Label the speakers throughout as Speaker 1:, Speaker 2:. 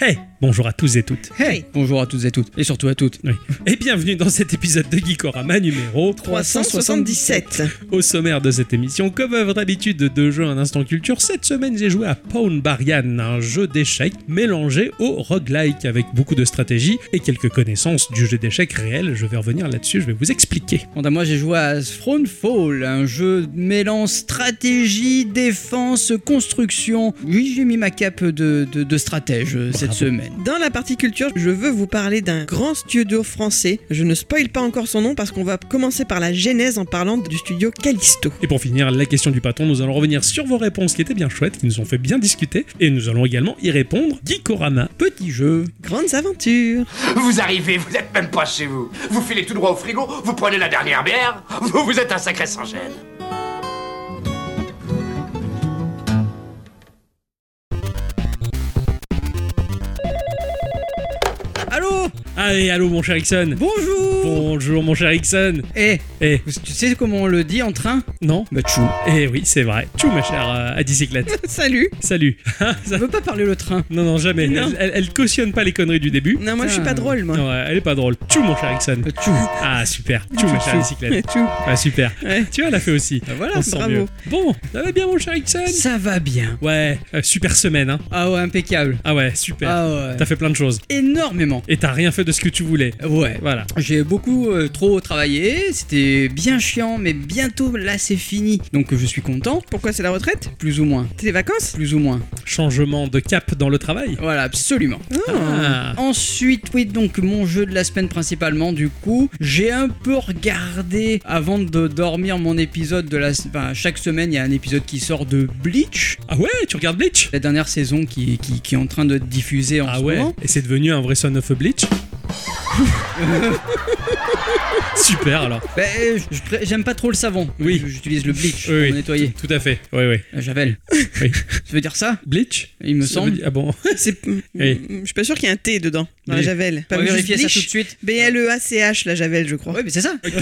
Speaker 1: Hey Bonjour à tous et toutes.
Speaker 2: Hey Bonjour à toutes et toutes, et surtout à toutes.
Speaker 1: Oui. Et bienvenue dans cet épisode de Geekorama numéro
Speaker 3: 377.
Speaker 1: Au sommaire de cette émission, comme à votre habitude de jeu un instant culture, cette semaine j'ai joué à Pawn Barian, un jeu d'échecs mélangé au roguelike avec beaucoup de stratégie et quelques connaissances du jeu d'échecs réel. Je vais revenir là-dessus, je vais vous expliquer.
Speaker 2: Quant à moi, j'ai joué à Thronefall, un jeu mêlant stratégie, défense, construction. Oui, j'ai mis ma cape de, de- de stratège euh, cette semaine.
Speaker 3: Dans la partie culture, je veux vous parler d'un grand studio français. Je ne spoil pas encore son nom parce qu'on va commencer par la genèse en parlant du studio Callisto.
Speaker 1: Et pour finir, la question du patron, nous allons revenir sur vos réponses qui étaient bien chouettes, qui nous ont fait bien discuter, et nous allons également y répondre. Geekorama,
Speaker 2: Petit jeu.
Speaker 3: Grandes aventures
Speaker 4: Vous arrivez, vous n'êtes même pas chez vous. Vous filez tout droit au frigo, vous prenez la dernière bière, vous vous êtes un sacré sans gêne.
Speaker 2: Allô
Speaker 1: Allez, allô mon cher Ixon
Speaker 2: Bonjour
Speaker 1: Bonjour mon cher Ixon
Speaker 2: Eh,
Speaker 1: Eh,
Speaker 2: tu sais comment on le dit en train
Speaker 1: non
Speaker 2: Bah tchou.
Speaker 1: Eh oui, c'est vrai. Tchou ma chère euh, à bicyclette.
Speaker 3: Salut
Speaker 1: Salut
Speaker 2: Ça veut pas parler le train.
Speaker 1: Non, non, jamais.
Speaker 3: Non.
Speaker 1: Elle, elle- elle cautionne pas les conneries du début.
Speaker 3: Non, moi je suis
Speaker 2: Putain.
Speaker 3: pas drôle, moi.
Speaker 1: Non, elle est pas drôle. Tchou mon cher Ixon
Speaker 2: Bah tchou.
Speaker 1: Ah, super. Tchou ma chère bicyclette.
Speaker 3: Tchou.
Speaker 1: Ah, super.
Speaker 3: Ouais.
Speaker 1: Tu vois, elle a fait aussi.
Speaker 2: Bah voilà.
Speaker 1: On se sent
Speaker 3: bravo.
Speaker 1: mieux. Bon, ça va bien mon cher Ixon
Speaker 2: Ça va bien.
Speaker 1: Ouais, euh, super semaine, hein.
Speaker 2: Ah ouais, impeccable.
Speaker 1: Ah ouais, super.
Speaker 2: Ah ouais.
Speaker 1: T'as fait plein de choses.
Speaker 2: Énormément.
Speaker 1: Et t'as rien fait de ce que tu voulais.
Speaker 2: Ouais.
Speaker 1: Voilà.
Speaker 2: J'ai beaucoup euh, trop travaillé, c'était bien chiant, mais bientôt là c'est fini. Donc je suis content,
Speaker 3: Pourquoi c'est la retraite
Speaker 2: plus ou moins.
Speaker 3: C'est les vacances
Speaker 2: Plus ou moins.
Speaker 1: Changement de cap dans le travail.
Speaker 2: Voilà, absolument.
Speaker 1: Ah.
Speaker 2: Ensuite, oui, donc mon jeu de la semaine principalement, du coup, j'ai un peu regardé avant de dormir mon épisode de la. Enfin, chaque semaine, il y a un épisode qui sort de Bleach,
Speaker 1: Ah ouais, tu regardes Bleach
Speaker 2: la dernière saison qui, qui, qui est en train de diffuser en
Speaker 1: Ah
Speaker 2: ce
Speaker 1: ouais,
Speaker 2: moment.
Speaker 1: et c'est devenu un vrai son of a Bleach Super alors.
Speaker 2: Bah, euh, je- je pré- j'aime pas trop le savon.
Speaker 1: Oui.
Speaker 2: Je- J'utilise le
Speaker 1: Oui,
Speaker 2: Bleach pour
Speaker 1: oui.
Speaker 2: nettoyer.
Speaker 1: Tout à fait. Oui, oui.
Speaker 2: Euh, Javel.
Speaker 1: Oui.
Speaker 2: Ça veut dire ça
Speaker 1: Bleach
Speaker 2: Il me
Speaker 1: Ça
Speaker 2: semble.
Speaker 1: veut dire- Ah bon
Speaker 3: C'est. Je suis pas sûr qu'il y ait un T dedans, dans
Speaker 1: Oui.
Speaker 3: la javel.
Speaker 2: On
Speaker 3: Pas
Speaker 2: va
Speaker 3: juste
Speaker 2: vérifier ça
Speaker 3: Bleach.
Speaker 2: tout de suite.
Speaker 3: E B-L-E-A-C-h, la javel, je crois.
Speaker 2: Ouais, mais c'est ça.
Speaker 1: Ok.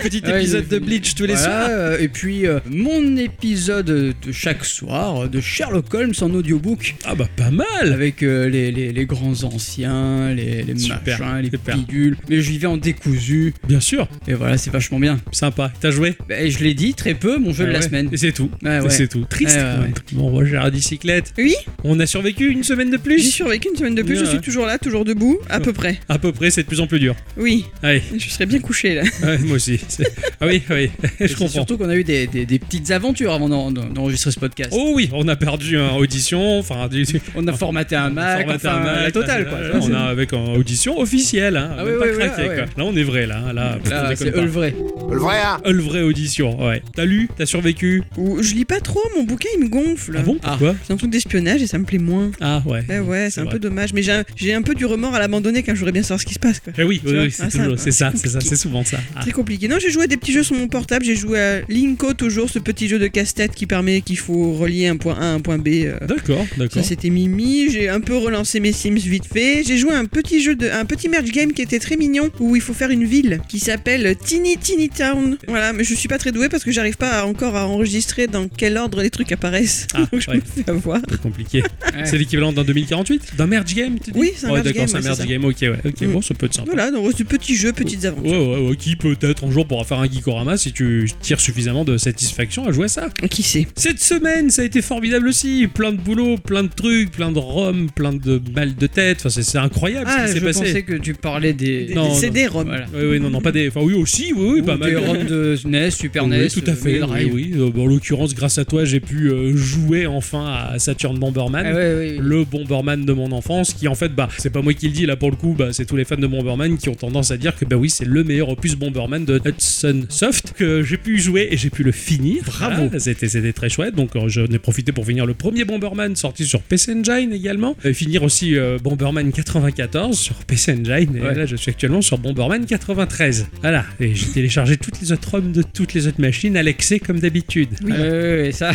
Speaker 1: Petit
Speaker 2: Ouais,
Speaker 1: épisode
Speaker 2: il-
Speaker 1: de Bleach tous les soirs.
Speaker 2: Voilà, euh, et puis euh, mon épisode de chaque soir euh, de Sherlock Holmes en audiobook
Speaker 1: Ah bah pas mal
Speaker 2: avec euh, les, les- les grands anciens, les, les
Speaker 1: Super,
Speaker 2: machins, les
Speaker 1: super.
Speaker 2: pidules. Mais j'y vais en décousu
Speaker 1: Bien sûr,
Speaker 2: et voilà, c'est vachement bien.
Speaker 1: sympa. T'as joué
Speaker 2: Bah, et je l'ai dit très peu, mon jeu de
Speaker 1: Ah
Speaker 2: la
Speaker 1: ouais.
Speaker 2: semaine.
Speaker 1: Et c'est tout.
Speaker 2: Ouais,
Speaker 1: Et
Speaker 2: ouais.
Speaker 1: C'est tout. Triste
Speaker 2: Ouais,
Speaker 1: quand
Speaker 2: ouais,
Speaker 1: même. Bon, moi j'ai la bicyclette.
Speaker 3: Oui
Speaker 1: On a survécu une semaine de
Speaker 3: J'ai
Speaker 1: plus
Speaker 3: survécu une semaine de plus,
Speaker 1: Ouais,
Speaker 3: je suis
Speaker 1: ouais.
Speaker 3: toujours là, toujours debout, à peu près.
Speaker 1: À peu près, c'est de plus en plus dur.
Speaker 3: Oui,
Speaker 1: Allez,
Speaker 3: je serais bien couché là.
Speaker 1: Ouais, moi aussi. C'est- Ah oui, oui,
Speaker 2: Et
Speaker 1: je
Speaker 2: c'est
Speaker 1: comprends.
Speaker 2: Surtout qu'on a eu des, des- des petites aventures avant d'en- d'en- d'enregistrer ce podcast.
Speaker 1: Oh oui, on a perdu un audition, enfin du, du-
Speaker 2: On a formaté un Mac,
Speaker 1: formaté
Speaker 2: Bah, enfin,
Speaker 1: un Mac,
Speaker 2: la totale quoi.
Speaker 1: euh, on a avec un audition officielle, hein,
Speaker 2: Ah
Speaker 1: même
Speaker 2: oui,
Speaker 1: pas
Speaker 2: oui, oui,
Speaker 1: craqué
Speaker 2: ah
Speaker 1: quoi. Là on est vrai là, hein, là, pff, on
Speaker 2: Là,
Speaker 1: déconne
Speaker 2: c'est
Speaker 1: pas.
Speaker 2: eux le vrai.
Speaker 4: Le vrai, hein
Speaker 1: Euh, le vrai audition, ouais. T'as lu, t'as survécu.
Speaker 3: Ou je lis pas trop, mon bouquin il me gonfle.
Speaker 1: Ah bon, pourquoi
Speaker 3: C'est un truc d'espionnage et ça me plaît moins.
Speaker 1: Ah ouais.
Speaker 3: Eh ouais, c'est un
Speaker 1: vrai.
Speaker 3: peu dommage. Mais j'ai un, j'ai un peu du remords à l'abandonner quand je voudrais bien savoir ce qui se passe. Quoi.
Speaker 1: Eh oui, oui,
Speaker 3: vois,
Speaker 1: oui, c'est
Speaker 3: ah, ça,
Speaker 1: toujours- c'est ça,
Speaker 3: c'est
Speaker 1: c'est ça,
Speaker 3: compliqué.
Speaker 1: c'est souvent ça. Ah.
Speaker 3: Très compliqué. Non, j'ai joué à des petits jeux sur mon portable. J'ai joué à Linko, toujours ce petit jeu de casse-tête qui permet qu'il faut relier un point A à un point B. euh,
Speaker 1: D'accord,
Speaker 3: Ça
Speaker 1: d'accord.
Speaker 3: c'était Mimi, j'ai un peu relancé mes Sims vite fait. J'ai joué à un petit jeu de un petit merge game qui était très mignon où il faut faire une ville qui s'appelle Teeny Teeny Town. Voilà, mais je suis pas très douée parce que j'arrive pas à- encore à enregistrer dans quel ordre les trucs apparaissent.
Speaker 1: Ah,
Speaker 3: Donc je
Speaker 1: ouais.
Speaker 3: me fais avoir.
Speaker 1: C'est compliqué.
Speaker 2: Ouais.
Speaker 1: C'est l'équivalent d'un 2048 D'un merge game, tu dis
Speaker 3: Oui, c'est un
Speaker 1: Ouais,
Speaker 3: merge game,
Speaker 1: d'accord, c'est un
Speaker 3: ouais,
Speaker 1: merge
Speaker 3: c'est ça.
Speaker 1: game, ok, ouais. Ok,
Speaker 3: Mm.
Speaker 1: bon, ça peut être sympa.
Speaker 3: Voilà, donc ce petit jeu, petites aventures.
Speaker 1: Ouais, ouais, ouais, qui peut-être un jour pourra faire un Geekorama si tu tires suffisamment de satisfaction à jouer à ça.
Speaker 3: Qui sait
Speaker 1: Cette semaine, ça a été formidable aussi. Plein de boulot, plein de trucs, plein de rhum, plein de mal de tête. Enfin, c'est- c'est incroyable ce
Speaker 2: Ah, je
Speaker 1: qui s'est passé.
Speaker 2: pensais que tu parlais des.
Speaker 3: Des,
Speaker 1: Non,
Speaker 3: des
Speaker 1: non.
Speaker 3: CD-ROM.
Speaker 2: Voilà.
Speaker 1: Oui, oui, non, non, pas des. Enfin, oui, aussi, oui, oui,
Speaker 2: Ou
Speaker 1: pas mal.
Speaker 2: Des ROM de NES, Super
Speaker 1: Oui,
Speaker 2: NES,
Speaker 1: tout à
Speaker 2: euh,
Speaker 1: fait.
Speaker 2: Mega
Speaker 1: Oui,
Speaker 2: Drive.
Speaker 1: oui. Euh, bon, en l'occurrence, grâce à toi, j'ai pu euh, jouer enfin à Saturn Bomberman.
Speaker 2: Ah ouais, ouais, ouais.
Speaker 1: le Bomberman de mon enfance, qui en fait, bah, c'est pas moi qui le dis, là pour le coup, bah, c'est tous les fans de Bomberman qui ont tendance à dire que, bah oui, c'est le meilleur opus Bomberman de Hudson Soft, que j'ai pu jouer et j'ai pu le finir.
Speaker 2: Bravo.
Speaker 1: Voilà, C'était c'était très chouette, donc euh, j'en ai profité pour finir le premier Bomberman sorti sur PC Engine également, et finir aussi euh, Bomberman 94 sur PC Engine, et
Speaker 2: Ouais.
Speaker 1: là je suis actuellement sur Bomberman 93. Voilà, et j'ai téléchargé toutes les autres ROM de toutes les autres machines, Alexé comme d'habitude.
Speaker 2: Oui. Ouais, ouais, ça.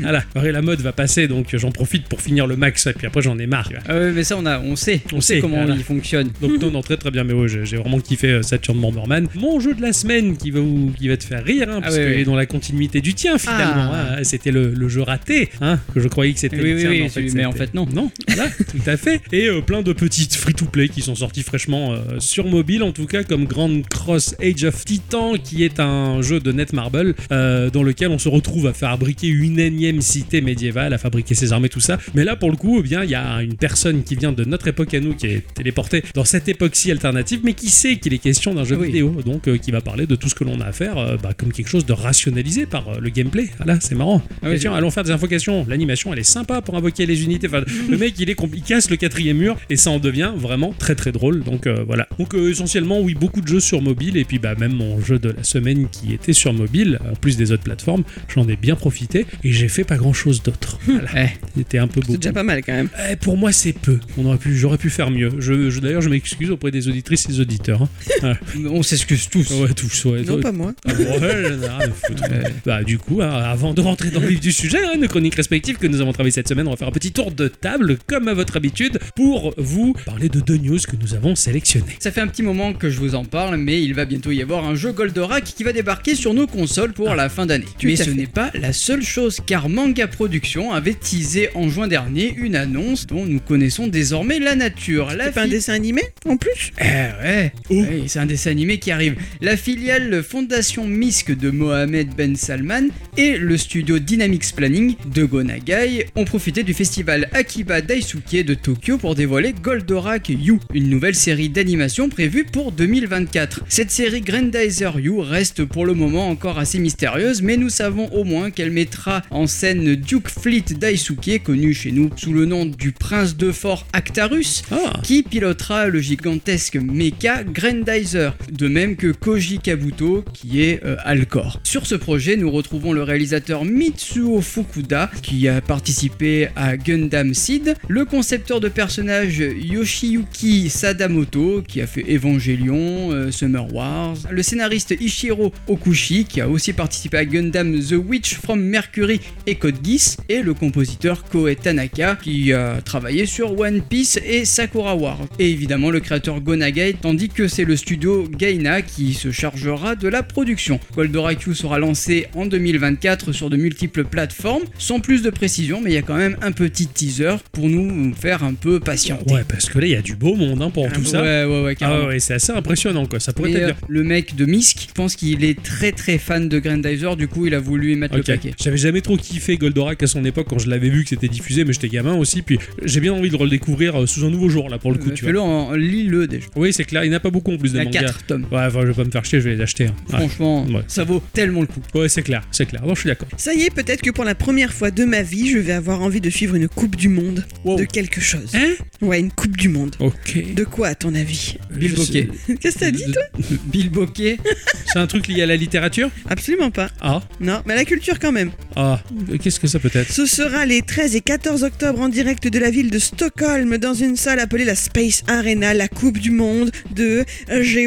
Speaker 1: Voilà, Après, la mode va passer, donc j'en profite pour finir le max, et puis après j'en ai marre.
Speaker 2: Ah ouais, mais ça, on, a, on sait. On sait
Speaker 1: Et
Speaker 2: comment
Speaker 1: voilà.
Speaker 2: il fonctionne.
Speaker 1: Donc non, non, très très bien, mais ouais, j'ai j'ai vraiment kiffé euh, Saturn Bomberman. Mon jeu de la semaine qui va, vous, qui va te faire rire, hein,
Speaker 2: Ah
Speaker 1: parce
Speaker 2: oui,
Speaker 1: qu'il
Speaker 2: oui.
Speaker 1: est dans la continuité du tien finalement.
Speaker 2: Ah.
Speaker 1: hein. C'était le, le jeu raté, hein, que je croyais que c'était
Speaker 2: Oui,
Speaker 1: le
Speaker 2: oui,
Speaker 1: tien,
Speaker 2: oui,
Speaker 1: mais, en
Speaker 2: celui-
Speaker 1: fait,
Speaker 2: mais en
Speaker 1: c'était-
Speaker 2: fait, non.
Speaker 1: Non, voilà, tout à fait. Et euh, plein de petites free-to-play qui sont sorties fraîchement euh, sur mobile, en tout cas comme Grand Cross Age of Titan, qui est un jeu de Netmarble euh, dans lequel on se retrouve à fabriquer une énième cité médiévale, à fabriquer ses armées, tout ça. Mais là, pour le coup, eh bien, il y a une personne qui vient de notre époque à nous, qui est téléportée dans cette époque-ci alternative, mais qui sait qu'il est question d'un jeu
Speaker 2: Ah oui.
Speaker 1: vidéo, donc euh, qui va parler de tout ce que l'on a à faire, euh, bah, comme quelque chose de rationalisé par euh, le gameplay. Voilà, c'est marrant.
Speaker 2: Ah oui,
Speaker 1: Et tiens, allons faire des invocations. L'animation, elle est sympa pour invoquer les unités. Enfin, le mec, il est compli- il casse le quatrième mur et ça en devient vraiment très très drôle. Donc euh, voilà. Donc euh, essentiellement, oui, beaucoup de jeux sur mobile et puis bah même mon jeu de la semaine qui était sur mobile, en plus des autres plateformes, j'en ai bien profité et j'ai fait pas grand chose d'autre. Voilà.
Speaker 2: Eh.
Speaker 1: C'était un peu beau.
Speaker 3: Hmm. C'est déjà pas mal quand même.
Speaker 1: Eh, pour moi, c'est peu. On aurait pu, j'aurais pu faire mieux. Je, je- d'ailleurs, je m'excuse auprès des auditrices et des auditeurs. hein.
Speaker 2: Eh, On s'excuse tous.
Speaker 1: Ouais, tous, ouais,
Speaker 3: Non,
Speaker 1: toi-
Speaker 3: pas moi.
Speaker 1: ah bon, ouais, j'en ai rien à foutre. Bah, du coup, hein, avant de rentrer dans le vif du sujet, hein, nos chroniques respectives que nous avons travaillées cette semaine, on va faire un petit tour de table, comme à votre habitude, pour vous parler de deux news que nous avons sélectionnées.
Speaker 2: Ça fait un petit moment que je vous en parle, mais il va bientôt y avoir un jeu Goldorak qui va débarquer sur nos consoles pour
Speaker 1: Ah.
Speaker 2: la fin d'année.
Speaker 3: tout
Speaker 2: Mais
Speaker 3: à
Speaker 2: ce
Speaker 3: fait.
Speaker 2: n'est pas la seule chose, car Manga Production avait teasé en juin dernier une annonce dont nous connaissons désormais la nature. La
Speaker 3: C'est pas un
Speaker 2: fi-
Speaker 3: dessin animé en plus
Speaker 2: Eh ouais, Ouais, c'est un dessin animé qui arrive. La filiale Fondation Misk de Mohamed Ben Salman et le studio Dynamics Planning de Gonagai ont profité du festival Akiba Daisuke de Tokyo pour dévoiler Goldorak You, une nouvelle série d'animation prévue pour 2024. Cette série Grandizer You reste pour le moment encore assez mystérieuse, mais nous savons au moins qu'elle mettra en scène Duke Fleet Daisuke, connu chez nous sous le nom du prince de fort Actarus,
Speaker 1: Ah,
Speaker 2: qui pilotera le gigantesque mecha Grandizer, de même que Koji Kabuto qui est euh, Alcor. Sur ce projet, nous retrouvons le réalisateur Mitsuo Fukuda qui a participé à Gundam Seed, le concepteur de personnages Yoshiyuki Sadamoto qui a fait Evangelion, euh, Summer Wars, le scénariste Ishiro Okushi qui a aussi participé à Gundam The Witch from Mercury et Code Geass et le compositeur Koe Tanaka qui a travaillé sur One Piece et Sakura War et évidemment le créateur Gonagai tandis que c'est le studio Gaina qui se chargera de la production. Goldorak Q sera lancé en 2024 sur de multiples plateformes sans plus de précision mais il y a quand même un petit teaser pour nous faire un peu patienter.
Speaker 1: ouais, parce que là, il y a du beau monde hein, pour tout ça.
Speaker 2: Ah Ouais ouais ouais carrément.
Speaker 1: Ah ouais, c'est assez impressionnant, quoi. Ça pourrait
Speaker 2: Mais,
Speaker 1: être
Speaker 2: euh,
Speaker 1: bien.
Speaker 2: le mec de Misk, je pense qu'il est très très fan de Grandizer, du coup il a voulu y mettre
Speaker 1: Ok.
Speaker 2: le paquet.
Speaker 1: J'avais jamais trop kiffé Goldorak à son époque quand je l'avais vu que c'était diffusé, mais j'étais gamin aussi. Puis j'ai bien envie de le redécouvrir euh, sous un nouveau jour là pour le coup.
Speaker 2: Euh,
Speaker 1: tu vois.
Speaker 2: Fais-le en lis-le déjà.
Speaker 1: Oui, c'est clair. Il n'y en a pas beaucoup en plus
Speaker 2: Il y
Speaker 1: de
Speaker 2: a
Speaker 1: mangas.
Speaker 2: 4 tomes.
Speaker 1: Ouais, enfin, je vais pas me faire chier, je vais les acheter. hein. Ouais.
Speaker 2: Franchement,
Speaker 1: Ouais.
Speaker 2: ça vaut tellement le coup.
Speaker 1: Ouais, c'est clair, c'est clair. Bon, je suis d'accord.
Speaker 3: Ça y est, peut-être que pour la première fois de ma vie, je vais avoir envie de suivre une Coupe du Monde
Speaker 1: Wow.
Speaker 3: de quelque chose.
Speaker 1: Hein
Speaker 3: Ouais, une Coupe du Monde.
Speaker 1: Ok.
Speaker 3: De quoi, à ton avis
Speaker 2: Bill
Speaker 1: Je sais-
Speaker 2: Bokeh.
Speaker 3: Qu'est-ce que t'as dit
Speaker 1: de-
Speaker 2: Bill Bokeh,
Speaker 1: C'est un truc lié à la littérature
Speaker 3: Absolument pas.
Speaker 1: Ah,
Speaker 3: Non, mais à la culture quand même.
Speaker 1: ah, qu'est-ce que ça peut être
Speaker 3: Ce sera les 13 et 14 octobre en direct de la ville de Stockholm dans une salle appelée la Space Arena, la Coupe du Monde de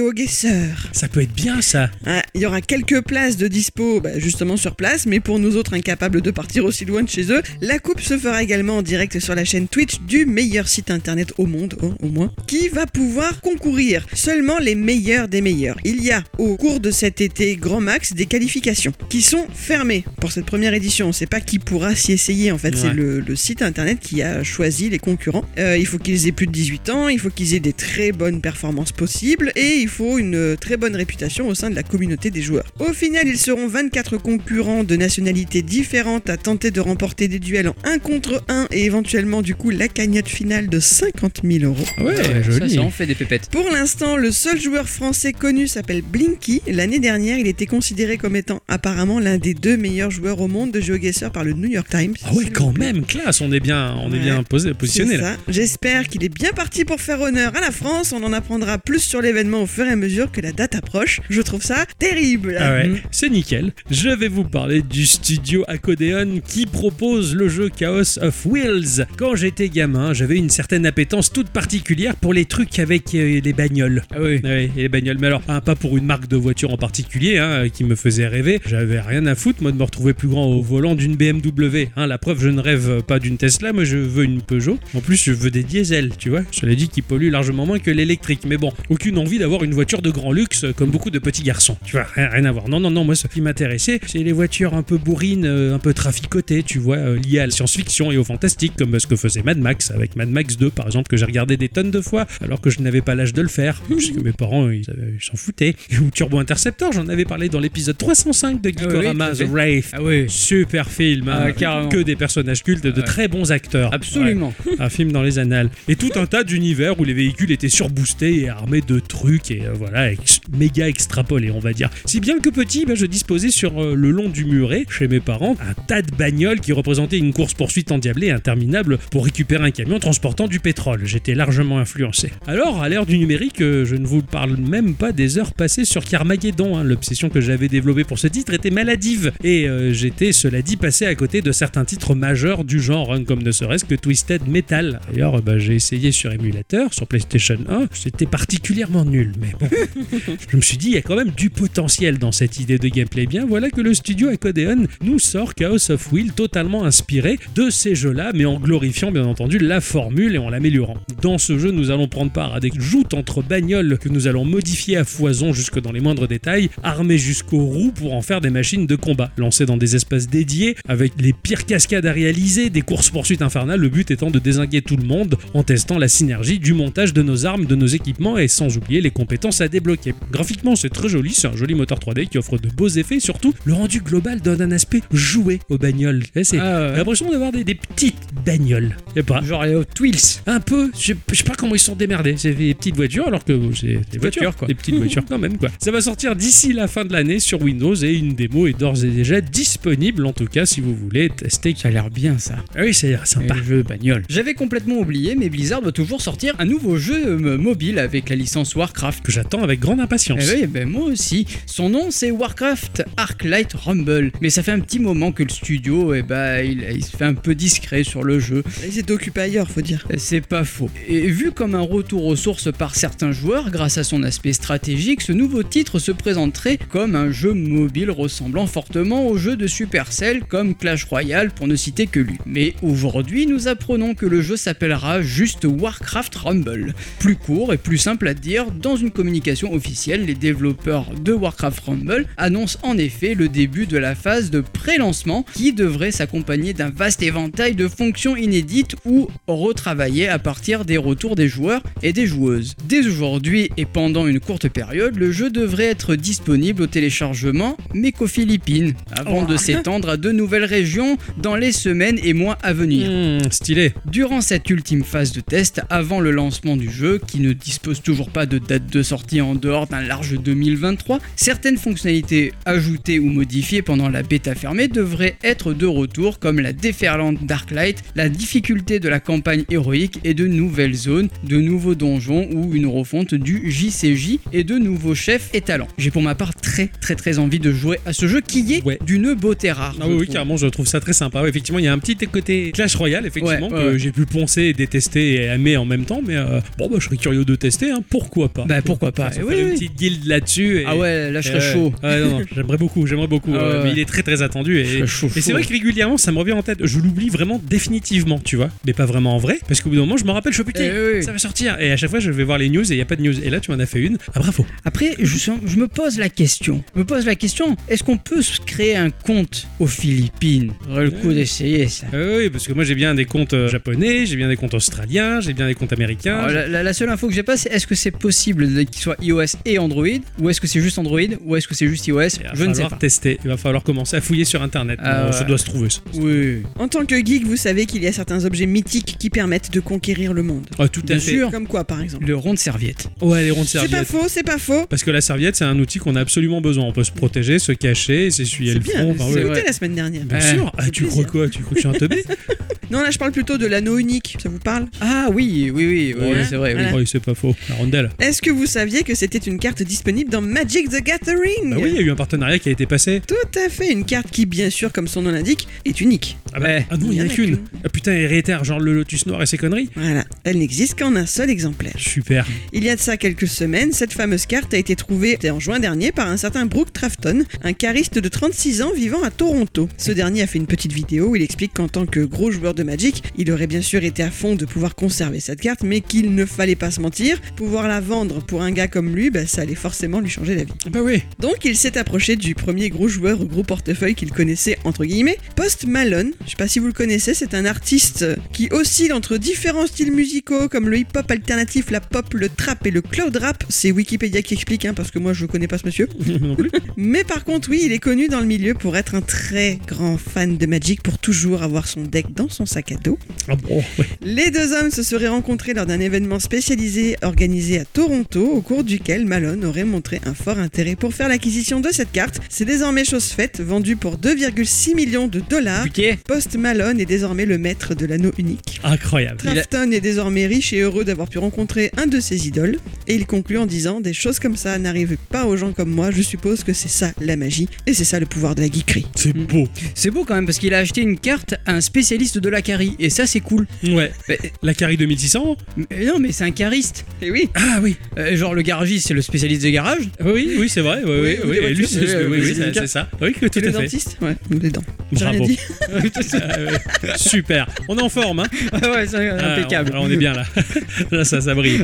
Speaker 3: GeoGuessr.
Speaker 1: Ça peut être bien ça
Speaker 3: Ah, Il y aura quelques places de dispo bah, justement sur place, mais pour nous autres incapables de partir aussi loin de chez eux, la coupe se fera également en direct sur la chaîne Twitch du meilleur site internet au monde, hein, au moins, qui va pouvoir concourir. Seulement les meilleurs des meilleurs. Il y a au cours de cet été grand max des qualifications qui sont fermées pour cette première édition. On ne sait pas qui pourra s'y essayer en fait.
Speaker 1: Ouais.
Speaker 3: C'est le, le site internet qui a choisi les concurrents. Euh, il faut qu'ils aient plus de 18 ans, il faut qu'ils aient des très bonnes performances possibles et il faut une euh, très bonne réputation au sein de la communauté des joueurs. Au final, ils seront 24 concurrents de nationalités différentes à tenter de remporter des duels en 1 contre 1 et éventuellement du coup la cagnotte finale de 50 000 euros.
Speaker 1: Ah Ouais,
Speaker 2: euh, ça,
Speaker 1: joli
Speaker 2: ça en fait des pépettes.
Speaker 3: Pour l'instant, le seul joueur français connu s'appelle Blinky. L'année dernière, il était considéré comme étant apparemment l'un des deux meilleurs joueurs au monde de GeoGuessr par le New York Times. Bah,
Speaker 1: Ah ouais, quand même, classe, on est bien, on est
Speaker 3: Ouais.
Speaker 1: bien posé,
Speaker 3: C'est
Speaker 1: positionné là.
Speaker 3: ça. J'espère qu'il est bien parti pour faire honneur à la France. On en apprendra plus sur l'événement au fur et à mesure que la date approche. Je trouve ça terrible.
Speaker 1: Ah ouais,
Speaker 2: Mhm.
Speaker 1: c'est nickel. Je vais vous parler du studio Acodéon qui propose le jeu Chaos of Wheels. Quand j'étais gamin, j'avais une certaine appétence toute particulière pour les trucs avec euh, les bagnoles.
Speaker 2: Ah oui.
Speaker 1: Ouais, et les bagnoles. Mais alors, hein, pas pour une marque de voiture en particulier hein, qui me faisait rêver. J'avais rien à foutre, moi, de me retrouver plus grand au, au volant d'une BMW. hein. la preuve, je ne rêve pas d'une Tesla, mais je veux une Peugeot. En plus, je veux des diesels, tu vois. Cela dit, qui polluent largement moins que l'électrique. Mais bon, aucune envie d'avoir une voiture de grand luxe comme beaucoup de petits garçons. Tu vois, rien, rien à voir. Non, non, non, moi, ce qui m'intéressait, c'est les voitures un peu bourrines, euh, un peu traficotées, tu vois, euh, liées à la science-fiction et au fantastique, comme euh, ce que faisait Mad Max avec Mad Max 2, par exemple, que j'ai regardé des tonnes de fois, alors que je n'avais pas l'âge de le faire, parce que mes parents, ils avaient- ils s'en foutaient. Ou Turbo Interceptor, j'en avais parlé dans l'épisode 305 de Geekorama,
Speaker 2: Ah oui, tout à
Speaker 1: The Wraith.
Speaker 2: Ah oui,
Speaker 1: Super film, hein,
Speaker 2: Ah, carrément.
Speaker 1: que des personnages cultes, de
Speaker 2: Ah ouais.
Speaker 1: très bons acteurs.
Speaker 2: absolument.
Speaker 1: Ouais, un film dans les annales. Et tout un tas d'univers où les véhicules étaient surboostés et armés de trucs et euh, voilà, ex- méga extrapolés, on va dire. Si bien que petit, bah, je disposais sur euh, le long du muret, chez mes parents, un tas de bagnoles qui représentaient une course-poursuite endiablée et interminable pour récupérer un camion transportant du pétrole. J'étais largement influencé. Alors, à l'ère du numérique, euh, je ne vous parle même pas des heures passées sur Carmageddon. hein. L'obsession que j'avais développée pour ce titre était maladive. Et euh, j'étais, cela dit, passé à côté de certains titres majeurs du genre, hein, comme ne serait-ce que Twisted Metal. D'ailleurs, euh, bah, j'ai essayé sur émulateur, sur PlayStation 1. C'était particulièrement nul, mais bon. je me suis dit, il y a quand même du potentiel dans cette idée de gameplay. Bien, voilà que le studio Acodeon nous sort Chaos of Will totalement inspiré de ces jeux-là, mais en glorifiant bien entendu la formule et en l'améliorant. Dans ce jeu, nous allons prendre part à des joutes entre bagnoles que nous allons modifier à foison jusque dans les moindres détails, armés jusqu'aux roues pour en faire des machines de combat, lancées dans des espaces dédiés avec les pires cascades à réaliser, des courses-poursuites infernales, le but étant de désinguer tout le monde en testant la synergie du montage de nos armes, de nos équipements et sans oublier les compétences à débloquer. Graphiquement, c'est très joli, c'est un joli moteur 3D qui offre de beaux effets, surtout le rendu global donne un aspect joué aux bagnoles. Tu sais, C'est
Speaker 2: Ah, ouais.
Speaker 1: l'impression d'avoir des, des petites bagnoles. Je sais pas.
Speaker 2: Genre les Hot Wheels.
Speaker 1: Un peu, je je sais pas comment ils sont démerdés. C'est des petites voitures alors que c'est des voitures,
Speaker 2: voitures, quoi.
Speaker 1: Des petites voitures quand même, quoi. Ça va sortir d'ici la fin de l'année sur Windows et une démo est d'ores et déjà disponible, en tout cas si vous voulez tester.
Speaker 2: Ça a l'air bien ça.
Speaker 1: Ah oui, c'est sympa.
Speaker 2: Un jeu bagnole. J'avais complètement oublié, mais Blizzard va toujours sortir un nouveau jeu euh, mobile avec la licence Warcraft.
Speaker 1: Que j'attends avec grande impatience.
Speaker 2: Eh oui, ben moi aussi. Son nom c'est Warcraft Arclight Rumble. Mais ça fait un petit moment que le studio, eh ben, il, il se fait un peu discret sur le jeu.
Speaker 3: Ils étaient occupés ailleurs, faut dire.
Speaker 2: C'est pas faux. Et vu comme un retour aux sources par certains joueurs, grâce à son aspect stratégique, ce nouveau titre se présenterait comme un jeu mobile ressemblant fortement aux jeux de Supercell comme Clash Royale pour ne citer que lui. Mais aujourd'hui, nous apprenons que le jeu s'appellera juste Warcraft Rumble. Plus court et plus simple à dire, dans une communication officielle, les développeurs de Warcraft Rumble annoncent en effet le début de la phase de pré-lancement qui devrait s'accompagner d'un vaste éventail de fonctions inédites ou retravaillées à partir des retours des joueurs et des joueuses. Dès aujourd'hui et pendant une courte période, le jeu devrait être disponible au téléchargement mais qu'aux Philippines, avant de s'étendre à de nouvelles régions dans les semaines et mois à venir.
Speaker 1: Mmh, stylé.
Speaker 2: Durant cette ultime phase de test, avant le lancement du jeu, qui ne dispose toujours pas de date de sortie en dehors d'un large 2023, certaines fonctionnalités ajoutées ou modifiées pendant la bêta fermée devraient être de retour, comme la déferlante Darklight, la difficulté de la campagne héroïque et de nouvelles zones, de nouveaux donjons ou une refonte du JCJ et de nouveaux chefs et talents. J'ai pour ma part très très très envie de jouer à ce jeu qui est
Speaker 1: Ouais.
Speaker 2: d'une beauté rare.
Speaker 1: Ah
Speaker 2: je
Speaker 1: oui, oui,
Speaker 2: trouve.
Speaker 1: carrément, je trouve ça très sympa. Ouais, effectivement, il y a un petit côté Clash Royale, effectivement,
Speaker 2: Ouais,
Speaker 1: que
Speaker 2: ouais, ouais.
Speaker 1: j'ai pu poncer, détester et aimer en même temps. Mais euh, bon, bah, je serais curieux de tester, hein, pourquoi pas.
Speaker 2: Bah pourquoi pas.
Speaker 1: Ça
Speaker 2: Eh
Speaker 1: fait
Speaker 2: oui,
Speaker 1: une
Speaker 2: oui.
Speaker 1: petite guilde là-dessus. et-
Speaker 2: Ah ouais, là je
Speaker 1: Euh,
Speaker 2: serais chaud.
Speaker 1: ouais, non, non, j'aimerais beaucoup, j'aimerais beaucoup.
Speaker 2: Ah
Speaker 1: euh,
Speaker 2: ouais.
Speaker 1: mais il est très très attendu.
Speaker 2: Je
Speaker 1: Et,
Speaker 2: serais chaud,
Speaker 1: et c'est
Speaker 2: chaud.
Speaker 1: vrai que régulièrement ça me revient en tête. Je l'oublie vraiment définitivement, tu vois. Mais pas vraiment en vrai. Parce qu'au bout d'un moment, je me rappelle, je fais putain,
Speaker 2: Eh oui.
Speaker 1: ça va sortir. Et à chaque fois, je vais voir les news et il n'y a pas de news. Et là, tu m'en as fait une. Ah bravo.
Speaker 2: Après, je, suis- je me pose la question. Je me pose la question, est-ce qu'on peut se créer un compte aux Philippines J'aurais le coup d'essayer ça.
Speaker 1: Euh, oui, parce que moi j'ai bien des comptes euh, japonais, j'ai bien des comptes australiens, j'ai bien des comptes américains.
Speaker 2: Alors, Ah, la, la- la seule info que j'ai pas, c'est est-ce que c'est possible de- qu'il soit iOS et Android Ou est-ce que c'est juste Android Ou est-ce que c'est juste iOS
Speaker 1: Il va
Speaker 2: Je ne sais
Speaker 1: falloir
Speaker 2: pas.
Speaker 1: tester. Il va falloir commencer à fouiller sur internet.
Speaker 2: Ah
Speaker 1: Bon,
Speaker 2: ouais.
Speaker 1: Ça doit se trouver. ça.
Speaker 2: Oui.
Speaker 3: En tant que geek, vous savez qu'il y a certains objets mythiques qui permettent de conquérir le monde.
Speaker 1: Ah, tout à
Speaker 2: Bien
Speaker 1: fait.
Speaker 2: sûr.
Speaker 3: Comme quoi, par exemple
Speaker 2: Le rond de serviette.
Speaker 1: Ouais, les rondes
Speaker 3: C'est pas
Speaker 1: serviettes.
Speaker 3: faux, c'est pas faux.
Speaker 1: Parce que la serviette, c'est un outil qu'on a absolument besoin. On peut se protéger, se cacher, s'essuyer
Speaker 3: C'est
Speaker 1: le front.
Speaker 3: bien,
Speaker 1: Enfin,
Speaker 3: j'ai
Speaker 1: ouais.
Speaker 2: ouais.
Speaker 3: goûté la semaine dernière.
Speaker 1: Bien
Speaker 2: Ouais,
Speaker 1: sûr. Ah,
Speaker 3: fait
Speaker 1: tu crois
Speaker 3: plaisir.
Speaker 1: quoi Tu crois que je suis un teubé
Speaker 3: Non, là, je parle plutôt de l'anneau unique. Ça vous parle
Speaker 2: Ah oui, oui, oui, oui,
Speaker 3: Ouais.
Speaker 2: c'est vrai. oui.
Speaker 3: Voilà.
Speaker 1: Oui, Bah c'est Oh, pas faux. La rondelle.
Speaker 3: Est-ce que vous saviez que c'était une carte disponible dans Magic the Gathering
Speaker 1: Bah oui, il y a eu un partenariat qui a été passé.
Speaker 3: Tout à fait, une carte qui, bien sûr, comme son nom l'indique, est unique.
Speaker 1: Ah, bah-
Speaker 2: Ouais.
Speaker 1: ah non, il y en a qu'une. Ah putain, hérétaire, genre le lotus noir et ses conneries.
Speaker 3: Voilà, elle n'existe qu'en un seul exemplaire.
Speaker 1: Super.
Speaker 3: Il y a de ça quelques semaines, cette fameuse carte a été trouvée en juin dernier par un certain Brooke Trafton, un chariste de 36 ans vivant à Toronto. Ce dernier a fait une petite vidéo où il explique qu'en tant que gros joueur de Magic, il aurait bien sûr été à fond de pouvoir conserver cette carte, mais qu'il ne fallait pas se mentir, pouvoir la vendre pour un gars comme lui, bah, ça allait forcément lui changer la vie.
Speaker 1: Bah oui.
Speaker 3: Donc il s'est approché du premier gros joueur au gros portefeuille qu'il connaissait entre guillemets, Post Malone. Je sais pas si vous le connaissez, c'est un artiste qui oscille entre différents styles musicaux comme le hip-hop alternatif, la pop, le trap et le cloud rap. C'est Wikipédia qui explique hein, parce que moi je connais pas ce monsieur.
Speaker 1: non plus.
Speaker 3: Mais par contre, oui, il est connu dans le milieu pour être un très grand fan de Magic, pour toujours avoir son deck dans son sac à dos.
Speaker 1: Ah bon, ouais.
Speaker 3: Les deux hommes se seraient rencontrés lors d'un événement spécialisé organisé à Toronto, au cours duquel Malone aurait montré un fort intérêt pour faire l'acquisition de cette carte. C'est désormais chose faite, vendue pour 2,6 millions de dollars.
Speaker 2: Piqué
Speaker 3: Post Malone est désormais le maître de l'anneau unique.
Speaker 1: Incroyable.
Speaker 2: Il a-
Speaker 3: Trafton est désormais riche et heureux d'avoir pu rencontrer un de ses idoles. Et il conclut en disant Des choses comme ça n'arrivent pas aux gens comme moi, je suppose que c'est ça la magie, et c'est ça le pouvoir de la geekerie.
Speaker 1: C'est beau.
Speaker 2: C'est beau quand même parce qu'il a acheté une carte à un spécialiste de la carie et ça c'est cool.
Speaker 1: Ouais.
Speaker 2: Mais-
Speaker 1: La carie 2600
Speaker 2: mais non mais c'est un cariste.
Speaker 3: Et oui
Speaker 1: Ah oui. Ah
Speaker 2: Euh, genre le garagiste c'est le spécialiste des garages.
Speaker 1: Oui, oui, c'est vrai. Oui, oui,
Speaker 2: Oui, ou
Speaker 1: oui.
Speaker 2: des
Speaker 1: Et lui,
Speaker 2: voitures.
Speaker 1: c'est
Speaker 2: Oui,
Speaker 1: oui,
Speaker 2: oui,
Speaker 1: oui,
Speaker 2: c'est
Speaker 1: ça-
Speaker 2: le cas.
Speaker 1: c'est ça. Oui, que tout
Speaker 3: le
Speaker 1: à fait.
Speaker 3: dentiste Ouais, ou les dents. J'ai rien
Speaker 1: Bravo.
Speaker 3: dit.
Speaker 1: Ah, ouais. Super. On est en forme, hein
Speaker 2: ouais, c'est
Speaker 1: Ah,
Speaker 2: impeccable.
Speaker 1: on, on est bien là. là, ça, ça brille.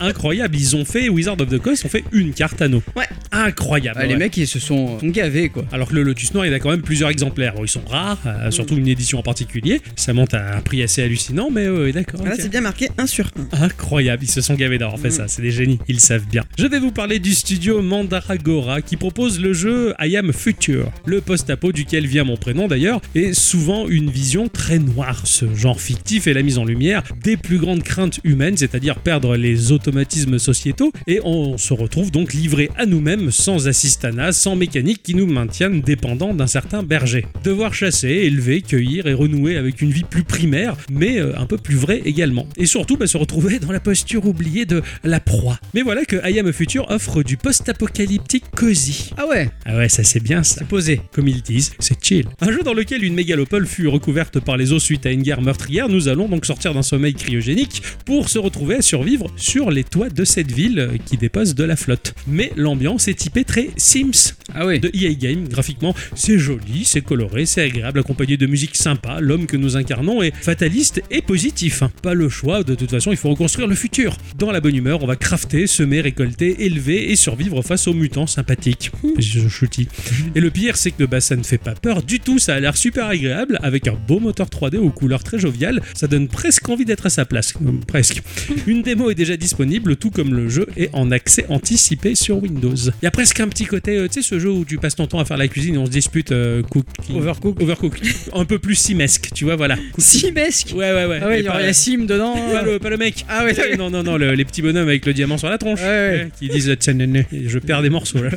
Speaker 1: Incroyable. Ils ont fait, Wizard of the Coast, ont fait une carte anneau.
Speaker 3: Ouais.
Speaker 1: Incroyable.
Speaker 2: Ah, Les
Speaker 1: ouais.
Speaker 2: mecs ils se sont, sont gavés quoi.
Speaker 1: Alors que le Lotus Noir, il a quand même plusieurs exemplaires. Bon, Ils sont rares, euh, surtout
Speaker 2: Mm.
Speaker 1: une édition en particulier. Ça monte à un prix assez hallucinant, mais euh, oui, d'accord.
Speaker 2: Ah,
Speaker 3: Voilà,
Speaker 1: ok.
Speaker 3: c'est bien marqué 1 sur 1.
Speaker 1: Incroyable, ils se sont gavés d'avoir fait ça, c'est des génies, ils savent bien. Je vais vous parler du studio Mandaragora qui propose le jeu I Am Future, le post-apo duquel vient mon prénom d'ailleurs, et souvent une vision très noire. Ce genre fictif est la mise en lumière des plus grandes craintes humaines, c'est-à-dire perdre les automatismes sociétaux, et on se retrouve donc livré à nous-mêmes sans assistana, sans mécanique qui nous maintiennent dépendants d'un certain berger. Devoir chasser, élever, cueillir et renouer avec une vie plus primaire, mais euh, un peu plus vraie également. Et surtout, bah, se retrouver dans la posture oubliée de la proie. Mais voilà que I Am a Future offre du post-apocalyptique cosy.
Speaker 2: Ah ouais,
Speaker 1: Ah ouais, ça c'est bien ça.
Speaker 2: posé.
Speaker 1: Comme ils disent, c'est chill. Un jeu dans lequel une mégalopole fut recouverte par les eaux suite à une guerre meurtrière, nous allons donc sortir d'un sommeil cryogénique pour se retrouver à survivre sur les toits de cette ville euh, qui dépose de la flotte. Mais l'ambiance est typée très Sims
Speaker 2: Ah ouais.
Speaker 1: de EA Game graphiquement. C'est joli, c'est coloré, c'est agréable, accompagné de musique sympa. L'homme que nous incarnons est fataliste et positif. Pas le choix, de toute façon, il faut reconstruire le futur. Dans la bonne humeur, on va crafter, semer, récolter, élever et survivre face aux mutants sympathiques. Je chutis. Et le pire, c'est que bah, ça ne fait pas peur du tout. Ça a l'air super agréable avec un beau moteur 3D aux couleurs très joviales. Ça donne presque envie d'être à sa place. Euh, Presque. Une démo est déjà disponible, tout comme le jeu est en accès anticipé sur Windows. Il y a presque un petit côté, euh, tu sais, ce jeu où tu passes ton temps à faire la cuisine et on se dispute euh, cook.
Speaker 2: Overcook.
Speaker 1: Overcook. un peu plus simesque, tu vois, voilà.
Speaker 2: Simesque.
Speaker 1: Ouais, ouais, ouais.
Speaker 2: Ah ouais,
Speaker 1: Et
Speaker 2: il y aura
Speaker 1: pas-
Speaker 2: la sim dedans.
Speaker 1: pas le, pas le mec.
Speaker 2: Ah ouais,
Speaker 1: Non, non, non, le- les petits bonhommes avec le diamant sur la tronche.
Speaker 2: Ouais, ouais.
Speaker 1: Qui disent Tchanene. Et Je perds des morceaux là.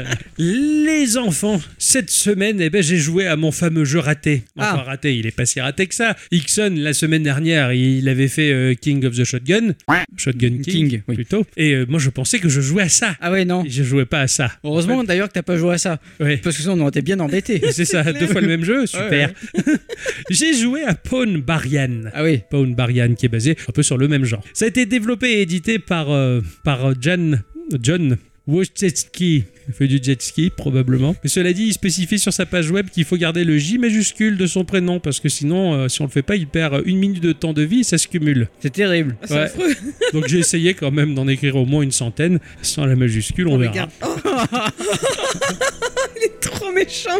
Speaker 1: les enfants, cette semaine, eh ben, j'ai joué à mon fameux jeu raté. Enfin,
Speaker 2: Ah.
Speaker 1: raté, il est pas si raté que ça. Ixon, la semaine dernière, il avait fait euh, King of the Shotgun. Shotgun King,
Speaker 2: King, oui.
Speaker 1: plutôt. Et euh, moi, je pensais que je jouais à ça.
Speaker 2: Ah ouais, non.
Speaker 1: Et je jouais pas à ça.
Speaker 2: Heureusement d'ailleurs que t'as pas joué à ça.
Speaker 1: Ouais.
Speaker 2: Parce que sinon on aurait été bien embêtés.
Speaker 1: C'est ça, deux fois le même jeu, super. j'ai joué à Pawn Barian.
Speaker 2: Ah oui.
Speaker 1: Pawn Barian qui est basé un peu sur le même genre. Ça a été développé et édité par, euh, par Jan, John Wojcicki. Il fait du jet ski, probablement. Mais cela dit, il spécifie sur sa page web qu'il faut garder le J majuscule de son prénom, parce que sinon, euh, si on le fait pas, il perd une minute de temps de vie et ça se cumule.
Speaker 2: C'est terrible.
Speaker 3: Ah, c'est
Speaker 1: Ouais.
Speaker 3: affreux.
Speaker 1: Donc j'ai essayé quand même d'en écrire au moins une centaine, sans la majuscule, on verra.
Speaker 3: Regarde. Oh. Il est trop méchant.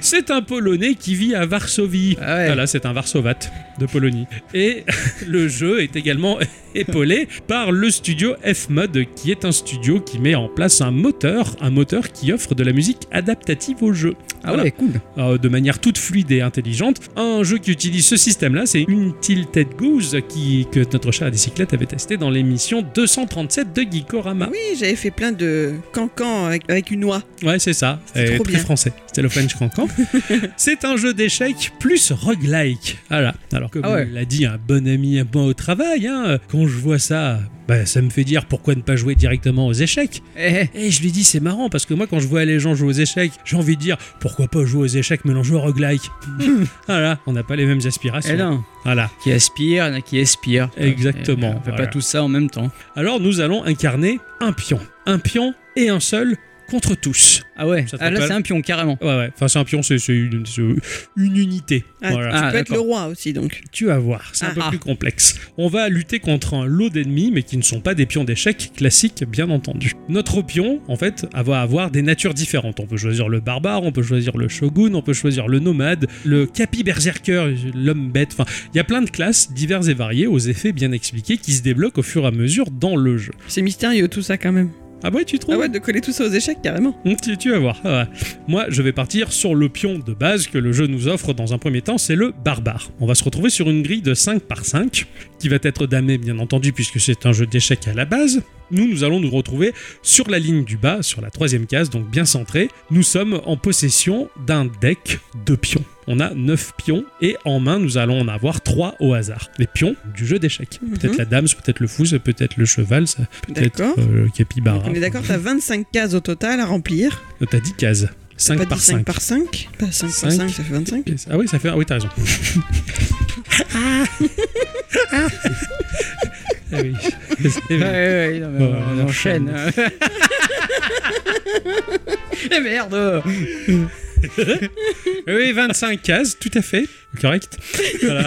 Speaker 1: C'est un Polonais qui vit à Varsovie.
Speaker 2: Ah ouais.
Speaker 1: Voilà, c'est un Varsovate de Pologne. Et le jeu est également épaulé par le studio F-Mod, qui est un studio qui met en place un moteur, un moteur qui offre de la musique adaptative au jeu.
Speaker 2: Ah
Speaker 1: Voilà.
Speaker 2: ouais, cool.
Speaker 1: Euh, de manière toute fluide et intelligente. Un jeu qui utilise ce système-là, c'est une Tilted Goose qui, que notre chat à bicyclette avait testé dans l'émission 237 de Geekorama.
Speaker 3: Oui, j'avais fait plein de cancans avec, avec une oie.
Speaker 1: Ouais, c'est ça.
Speaker 3: C'était
Speaker 1: Et
Speaker 3: trop
Speaker 1: très
Speaker 3: bien.
Speaker 1: français. C'était le French Cancan. c'est un jeu d'échecs plus roguelike. Voilà. Alors, comme
Speaker 2: Ah ouais.
Speaker 1: l'a dit un bon ami à moi au travail, hein, euh, quand je vois ça, bah, ça me fait dire pourquoi ne pas jouer directement aux échecs.
Speaker 2: Eh, eh.
Speaker 1: Et je lui dis, c'est marrant parce que moi, quand je vois les gens jouer aux échecs, j'ai envie de dire pourquoi pas jouer aux échecs mélangés au roguelike. voilà, on n'a pas les mêmes aspirations.
Speaker 2: Eh non.
Speaker 1: Voilà.
Speaker 2: Qui aspire, il y en a qui espire.
Speaker 1: Exactement,
Speaker 2: Eh, eh, On fait
Speaker 1: voilà.
Speaker 2: pas tout ça en même temps.
Speaker 1: Alors, nous allons incarner un pion. Un pion et un seul contre tous.
Speaker 2: Ah ouais.
Speaker 1: Ça te
Speaker 2: Ah là,
Speaker 1: rappelle
Speaker 2: c'est un pion carrément.
Speaker 1: Ouais, ouais. Enfin, c'est un pion, c'est c'est une, c'est une unité.
Speaker 3: Ah,
Speaker 1: Voilà.
Speaker 3: Tu
Speaker 2: Ah,
Speaker 3: peux être
Speaker 2: d'accord.
Speaker 3: le roi aussi, donc.
Speaker 1: Tu vas voir, c'est un
Speaker 2: Ah,
Speaker 1: peu
Speaker 2: ah.
Speaker 1: plus complexe. On va lutter contre un lot d'ennemis, mais qui ne sont pas des pions d'échecs classiques, bien entendu. Notre pion, en fait, va avoir des natures différentes. On peut choisir le barbare, on peut choisir le shogun, on peut choisir le nomade, le capi berserker, l'homme bête. Enfin, il y a plein de classes diverses et variées, aux effets bien expliqués, qui se débloquent au fur et à mesure dans le jeu.
Speaker 3: C'est mystérieux tout ça quand même.
Speaker 1: Ah ouais, tu trouves
Speaker 3: Ah ouais, de coller tout ça aux échecs carrément.
Speaker 1: Hum, Tu, tu vas voir. ah ouais. Moi, je vais partir sur le pion de base que le jeu nous offre dans un premier temps, c'est le barbare. On va se retrouver sur une grille de 5 par 5, qui va être damée bien entendu puisque c'est un jeu d'échecs à la base. Nous, nous allons nous retrouver sur la ligne du bas, sur la troisième case, donc bien centré. Nous sommes en possession d'un deck de pions. On a 9 pions et en main, nous allons en avoir 3 au hasard. Les pions du jeu d'échecs.
Speaker 3: Mhm.
Speaker 1: Peut-être la dame, c'est peut-être le fou, c'est peut-être le cheval, ça peut être
Speaker 3: D'accord.
Speaker 1: euh, le capybara.
Speaker 3: On est d'accord, t'as 25 cases au total à remplir.
Speaker 1: Euh, T'as 10 cases. 5
Speaker 3: Pas
Speaker 1: par
Speaker 3: 10, 5
Speaker 1: 5.
Speaker 3: par 5. Pas 5
Speaker 1: Cinq.
Speaker 3: par 5, ça fait 25.
Speaker 1: Yes. Ah oui, ça fait. Ah oui, t'as raison. ah oui. C'est
Speaker 2: Ouais,
Speaker 1: vrai.
Speaker 2: ouais, ouais, non, mais
Speaker 1: Bon,
Speaker 2: on,
Speaker 1: on
Speaker 2: enchaîne. Eh merde
Speaker 1: Eh Oui, 25 cases, tout à fait. Correct. Voilà.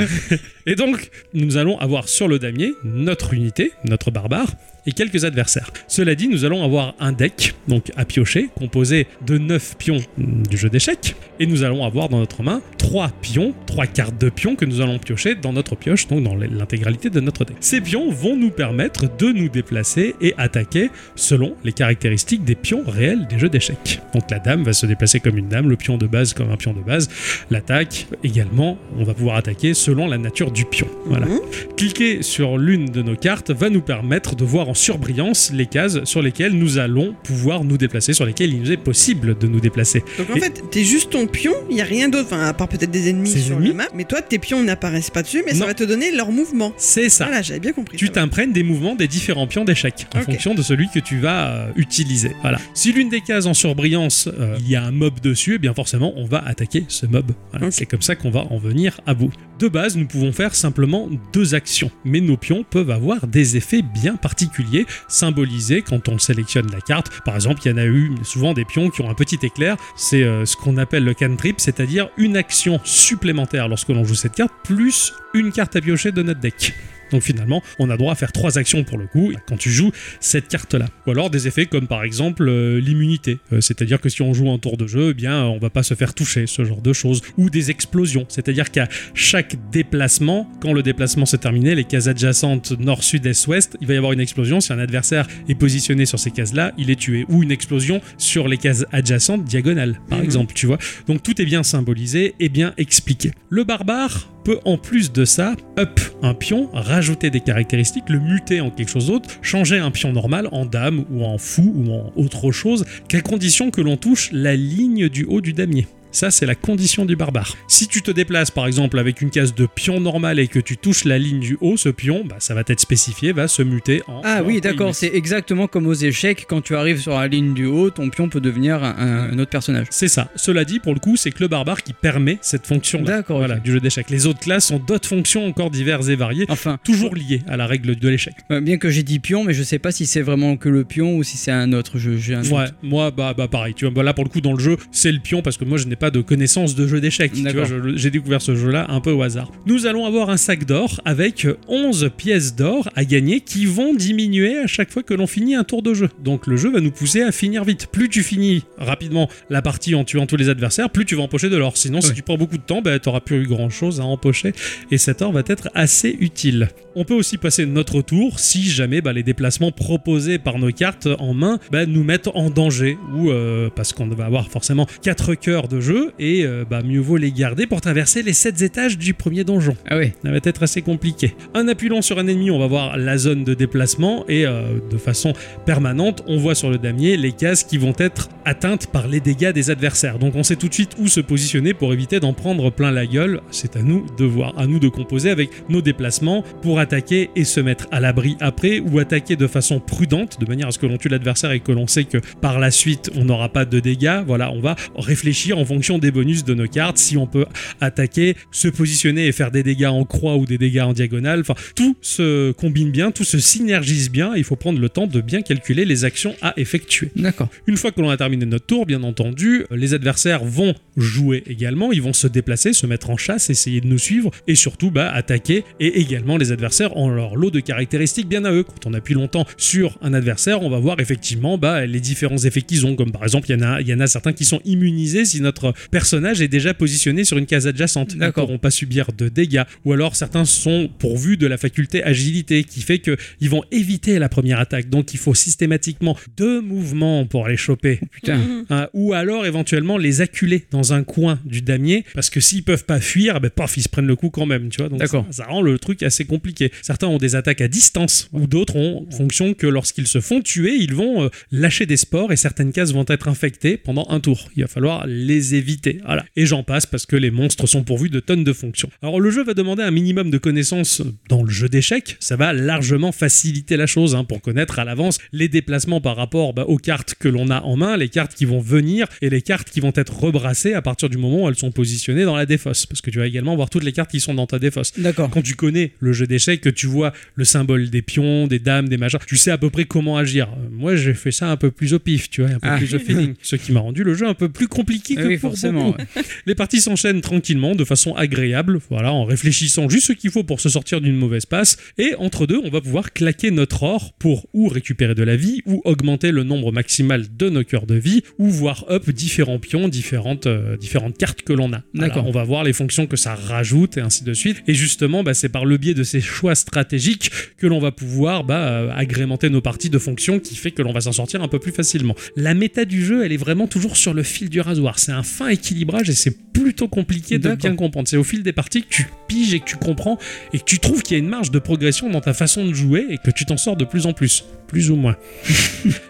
Speaker 1: Et donc, nous allons avoir sur le damier notre unité, notre barbare, et quelques adversaires. Cela dit, nous allons avoir un deck, donc à piocher, composé de 9 pions mm, du jeu d'échecs, et nous allons avoir dans notre main 3 pions, 3 cartes de pions que nous allons piocher dans notre pioche, donc dans l'intégralité de notre deck. Ces pions vont nous permettre de nous déplacer et attaquer selon les caractéristiques des pions réels des jeux d'échecs. Donc la dame va se déplacer comme une dame, le pion de base comme un pion de base, l'attaque également, on va pouvoir attaquer selon la nature du pion. Voilà.
Speaker 3: Mhm.
Speaker 1: Cliquer sur l'une de nos cartes va nous permettre de voir en surbrillance les cases sur lesquelles nous allons pouvoir nous déplacer, sur lesquelles il nous est possible de nous déplacer.
Speaker 3: Donc en
Speaker 1: Et-
Speaker 3: fait, t'es juste ton pion, il y a rien d'autre, enfin à part peut-être des ennemis
Speaker 1: Ces
Speaker 3: sur
Speaker 1: ennemis
Speaker 3: le map, mais toi tes pions n'apparaissent pas dessus, mais
Speaker 1: Non.
Speaker 3: ça va te donner leur mouvement.
Speaker 1: C'est ça.
Speaker 3: Voilà, j'avais bien compris.
Speaker 1: Tu
Speaker 3: ça va.
Speaker 1: t'imprègnes des mouvements des différents pions d'échecs en
Speaker 3: Ok.
Speaker 1: fonction de celui que tu vas euh, utiliser. Voilà. Si l'une des cases en surbrillance, euh, il y a un mob dessus, eh bien forcément, on va attaquer ce mob. Voilà.
Speaker 3: Ok.
Speaker 1: C'est comme ça qu'on va en venir à bout. De base, nous pouvons faire simplement deux actions, mais nos pions peuvent avoir des effets bien particuliers symbolisés quand on sélectionne la carte. Par exemple, il y en a eu souvent des pions qui ont un petit éclair. C'est euh, ce qu'on appelle le cantrip, c'est-à-dire une action supplémentaire lorsque l'on joue cette carte, plus une carte à piocher de notre deck. Donc finalement, on a droit à faire trois actions pour le coup quand tu joues cette carte-là. Ou alors des effets comme par exemple euh, l'immunité, Euh, c'est-à-dire que si on joue un tour de jeu, eh bien euh, on va pas se faire toucher, ce genre de choses. Ou des explosions, c'est-à-dire qu'à chaque déplacement, quand le déplacement se terminait, les cases adjacentes nord, sud, est, ouest, il va y avoir une explosion. Si un adversaire est positionné sur ces cases-là, il est tué. Ou une explosion sur les cases adjacentes diagonales, par
Speaker 3: Mhm.
Speaker 1: exemple, tu vois. Donc tout est bien symbolisé et bien expliqué. Le barbare peut en plus de ça up un pion, rajouter des caractéristiques, le muter en quelque chose d'autre, changer un pion normal en dame ou en fou ou en autre chose, qu'à condition que l'on touche la ligne du haut du damier. Ça, c'est la condition du barbare. Si tu te déplaces, par exemple, avec une case de pion normal et que tu touches la ligne du haut, ce pion, bah, ça va être spécifié, va se muter en...
Speaker 2: Ah
Speaker 1: en
Speaker 2: oui, d'accord,
Speaker 1: Phoenix.
Speaker 2: c'est exactement comme aux échecs, quand tu arrives sur la ligne du haut, ton pion peut devenir un, un autre personnage.
Speaker 1: C'est ça. Cela dit, pour le coup, c'est que le barbare qui permet cette fonction-là
Speaker 2: D'accord,
Speaker 1: voilà,
Speaker 2: ok.
Speaker 1: du jeu d'échecs. Les autres classes ont d'autres fonctions encore diverses et variées,
Speaker 2: Enfin,
Speaker 1: toujours liées à la règle de l'échec.
Speaker 2: euh, bien que j'ai dit pion, mais je sais pas si c'est vraiment que le pion ou si c'est un autre. Je, j'ai un
Speaker 1: Ouais,
Speaker 2: doute.
Speaker 1: moi, bah, bah pareil, tu vois, bah, là pour le coup dans le jeu, c'est le pion parce que moi je n'ai pas pas de connaissance de jeu d'échecs. Tu vois,
Speaker 2: D'accord.
Speaker 1: je- j'ai découvert ce jeu-là un peu au hasard. Nous allons avoir un sac d'or avec 11 pièces d'or à gagner qui vont diminuer à chaque fois que l'on finit un tour de jeu. Donc le jeu va nous pousser à finir vite. Plus tu finis rapidement la partie en tuant tous les adversaires, plus tu vas empocher de l'or. Sinon, si
Speaker 2: Ouais.
Speaker 1: tu prends beaucoup de temps, bah, tu n'auras plus eu grand-chose à empocher et cet or va être assez utile. On peut aussi passer notre tour si jamais bah, les déplacements proposés par nos cartes en main bah, nous mettent en danger ou euh, parce qu'on va avoir forcément 4 cœurs de jeu et euh, bah, mieux vaut les garder pour traverser les 7 étages du premier donjon.
Speaker 2: Ah ouais.
Speaker 1: Ça va être assez compliqué. En appuyant sur un ennemi, on va voir la zone de déplacement et euh, de façon permanente, on voit sur le damier les cases qui vont être atteintes par les dégâts des adversaires. Donc on sait tout de suite où se positionner pour éviter d'en prendre plein la gueule. C'est à nous de voir, à nous de composer avec nos déplacements pour attaquer et se mettre à l'abri après ou attaquer de façon prudente, de manière à ce que l'on tue l'adversaire et que l'on sait que par la suite on n'aura pas de dégâts. Voilà, on va réfléchir en fonction des bonus de nos cartes, si on peut attaquer, se positionner et faire des dégâts en croix ou des dégâts en diagonale. Enfin, tout se combine bien, tout se synergise bien. Il faut prendre le temps de bien calculer les actions à effectuer.
Speaker 2: D'accord.
Speaker 1: Une fois que l'on a terminé notre tour, bien entendu, les adversaires vont jouer également, ils vont se déplacer, se mettre en chasse, essayer de nous suivre et surtout bah, attaquer. Et également, les adversaires ont leur lot de caractéristiques bien à eux. Quand on appuie longtemps sur un adversaire, on va voir effectivement bah, les différents effets qu'ils ont. Comme par exemple, il y, en a- il y en a certains qui sont immunisés si notre personnage est déjà positionné sur une case adjacente. Ils ne
Speaker 2: D'accord.
Speaker 1: pourront pas subir de dégâts. Ou alors, certains sont pourvus de la faculté agilité qui fait que ils vont éviter la première attaque. Donc, il faut systématiquement deux mouvements pour les choper.
Speaker 2: Putain.
Speaker 1: Hein, ou alors éventuellement les acculer dans un coin du damier parce que s'ils peuvent pas fuir ben paf ils se prennent le coup quand même tu vois donc ça,
Speaker 2: D'accord.
Speaker 1: ça rend le truc assez compliqué certains ont des attaques à distance ou d'autres ont fonction que lorsqu'ils se font tuer ils vont euh, lâcher des spores et certaines cases vont être infectées pendant un tour il va falloir les éviter voilà et j'en passe parce que les monstres sont pourvus de tonnes de fonctions alors le jeu va demander un minimum de connaissances dans le jeu d'échecs ça va largement faciliter la chose hein, pour connaître à l'avance les déplacements par rapport bah, aux cartes que l'on a en main, les cartes qui vont venir et les cartes qui vont être rebrassées à partir du moment où elles sont positionnées dans la défausse. Parce que tu vas également voir toutes les cartes qui sont dans ta défausse.
Speaker 2: D'accord.
Speaker 1: Quand tu connais le jeu d'échecs, que tu vois le symbole des pions, des dames, des machins, tu sais à peu près comment agir. Euh, Moi, j'ai fait ça un peu plus au pif, tu vois, un peu
Speaker 2: Ah.
Speaker 1: plus au feeling. Ce qui m'a rendu le jeu un peu plus compliqué que
Speaker 2: oui,
Speaker 1: pour
Speaker 2: forcément.
Speaker 1: beaucoup. Les parties s'enchaînent tranquillement, de façon agréable, voilà, en réfléchissant juste ce qu'il faut pour se sortir d'une mauvaise passe. Et entre deux, on va pouvoir claquer notre or pour ou récupérer de la vie, ou augmenter le nombre maximal de nos cœurs de vie, ou voir up différents pions, différentes, euh, différentes cartes que l'on a. Voilà,
Speaker 2: D'accord.
Speaker 1: on va voir les fonctions que ça rajoute et ainsi de suite. Et justement, bah, c'est par le biais de ces choix stratégiques que l'on va pouvoir bah, euh, agrémenter nos parties de fonctions qui fait que l'on va s'en sortir un peu plus facilement. La méta du jeu, elle est vraiment toujours sur le fil du rasoir. C'est un fin équilibrage et c'est plutôt compliqué de
Speaker 2: D'accord.
Speaker 1: bien comprendre. C'est au fil des parties que tu piges et que tu comprends et que tu trouves qu'il y a une marge de progression dans ta façon de jouer et que tu t'en sors de plus en plus. Plus ou moins.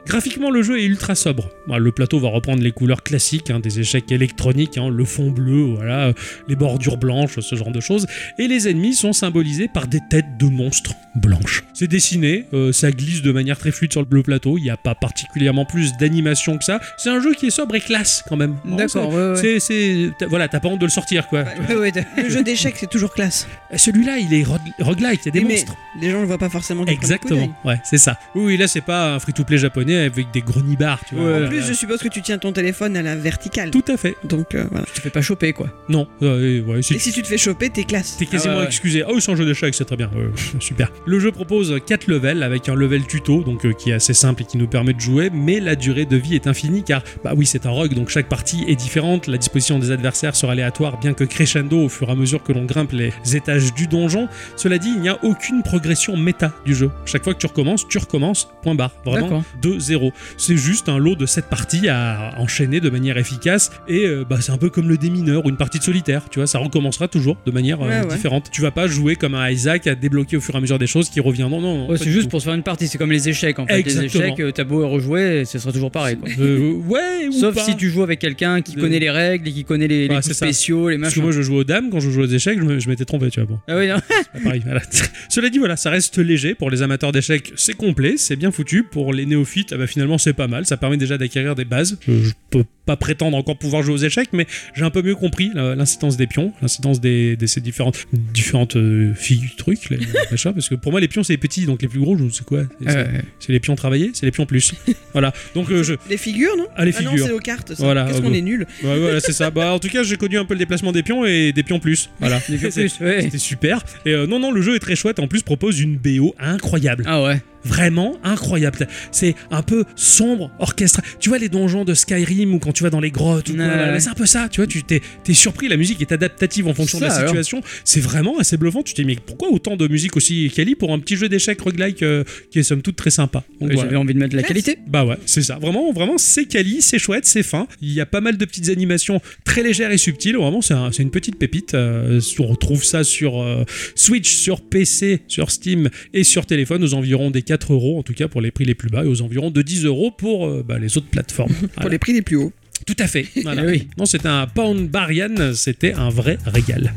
Speaker 1: Graphiquement, le jeu est ultra sobre. Bah, le plateau va reprendre les couleurs classiques hein, des échecs électroniques, hein, le fond bleu, voilà, euh, les bordures blanches, ce genre de choses. Et les ennemis sont symbolisés par des têtes de monstres blanches. C'est dessiné, euh, ça glisse de manière très fluide sur le bleu plateau. Il n'y a pas particulièrement plus d'animation que ça. C'est un jeu qui est sobre et classe quand même.
Speaker 2: D'accord.
Speaker 1: C'est-
Speaker 2: Ouais, ouais.
Speaker 1: C'est, c'est- t'as- voilà, t'as pas honte de le sortir quoi. Euh,
Speaker 2: Ouais, ouais, t'as-
Speaker 3: Le jeu d'échecs, c'est toujours classe.
Speaker 1: Celui-là, il est rog- roguelike, il y a des
Speaker 3: Mais
Speaker 1: monstres.
Speaker 3: Les gens le voient pas forcément. du premier coup
Speaker 1: Exactement, ouais, c'est ça. Oui, oui, là, c'est pas un free-to-play japonais avec des grenibards, tu vois.
Speaker 2: Ouais,
Speaker 3: d'œil.
Speaker 1: Voilà.
Speaker 3: En plus, je suppose que tu tiens ton téléphone à la verticale.
Speaker 1: Tout à fait.
Speaker 3: Donc euh, voilà.
Speaker 2: Tu te fais pas choper quoi.
Speaker 1: Non, euh, ouais, si
Speaker 3: Et si tu te fais choper, t'es classe.
Speaker 1: T'es quasiment
Speaker 2: Ah ouais, ouais.
Speaker 1: excusé. Ah oui, c'est un jeu d'échecs, c'est très bien. Euh, super. Le jeu propose 4 levels avec un level tuto, donc euh, qui est assez simple et qui nous permet de jouer, mais la durée de vie est infinie car, bah oui, c'est un rogue, donc chaque partie est différente. La disposition des adversaires sera aléatoire, bien que crescendo au fur et à mesure que l'on grimpe les étages du donjon. Cela dit, il n'y a aucune progression méta du jeu. Chaque fois que tu recommences, tu recommences, point barre. Vraiment
Speaker 2: D'accord.
Speaker 1: de 0 C'est juste un lot de 7 parties à enchaîner de manière efficace et euh, bah, c'est un peu comme le démineur ou une partie de solitaire, tu vois, ça recommencera toujours de manière euh,
Speaker 3: Ouais, ouais.
Speaker 1: différente. Tu vas pas jouer comme un Isaac à débloquer au fur et à mesure des choses qui reviennent. Non, non, non.
Speaker 2: Ouais,
Speaker 1: pas
Speaker 2: c'est
Speaker 1: du
Speaker 2: juste
Speaker 1: tout.
Speaker 2: pour se faire une partie. C'est comme les échecs en fait.
Speaker 1: Exactement.
Speaker 2: Les échecs, euh, t'as beau rejouer, ce sera toujours pareil. Quoi.
Speaker 1: Euh, ouais, ou
Speaker 2: Sauf
Speaker 1: pas.
Speaker 2: si tu joues avec quelqu'un qui
Speaker 1: De-
Speaker 2: connaît les règles et qui connaît les, les
Speaker 1: Ouais,
Speaker 2: les
Speaker 1: c'est
Speaker 2: coups
Speaker 1: ça.
Speaker 2: spéciaux, les
Speaker 1: Parce que
Speaker 2: machins.
Speaker 1: moi je joue aux dames, quand je joue aux échecs, je me- je m'étais trompé, tu vois. Bon,
Speaker 2: Ah oui, non.
Speaker 1: c'est pas pareil. voilà. Cela dit, voilà, ça reste léger. Pour les amateurs d'échecs, c'est complet, c'est bien foutu. Pour les néophytes, ah bah, finalement, c'est pas mal. Ça permet déjà d'acquérir des bases. Je,
Speaker 2: Euh,
Speaker 1: je peux pas prétendre encore pouvoir jouer aux échecs, mais j'ai un peu mieux compris la- l'incidence des pions, l'incidence des, des- ces différentes, différentes euh, filles, trucs, les, machins. Parce que pour moi, les pions, c'est les petits, donc les plus gros, je- c'est quoi C'est- c'est-
Speaker 2: Euh,
Speaker 1: C'est les pions travaillés C'est les pions plus. voilà. Donc, euh, je,
Speaker 3: Les figures, non
Speaker 1: Ah, les
Speaker 3: Ah non,
Speaker 1: figures.
Speaker 3: c'est aux cartes. ça.
Speaker 1: Voilà,
Speaker 3: Qu'est-ce
Speaker 1: ah
Speaker 3: qu'on
Speaker 1: bon.
Speaker 3: est nul.
Speaker 1: Ouais, voilà, c'est ça. Bah, en tout cas, j'ai connu un peu le déplacement des pions et des pions plus. Voilà.
Speaker 2: des pions plus, ouais.
Speaker 1: C'était super. Et euh, non, non, le jeu est très chouette. En plus, propose une BO incroyable.
Speaker 2: Ah ouais.
Speaker 1: Vraiment incroyable. C'est un peu sombre, orchestre. Tu vois les donjons de Skyrim ou quand tu vas dans les grottes ou quoi,
Speaker 2: Ouais,
Speaker 1: voilà,
Speaker 2: ouais.
Speaker 1: C'est un peu ça. Tu vois, tu t'es t'es surpris. La musique est adaptative en fonction de
Speaker 2: Ça,
Speaker 1: la
Speaker 2: alors.
Speaker 1: situation. C'est vraiment assez bluffant. Tu t'es dit, mais pourquoi autant de musique aussi quali pour un petit jeu d'échecs roguelike euh, qui est somme toute très sympa Donc, voilà.
Speaker 2: J'avais envie de mettre de la
Speaker 3: Classe.
Speaker 2: qualité.
Speaker 1: Bah ouais, c'est ça. Vraiment, vraiment, c'est quali, c'est chouette, c'est fin. Il y a pas mal de petites animations très légères et subtiles. Vraiment, c'est un- c'est une petite pépite. Euh, on retrouve ça sur euh, Switch, sur PC, sur Steam et sur téléphone aux environs des 4 euros, en tout cas pour les prix les plus bas, et aux environs de 10 euros pour euh, bah, les autres plateformes.
Speaker 3: Pour
Speaker 1: Voilà.
Speaker 3: les prix les plus hauts.
Speaker 1: Tout à fait. Voilà.
Speaker 2: Eh oui.
Speaker 1: Non, c'était un Pound Barian, c'était un vrai régal.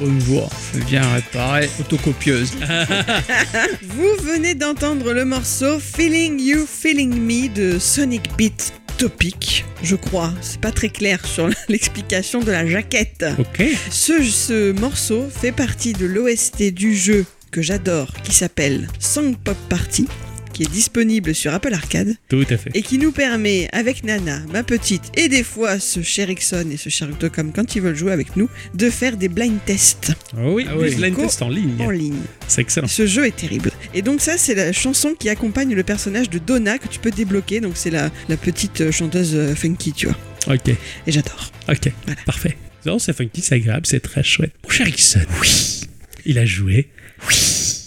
Speaker 2: Bonne voix. Bien réparé. Photocopieuse.
Speaker 3: Vous venez d'entendre le morceau Feeling You, Feeling Me de Sonic Beat Topic, je crois. C'est pas très clair sur l'explication de la jaquette.
Speaker 1: Ok.
Speaker 3: Ce, ce morceau fait partie de l'OST du jeu que j'adore qui s'appelle Song Pop Party qui est disponible sur Apple Arcade
Speaker 1: Tout à fait.
Speaker 3: et qui nous permet, avec Nana, ma petite, et des fois ce cher Ixon et ce cher Octocom quand ils veulent jouer avec nous, de faire des blind tests
Speaker 1: Ah oui,
Speaker 2: Ah oui.
Speaker 1: des blind
Speaker 3: Co-
Speaker 1: tests en ligne.
Speaker 3: en ligne.
Speaker 1: C'est excellent.
Speaker 3: Ce jeu est terrible. Et donc ça, c'est la chanson qui accompagne le personnage de Donna que tu peux débloquer. Donc c'est la, la petite euh, chanteuse euh, funky, tu vois.
Speaker 1: Ok,
Speaker 3: Et j'adore.
Speaker 1: ok,
Speaker 3: Voilà.
Speaker 1: parfait. Non, c'est funky, c'est agréable, c'est très chouette. Mon cher Ixon, oui, il a joué. Oui.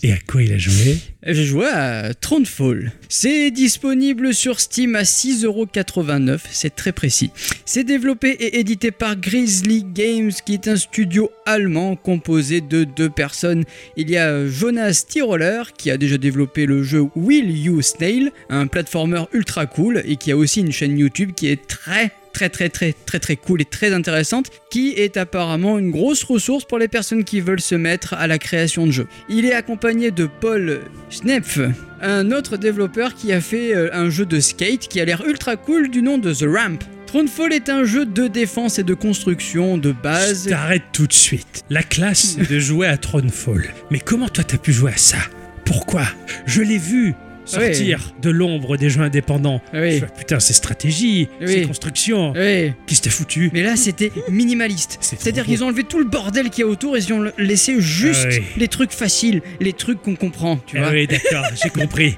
Speaker 1: Et à quoi il a joué
Speaker 2: Eh, J'ai joué à Thronefall. C'est disponible sur Steam à 6,89€, c'est très précis. C'est développé et édité par Grizzly Games, qui est un studio allemand composé de deux personnes. Il y a euh, Jonas Tiroler, qui a déjà développé le jeu Will You Snail, un platformer ultra cool, et qui a aussi une chaîne YouTube qui est très très très très très très cool et très intéressante qui est apparemment une grosse ressource pour les personnes qui veulent se mettre à la création de jeux. Il est accompagné de Paul Schnepf, un autre développeur qui a fait euh, un jeu de skate qui a l'air ultra cool du nom de The Ramp. Thronefall est un jeu de défense et de construction de
Speaker 1: Je
Speaker 2: base.
Speaker 1: t'arrête tout de suite. La classe, c'est de jouer à Thronefall. Mais comment toi t'as pu jouer à ça Pourquoi Je l'ai vu sortir de l'ombre des jeux indépendants.
Speaker 2: Ah Oui.
Speaker 1: Je fais, Putain, c'est stratégie,
Speaker 2: Oui.
Speaker 1: c'est construction.
Speaker 2: Oui,
Speaker 1: Qu'est-ce que t'as foutu
Speaker 2: mais là c'était minimaliste.
Speaker 1: C'est trop
Speaker 2: C'est-à-dire
Speaker 1: beau.
Speaker 2: qu'ils ont enlevé tout le bordel qu'il y a autour et ils ont laissé juste
Speaker 1: Ah oui.
Speaker 2: les trucs faciles, les trucs qu'on comprend, tu
Speaker 1: Ah
Speaker 2: vois. Ah.
Speaker 1: oui, d'accord, j'ai compris.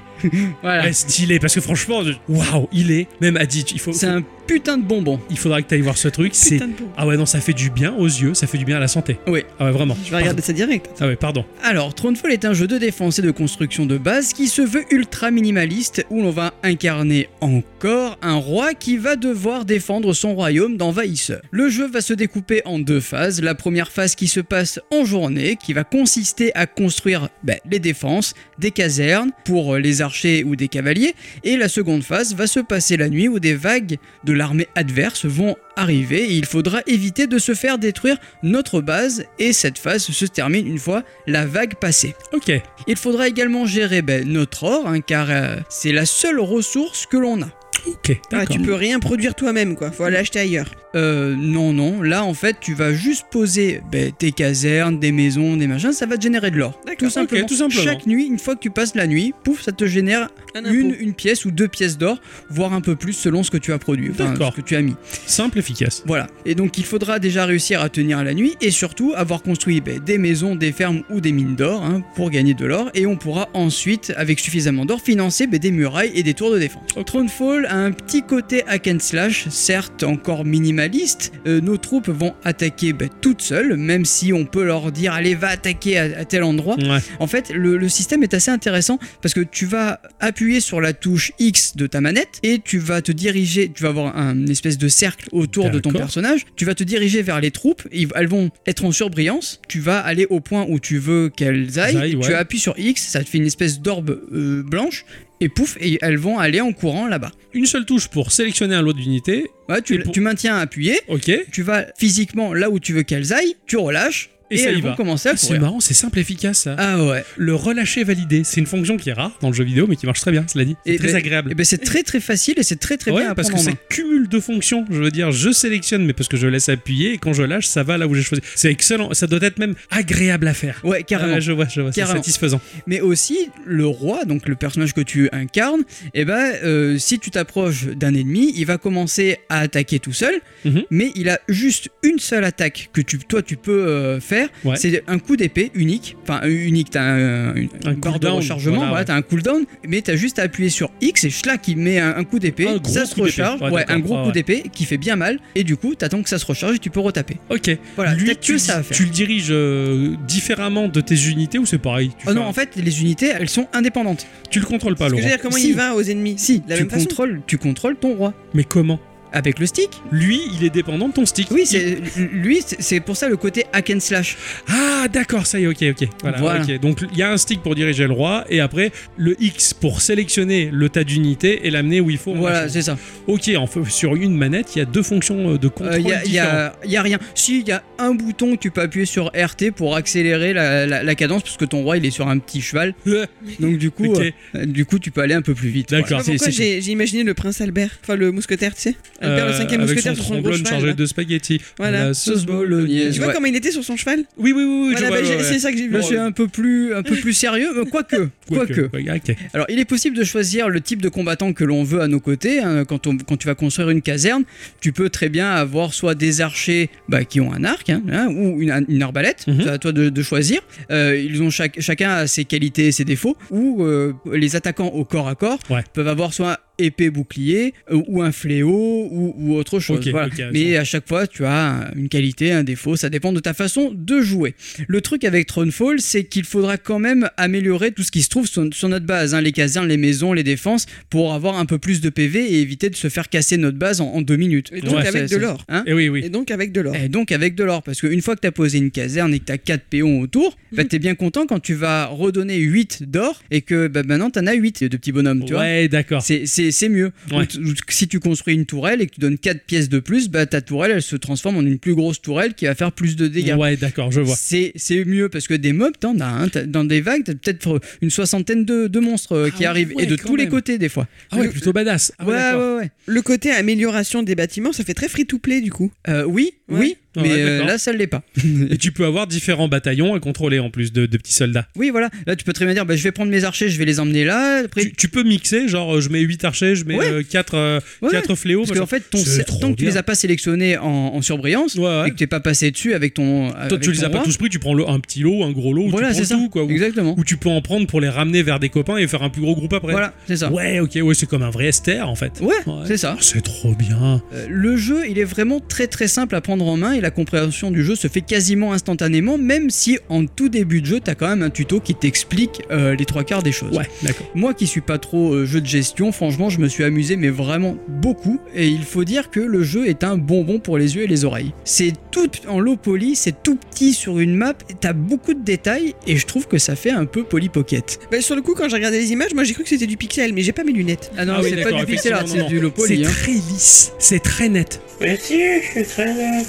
Speaker 2: Voilà.
Speaker 1: Ouais, stylé, parce que franchement, je- waouh, il est, même a dit, il, faut,
Speaker 2: C'est un putain de bonbon.
Speaker 1: il faudra que t'ailles voir ce truc. C'est
Speaker 3: Putain de pauvre.
Speaker 1: Ah ouais, non, ça fait du bien aux yeux, ça fait du bien à la santé.
Speaker 2: Oui.
Speaker 1: Ah ouais, vraiment.
Speaker 3: Je vais regarder ça direct.
Speaker 1: Ah ouais, pardon.
Speaker 2: Alors, Thronefall est un jeu de défense et de construction de base qui se veut ultra minimaliste, où l'on va incarner encore un roi qui va devoir défendre son royaume d'envahisseurs. Le jeu va se découper en deux phases. La première phase qui se passe en journée, qui va consister à construire ben, les défenses, des casernes pour euh, les archers ou des cavaliers, et la seconde phase va se passer la nuit où des vagues de l'armée adverse vont arriver et il faudra éviter de se faire détruire notre base et cette phase se termine une fois la vague passée.
Speaker 1: Ok.
Speaker 2: Il faudra également gérer ben, notre or hein, car euh, c'est la seule ressource que l'on a.
Speaker 1: Ok.
Speaker 3: Ah,
Speaker 1: D'accord. Mm.
Speaker 3: tu peux rien produire toi-même, quoi. Faut aller acheter ailleurs.
Speaker 2: Euh, non, non, là en fait tu vas juste poser ben, tes casernes, des maisons, des machins, ça va te générer de l'or. Tout
Speaker 3: D'accord.
Speaker 2: simplement.
Speaker 1: tout simplement.
Speaker 2: Chaque nuit, une fois que tu passes la nuit, pouf, ça te génère
Speaker 3: Un impôt.
Speaker 2: une, une pièce ou deux pièces d'or, voire un peu plus selon ce que tu as produit, enfin,
Speaker 1: D'accord.
Speaker 2: ce que tu as mis.
Speaker 1: Simple, efficace.
Speaker 2: Voilà. Et donc il faudra déjà réussir à tenir la nuit et surtout avoir construit ben, des maisons, des fermes ou des mines d'or hein, pour gagner de l'or. Et on pourra ensuite, avec suffisamment d'or, financer ben, des murailles et des tours de défense. Thronefall a un petit côté hack and slash, certes encore minimaliste. Euh, nos troupes vont attaquer ben, toutes seules, même si on peut leur dire allez va attaquer à- à tel endroit.
Speaker 1: Ouais.
Speaker 2: En fait, le, le système est assez intéressant parce que tu vas appuyer sur la touche X de ta manette et tu vas te diriger, tu vas avoir un une espèce de cercle autour de ton
Speaker 1: D'accord.
Speaker 2: personnage, tu vas te diriger vers les troupes, et elles vont être en surbrillance, tu vas aller au point où tu veux qu'elles aillent,
Speaker 1: Aillent, ouais.
Speaker 2: tu appuies sur X, ça te fait une espèce d'orbe euh, blanche et pouf, et elles vont aller en courant là-bas.
Speaker 1: Une seule touche pour sélectionner un lot d'unités.
Speaker 2: Ouais, tu,
Speaker 1: Et pour-
Speaker 2: tu maintiens appuyé,
Speaker 1: Ok. Ah,
Speaker 2: tu vas physiquement là où tu veux qu'elles aillent, tu relâches
Speaker 1: Et
Speaker 2: et,
Speaker 1: ça y
Speaker 2: elles
Speaker 1: va.
Speaker 2: vont commencer à
Speaker 1: Ah, c'est
Speaker 2: courir.
Speaker 1: marrant, c'est simple, efficace ça.
Speaker 2: Ah ouais.
Speaker 1: Le relâcher validé, c'est une fonction qui est rare dans le jeu vidéo, mais qui marche très bien, cela dit. C'est
Speaker 2: Et
Speaker 1: très
Speaker 2: ben-
Speaker 1: agréable.
Speaker 2: Et ben c'est très très facile et c'est très très
Speaker 1: ouais,
Speaker 2: bien à
Speaker 1: parce que
Speaker 2: prendre en
Speaker 1: ça
Speaker 2: main.
Speaker 1: cumule de fonctions. Je veux dire, je sélectionne, mais parce que je laisse appuyer, et quand je lâche, ça va là où j'ai choisi. C'est excellent. Ça doit être même agréable à faire.
Speaker 2: Ouais, carrément.
Speaker 1: Ouais, Euh, je vois, je vois. C'est
Speaker 2: Carrément.
Speaker 1: satisfaisant.
Speaker 2: mais aussi le roi, donc le personnage que tu incarnes, eh ben, euh, si tu t'approches d'un ennemi, il va commencer à attaquer tout seul,
Speaker 1: Mhm.
Speaker 2: mais il a juste une seule attaque que tu, toi tu peux euh, faire,
Speaker 1: Ouais.
Speaker 2: c'est un coup d'épée unique, enfin euh, unique, t'as un, une,
Speaker 1: Un
Speaker 2: une barre de
Speaker 1: cooldown,
Speaker 2: rechargement,
Speaker 1: voilà,
Speaker 2: voilà,
Speaker 1: ouais.
Speaker 2: t'as un cooldown, mais t'as juste à appuyer sur X et schlac il met un, un coup d'épée,
Speaker 1: Un gros
Speaker 2: ça se
Speaker 1: coup d'épée.
Speaker 2: recharge,
Speaker 1: Ouais,
Speaker 2: ouais,
Speaker 1: d'accord.
Speaker 2: un gros
Speaker 1: Ouais,
Speaker 2: coup
Speaker 1: ouais.
Speaker 2: d'épée qui fait bien mal, et du coup t'attends que ça se recharge et tu peux retaper.
Speaker 1: Ok.
Speaker 2: Voilà,
Speaker 1: Lui,
Speaker 2: t'as
Speaker 1: tu,
Speaker 2: que ça à faire.
Speaker 1: tu le diriges euh, différemment de tes unités ou c'est pareil tu,
Speaker 2: Oh non,
Speaker 1: fais-
Speaker 2: en fait, les unités, elles sont indépendantes.
Speaker 1: tu le contrôles pas,
Speaker 3: Parce que je
Speaker 1: Laurent.
Speaker 3: veux dire, comment
Speaker 2: Si.
Speaker 3: il va aux ennemis
Speaker 2: Si,
Speaker 3: De la
Speaker 2: tu
Speaker 3: même façon.
Speaker 2: contrôles, tu contrôles ton roi.
Speaker 1: Mais comment
Speaker 2: Avec le stick
Speaker 1: Lui, il est dépendant de ton stick.
Speaker 2: Oui, c'est lui, c'est c'est pour ça le côté hack and slash.
Speaker 1: Ah, d'accord, ça y est, ok, ok. Voilà.
Speaker 2: Voilà.
Speaker 1: ok. Donc il y a un stick pour diriger le roi et après le X pour sélectionner le tas d'unités et l'amener où il faut. en
Speaker 2: voilà,
Speaker 1: marchant.
Speaker 2: c'est ça.
Speaker 1: Ok, en fait, sur une manette, il y a deux fonctions euh, de
Speaker 2: Il
Speaker 1: contrôle
Speaker 2: y, a- y
Speaker 1: différentes.
Speaker 2: a, y a rien. Si, il y a un bouton que tu peux appuyer sur RT pour accélérer la, la- la cadence, parce que ton roi il est sur un petit cheval.
Speaker 1: Euh,
Speaker 2: Donc du coup,
Speaker 1: Ok.
Speaker 2: euh, du coup tu peux aller un peu plus vite.
Speaker 1: D'accord.
Speaker 3: Je sais pas
Speaker 2: Voilà.
Speaker 3: Pourquoi
Speaker 2: C'est- c'est-
Speaker 3: j'ai j'ai imaginé le prince Albert, enfin le mousquetaire, tu sais Elle perd le cinquième
Speaker 1: Euh, avec son
Speaker 3: mousquetaire sur son gros
Speaker 1: tromblone
Speaker 3: cheval,
Speaker 1: chargé
Speaker 3: là.
Speaker 1: de spaghettis.
Speaker 3: Voilà.
Speaker 1: La sauce bolognaise.
Speaker 3: Tu vois
Speaker 2: Ouais.
Speaker 3: comment il était sur son cheval
Speaker 1: Oui, oui, oui, oui, je
Speaker 3: Voilà,
Speaker 1: vois,
Speaker 3: bah, j'ai-
Speaker 1: ouais, ouais.
Speaker 3: C'est ça que j'ai vu.
Speaker 2: Là, c'est un peu plus, un peu plus sérieux, mais quoique,
Speaker 1: Quoique,
Speaker 2: quoique.
Speaker 1: ouais, ok.
Speaker 2: Alors, il est possible de choisir le type de combattant que l'on veut à nos côtés. hein. Quand, on- quand tu vas construire une caserne, tu peux très bien avoir soit des archers bah, qui ont un arc hein, hein, ou une, une arbalète.
Speaker 1: Mhm.
Speaker 2: C'est à toi de, de choisir. Euh, ils ont chaque- chacun a ses qualités et ses défauts. Ou euh, les attaquants au corps à corps
Speaker 1: Ouais.
Speaker 2: peuvent avoir soit épée bouclier euh, ou un fléau ou, ou autre chose.
Speaker 1: Ok,
Speaker 2: Voilà.
Speaker 1: ok,
Speaker 2: Mais à chaque fois, tu as un- une qualité, un défaut. Ça dépend de ta façon de jouer. Le truc avec Thronefall, c'est qu'il faudra quand même améliorer tout ce qui se trouve sur, sur notre base, hein, les casernes, les maisons, les défenses, pour avoir un peu plus de PV et éviter de se faire casser notre base en, en deux minutes.
Speaker 3: Et donc avec de
Speaker 2: c'est-
Speaker 3: l'or.
Speaker 2: Hein
Speaker 1: Et oui, oui.
Speaker 3: Et donc avec de
Speaker 1: Eh.
Speaker 3: l'or.
Speaker 2: et donc avec de l'or, parce qu'une fois que tu as posé une caserne et que tu as 4 péons autour, bah, t'es bien content quand tu vas redonner 8 d'or et que bah, maintenant t'en as 8 de petits bonhommes, tu vois.
Speaker 1: Ouais, d'accord.
Speaker 2: C'est- C'est c'est mieux.
Speaker 1: Ouais.
Speaker 2: Ou t- ou t- si tu construis une tourelle et que tu donnes 4 pièces de plus, bah, ta tourelle, elle se transforme en une plus grosse tourelle qui va faire plus de dégâts.
Speaker 1: Ouais, d'accord, je vois.
Speaker 2: C'est c'est mieux parce que des mobs, t'en as, hein. T'as- dans des vagues, t'as peut-être euh, une soixantaine de, de monstres euh,
Speaker 1: Ah
Speaker 2: qui arrivent
Speaker 1: ouais,
Speaker 2: et de
Speaker 1: quand
Speaker 2: tous les
Speaker 1: même.
Speaker 2: côtés des fois.
Speaker 1: Ah ouais,
Speaker 3: Le-
Speaker 1: plutôt badass. Ah ouais,
Speaker 2: Euh, ouais,
Speaker 1: d'accord.
Speaker 2: ouais, ouais.
Speaker 3: Le côté amélioration des bâtiments, ça fait très free to play du coup.
Speaker 2: Euh, oui,
Speaker 3: Ouais.
Speaker 2: oui,
Speaker 1: Ouais,
Speaker 2: mais euh,
Speaker 1: d'accord.
Speaker 2: là ça l'est pas.
Speaker 1: Et tu peux avoir différents bataillons à contrôler en plus de, de petits soldats.
Speaker 2: Oui, voilà. Là tu peux très bien dire, bah, je vais prendre mes archers, je vais les emmener là. Après,
Speaker 1: Tu, tu peux mixer, genre euh, je mets 8 archers, je mets euh,
Speaker 2: Ouais.
Speaker 1: 4,
Speaker 2: Ouais,
Speaker 1: fléaux.
Speaker 2: parce qu'en
Speaker 1: machin.
Speaker 2: fait, ton,
Speaker 1: C'est
Speaker 2: cer-
Speaker 1: trop
Speaker 2: tant que tu
Speaker 1: bien.
Speaker 2: les as pas sélectionnés en, en surbrillance
Speaker 1: Ouais, ouais.
Speaker 2: et que t'es pas passé dessus avec ton.
Speaker 1: Toi,
Speaker 2: euh, avec
Speaker 1: tu les
Speaker 2: ton
Speaker 1: as pas
Speaker 2: roi,
Speaker 1: tous pris, tu prends le, un petit lot, un gros lot, ou
Speaker 2: Voilà,
Speaker 1: tu prends
Speaker 2: c'est ça.
Speaker 1: tout, quoi. Ou,
Speaker 2: Exactement.
Speaker 1: ou tu peux en prendre pour les ramener vers des copains et faire un plus gros groupe après.
Speaker 2: Voilà, c'est ça.
Speaker 1: Ouais, ok, ouais, c'est comme un vrai Esther en fait.
Speaker 2: Ouais,
Speaker 1: Ouais.
Speaker 2: c'est ça.
Speaker 1: Ah, C'est trop bien.
Speaker 2: Euh, le jeu, il est vraiment très très simple à prendre en main et la compréhension du jeu se fait quasiment instantanément, même si en tout début de jeu, t'as quand même un tuto qui t'explique euh, les trois quarts des choses.
Speaker 1: Ouais, d'accord.
Speaker 2: Moi qui suis pas trop euh, jeu de gestion, franchement, je me suis amusé, mais vraiment beaucoup. Et il faut dire que le jeu est un bonbon pour les yeux et les oreilles. C'est tout en low poly, c'est tout petit sur une map, et t'as beaucoup de détails et je trouve que ça fait un peu Poly Pocket.
Speaker 3: Bah, sur le coup, quand j'ai regardé les images, moi j'ai cru que c'était du pixel, mais j'ai pas mes lunettes.
Speaker 2: Ah non,
Speaker 1: Ah oui,
Speaker 2: c'est pas
Speaker 1: d'accord,
Speaker 2: du pixel art,
Speaker 1: effectivement, non,
Speaker 2: c'est du low
Speaker 1: C'est
Speaker 2: poly. hein.
Speaker 1: très lisse, c'est très net.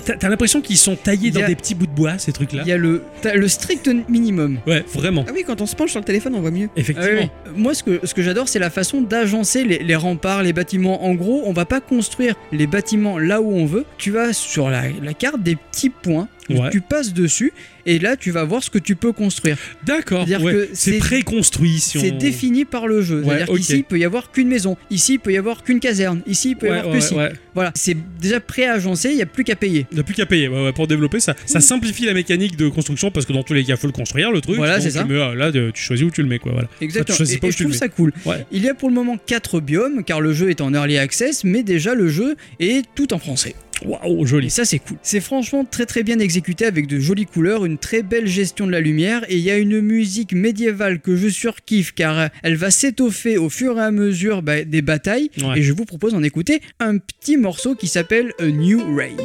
Speaker 1: T'as t'as l'impression qu'ils sont taillés
Speaker 2: Il y
Speaker 1: dans
Speaker 2: a-
Speaker 1: des petits bouts de bois, ces trucs-là.
Speaker 2: Il y a le, t'as le strict minimum.
Speaker 1: Ouais, vraiment.
Speaker 3: Ah oui, quand on se penche sur le téléphone, on voit mieux.
Speaker 1: Effectivement.
Speaker 2: Ah oui, oui. Moi, ce que, ce que j'adore, c'est la façon d'agencer les, les remparts, les bâtiments. En gros, on va pas construire les bâtiments là où on veut. Tu vas sur la, la carte des petits points,
Speaker 1: Ouais.
Speaker 2: tu passes dessus, et là, tu vas voir ce que tu peux construire.
Speaker 1: D'accord.
Speaker 2: C'est-à-dire
Speaker 1: ouais.
Speaker 2: que
Speaker 1: C'est
Speaker 2: c'est-
Speaker 1: préconstruit. Si
Speaker 2: C'est
Speaker 1: on-
Speaker 2: défini par le jeu.
Speaker 1: Ouais,
Speaker 2: C'est-à-dire
Speaker 1: ok.
Speaker 2: qu'ici, il peut y avoir qu'une maison. Ici, il peut y avoir qu'une caserne. Ici, il peut y
Speaker 1: Ouais,
Speaker 2: avoir
Speaker 1: ouais,
Speaker 2: que ci.
Speaker 1: ouais.
Speaker 2: Voilà, c'est déjà pré-agencé, il n'y a plus qu'à payer.
Speaker 1: Il n'y a plus qu'à payer. Ouais, ouais, pour développer, ça,
Speaker 2: Mmh.
Speaker 1: ça simplifie la mécanique de construction parce que dans tous les cas, il faut le construire, le truc.
Speaker 2: Voilà,
Speaker 1: Donc
Speaker 2: c'est
Speaker 1: tu
Speaker 2: ça.
Speaker 1: mets, ah, là, de- tu choisis où tu le mets. Quoi, voilà.
Speaker 2: Exactement.
Speaker 1: choisis
Speaker 2: Et-
Speaker 1: pas
Speaker 2: et
Speaker 1: où
Speaker 2: je
Speaker 1: tu le
Speaker 2: trouve
Speaker 1: mets.
Speaker 2: ça cool.
Speaker 1: Ouais.
Speaker 2: Il y a pour le moment 4 biomes, car le jeu est en early access, mais déjà le jeu est tout en français.
Speaker 1: Waouh,
Speaker 2: Et
Speaker 1: joli.
Speaker 2: ça, c'est cool. C'est franchement très très bien exécuté avec de jolies couleurs, une très belle gestion de la lumière et il y a une musique médiévale que je surkiffe car elle va s'étoffer au fur et à mesure bah, des batailles.
Speaker 1: Ouais.
Speaker 2: Et je vous propose d'en écouter un petit morceau qui s'appelle A New Rain.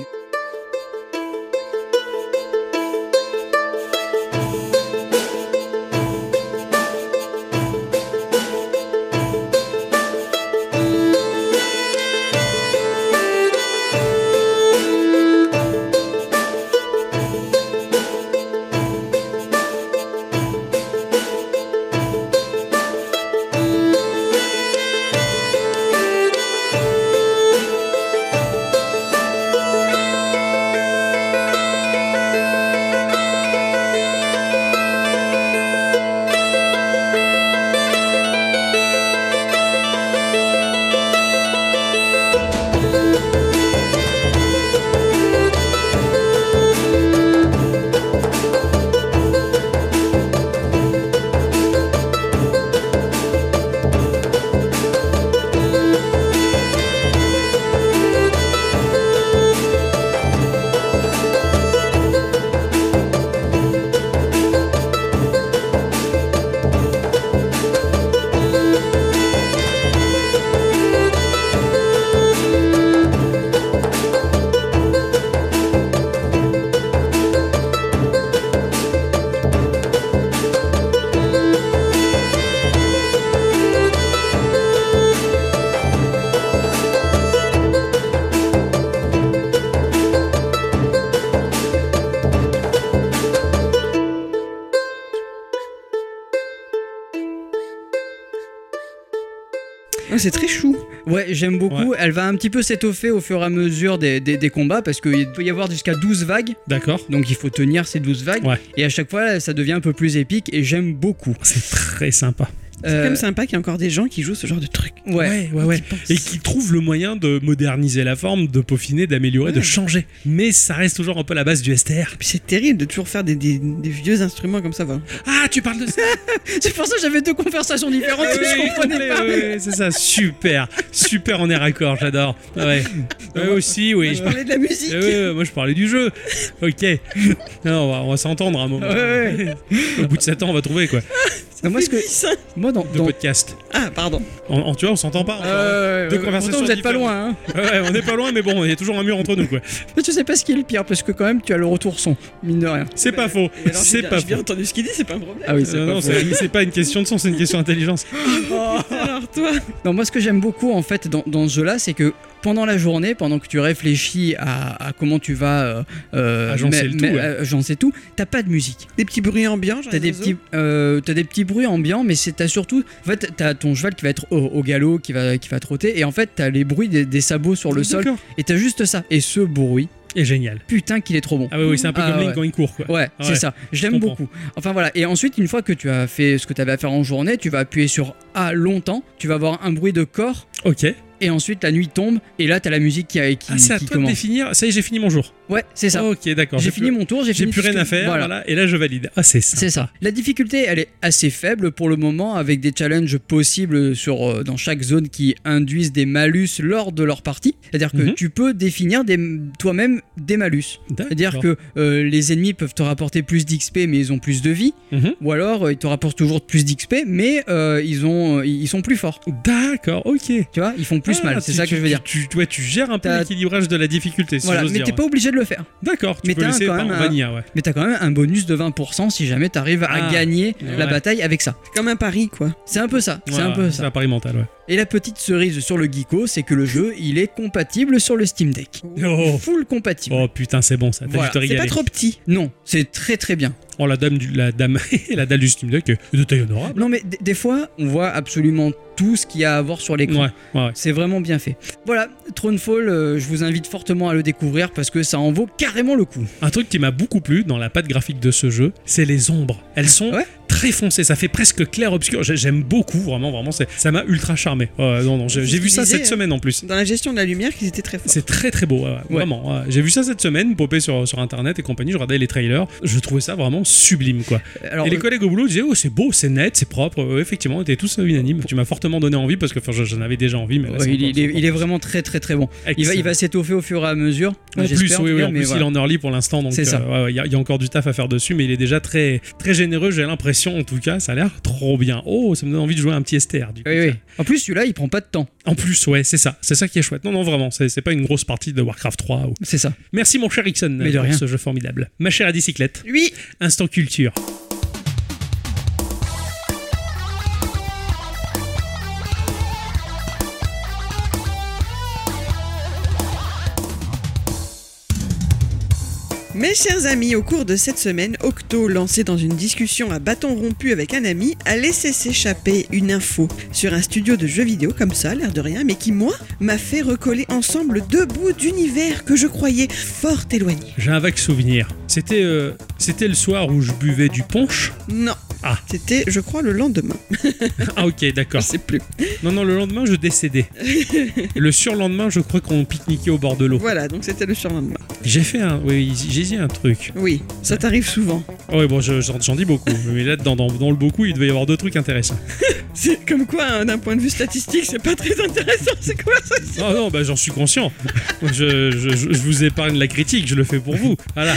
Speaker 3: Ah, c'est très chou.
Speaker 2: Ouais, j'aime beaucoup. Elle va un petit peu s'étoffer au fur et à mesure des, des- des combats parce qu'il peut y avoir jusqu'à 12 vagues.
Speaker 1: D'accord
Speaker 2: Donc il faut tenir ces 12 vagues.
Speaker 1: Ouais.
Speaker 2: Et à chaque fois, ça devient un peu plus épique et j'aime beaucoup.
Speaker 1: C'est très sympa.
Speaker 3: C'est quand
Speaker 2: Euh,
Speaker 3: même sympa qu'il y ait encore des gens qui jouent ce genre de truc.
Speaker 2: Ouais.
Speaker 1: ouais, ouais.
Speaker 3: Qui
Speaker 1: Et
Speaker 3: pensent.
Speaker 1: qui trouve le moyen de moderniser la forme, de peaufiner, d'améliorer, de
Speaker 3: Ouais.
Speaker 1: changer. Mais ça reste toujours un peu la base du STR.
Speaker 3: Puis c'est terrible de toujours faire des, des- des vieux instruments comme ça. voilà.
Speaker 1: Ah, tu parles de ça
Speaker 2: C'est pour ça que j'avais deux conversations différentes.
Speaker 1: Oui,
Speaker 2: je
Speaker 1: oui,
Speaker 2: comprenais
Speaker 1: oui,
Speaker 2: pas.
Speaker 1: oui, oui, C'est ça, super. Super, on est raccord, j'adore. Ouais. Eux aussi, oui.
Speaker 3: Je parlais de la musique.
Speaker 1: Eh ouais, ouais, moi je parlais du jeu. Ok. Non, on va, on va s'entendre à un moment.
Speaker 2: Ouais,
Speaker 1: Au bout de 7 ans, on va trouver quoi.
Speaker 2: Non, moi, ce que, moi dans,
Speaker 1: De
Speaker 2: dans-
Speaker 1: podcast.
Speaker 3: Ah, pardon.
Speaker 1: En, en- tu vois, on s'entend pas. on-
Speaker 2: Euh,
Speaker 1: Deux
Speaker 2: ouais, ouais,
Speaker 1: conversations
Speaker 2: pourtant, vous êtes pas
Speaker 1: différentes.
Speaker 2: loin. Hein.
Speaker 1: Ouais, on est pas loin, mais bon, il y a toujours un mur entre nous quoi.
Speaker 2: Mais je sais pas ce qui est le pire parce que quand même, tu as le retour son, mine de rien.
Speaker 1: C'est pas faux.
Speaker 3: Et alors, j'ai
Speaker 1: C'est
Speaker 3: bien-
Speaker 1: pas
Speaker 3: J'ai bien
Speaker 1: faux.
Speaker 3: entendu ce qu'il dit, c'est pas un problème.
Speaker 2: Ah oui, c'est
Speaker 1: Non,
Speaker 2: pas
Speaker 1: non,
Speaker 2: faux.
Speaker 1: c'est c'est pas une question de son, c'est une question d'intelligence.
Speaker 3: Alors toi,
Speaker 2: Non, moi, ce que j'aime beaucoup en fait dans, dans ce jeu-là, c'est que pendant la journée, pendant que tu réfléchis à, à comment tu vas euh, euh,
Speaker 1: Agencer le tout, ouais.
Speaker 2: euh, agencer tout, t'as pas de musique.
Speaker 3: des petits bruits ambiants, genre
Speaker 2: T'as des
Speaker 3: oiseaux.
Speaker 2: petits, euh, t'as des petits bruits ambiants, mais c'est t'as surtout, en fait, t'as ton cheval qui va être au, au galop, qui va, qui va trotter, et en fait, t'as les bruits des, des sabots sur le sol,
Speaker 1: D'accord.
Speaker 2: et t'as juste ça. Et ce bruit,
Speaker 1: Et génial.
Speaker 2: putain, qu'il est trop bon.
Speaker 1: Ah oui, oui, c'est un peu
Speaker 2: Ah
Speaker 1: comme Link
Speaker 2: ouais.
Speaker 1: quand il court quoi.
Speaker 2: Ouais,
Speaker 1: Ouais,
Speaker 2: c'est ça. J'aime
Speaker 1: comprends.
Speaker 2: beaucoup. Enfin voilà. Et ensuite, une fois que tu as fait ce que tu avais à faire en journée, tu vas appuyer sur A longtemps. Tu vas avoir un bruit de corps.
Speaker 1: Ok.
Speaker 2: Et ensuite, la nuit tombe. Et là, t'as la musique qui, qui,
Speaker 1: Ah, c'est à
Speaker 2: qui
Speaker 1: toi de
Speaker 2: commence.
Speaker 1: définir. Ça y est, j'ai fini mon jour.
Speaker 2: Ouais, c'est ça.
Speaker 1: Ok, d'accord.
Speaker 2: j'ai fini
Speaker 1: plus-
Speaker 2: mon tour. J'ai
Speaker 1: J'ai
Speaker 2: fini
Speaker 1: plus
Speaker 2: tout ce
Speaker 1: rien à
Speaker 2: que-
Speaker 1: faire,
Speaker 2: Voilà.
Speaker 1: voilà. et là je valide. Ah, c'est ça.
Speaker 2: C'est ça. La difficulté, elle est assez faible pour le moment, avec des challenges possibles sur, euh, dans chaque zone qui induisent des malus lors de leur partie. C'est-à-dire que
Speaker 1: Mhm.
Speaker 2: tu peux définir des- toi-même des malus. C'est-à-dire que euh, les ennemis peuvent te rapporter plus d'XP, mais ils ont plus de vie.
Speaker 1: Mhm.
Speaker 2: Ou alors, euh, ils te rapportent toujours plus d'XP, mais euh, ils, ont, euh, ils sont plus forts.
Speaker 1: D'accord, ok.
Speaker 2: Tu vois, ils font plus
Speaker 1: Ah,
Speaker 2: mal. C'est
Speaker 1: tu-
Speaker 2: ça que
Speaker 1: tu-
Speaker 2: je veux dire.
Speaker 1: Tu, tu- ouais, tu gères un peu
Speaker 2: T'as-
Speaker 1: l'équilibrage de la difficulté, si
Speaker 2: Voilà,
Speaker 1: j'ose
Speaker 2: mais
Speaker 1: dire,
Speaker 2: t'es pas
Speaker 1: ouais.
Speaker 2: obligé de le faire.
Speaker 1: D'accord, tu
Speaker 2: mais
Speaker 1: peux
Speaker 2: t'as
Speaker 1: laisser
Speaker 2: quand
Speaker 1: par
Speaker 2: même un-
Speaker 1: vanilla, ouais.
Speaker 2: Mais t'as quand même un bonus de 20% si jamais t'arrives
Speaker 1: Ah,
Speaker 2: à gagner la
Speaker 1: ouais.
Speaker 2: bataille avec ça.
Speaker 3: C'est comme un pari, quoi.
Speaker 2: C'est un peu ça. C'est
Speaker 1: Voilà,
Speaker 2: un peu
Speaker 1: C'est
Speaker 2: ça.
Speaker 1: un pari mental, ouais.
Speaker 2: Et la petite cerise sur le Geeko, c'est que le jeu, il est compatible sur le Steam Deck.
Speaker 1: Oh,
Speaker 2: Full compatible.
Speaker 1: Oh, putain, c'est bon ça, t'as
Speaker 2: Voilà,
Speaker 1: juste
Speaker 3: C'est
Speaker 1: régalé.
Speaker 3: pas trop petit.
Speaker 2: Non, c'est très très bien.
Speaker 1: Oh, la dame, du, la dame, la dalle du Steam Deck, euh, de taille honorable.
Speaker 2: Non mais d- des fois, on voit absolument tout ce qu'il y a à voir sur
Speaker 1: Ouais,
Speaker 2: l'écran.
Speaker 1: ouais, ouais.
Speaker 2: C'est vraiment bien fait. Voilà, Thronefall, euh, je vous invite fortement à le découvrir parce que ça en vaut carrément le coup.
Speaker 1: Un truc qui m'a beaucoup plu dans la patte graphique de ce jeu, c'est les ombres. Elles sont
Speaker 2: Ouais.
Speaker 1: très foncées, ça fait presque clair-obscur. J'ai- J'aime beaucoup, vraiment, vraiment, c'est- ça m'a ultra charmé. Ouais, non, non, j'ai j'ai vu ça
Speaker 3: Utilisé,
Speaker 1: cette
Speaker 3: hein.
Speaker 1: semaine en plus.
Speaker 3: Dans la gestion de la lumière, qu'ils étaient très forts.
Speaker 1: C'est très très beau, ouais, ouais, vraiment. ouais. J'ai vu ça cette semaine, popé sur, sur internet et compagnie, je regardais les trailers, je trouvais ça vraiment sublime quoi.
Speaker 2: Alors,
Speaker 1: et les
Speaker 2: euh,
Speaker 1: collègues au boulot disaient oh c'est beau, c'est net, c'est propre. Euh, effectivement, on était tous unanimes. Tu m'as fortement donné envie parce que enfin, je- j'en avais déjà envie, mais là,
Speaker 2: ouais,
Speaker 1: c'est
Speaker 2: il,
Speaker 1: encore-
Speaker 2: il est,
Speaker 1: c'est
Speaker 2: il est vraiment très très très bon.
Speaker 1: encore
Speaker 2: Il va, il
Speaker 1: excellent.
Speaker 2: va s'étoffer au fur et à mesure.
Speaker 1: En plus,
Speaker 2: J'espère,
Speaker 1: oui, oui,
Speaker 2: tout
Speaker 1: en
Speaker 2: cas, mais
Speaker 1: plus, il est
Speaker 2: voilà.
Speaker 1: en early pour l'instant, donc
Speaker 2: C'est ça.
Speaker 1: euh, ouais, ouais, il y, a- il y a encore du taf à faire dessus, mais il est déjà très, très généreux, j'ai l'impression, en tout cas, ça a l'air trop bien. Oh, ça me donne envie de jouer à un petit STR, du coup.
Speaker 2: Oui,
Speaker 1: ça.
Speaker 2: oui. En plus, celui-là, il prend pas de temps.
Speaker 1: En plus, ouais, c'est ça, c'est ça qui est chouette. Non, non, vraiment, c'est c'est pas une grosse partie de Warcraft 3. ou-
Speaker 2: C'est ça.
Speaker 1: Merci mon cher Ixon
Speaker 2: Mais de
Speaker 1: pour
Speaker 2: rien.
Speaker 1: ce jeu formidable. Ma chère à bicyclette,
Speaker 3: Oui,
Speaker 1: instant culture.
Speaker 3: mes chers amis, au cours de cette semaine, Octo, lancé dans une discussion à bâton rompu avec un ami, a laissé s'échapper une info sur un studio de jeux vidéo comme ça, l'air de rien, mais qui, moi, m'a fait recoller ensemble deux bouts d'univers que je croyais fort éloignés.
Speaker 1: J'ai un vague souvenir. C'était euh, c'était le soir où je buvais du punch.
Speaker 3: Non.
Speaker 1: Ah.
Speaker 3: C'était, je crois, le lendemain.
Speaker 1: Ah ok, d'accord.
Speaker 3: Je sais plus.
Speaker 1: Non, non, le lendemain, je décédais. Le surlendemain, je crois qu'on pique-niquait au bord de l'eau.
Speaker 3: Voilà, donc c'était le surlendemain.
Speaker 1: J'ai fait un... Oui, j'ai dit un truc.
Speaker 3: Oui, ça t'arrive souvent.
Speaker 1: Ah oui, bon, je- j'en j'en dis beaucoup. Mais là, dans, dans, dans le beaucoup, il devait y avoir deux trucs intéressants.
Speaker 3: C'est comme quoi, hein, d'un point de vue statistique, c'est pas très intéressant ces conversations.
Speaker 1: Non, non, bah, j'en suis conscient. Je, je, je- je vous épargne la critique, je le fais pour vous. Voilà.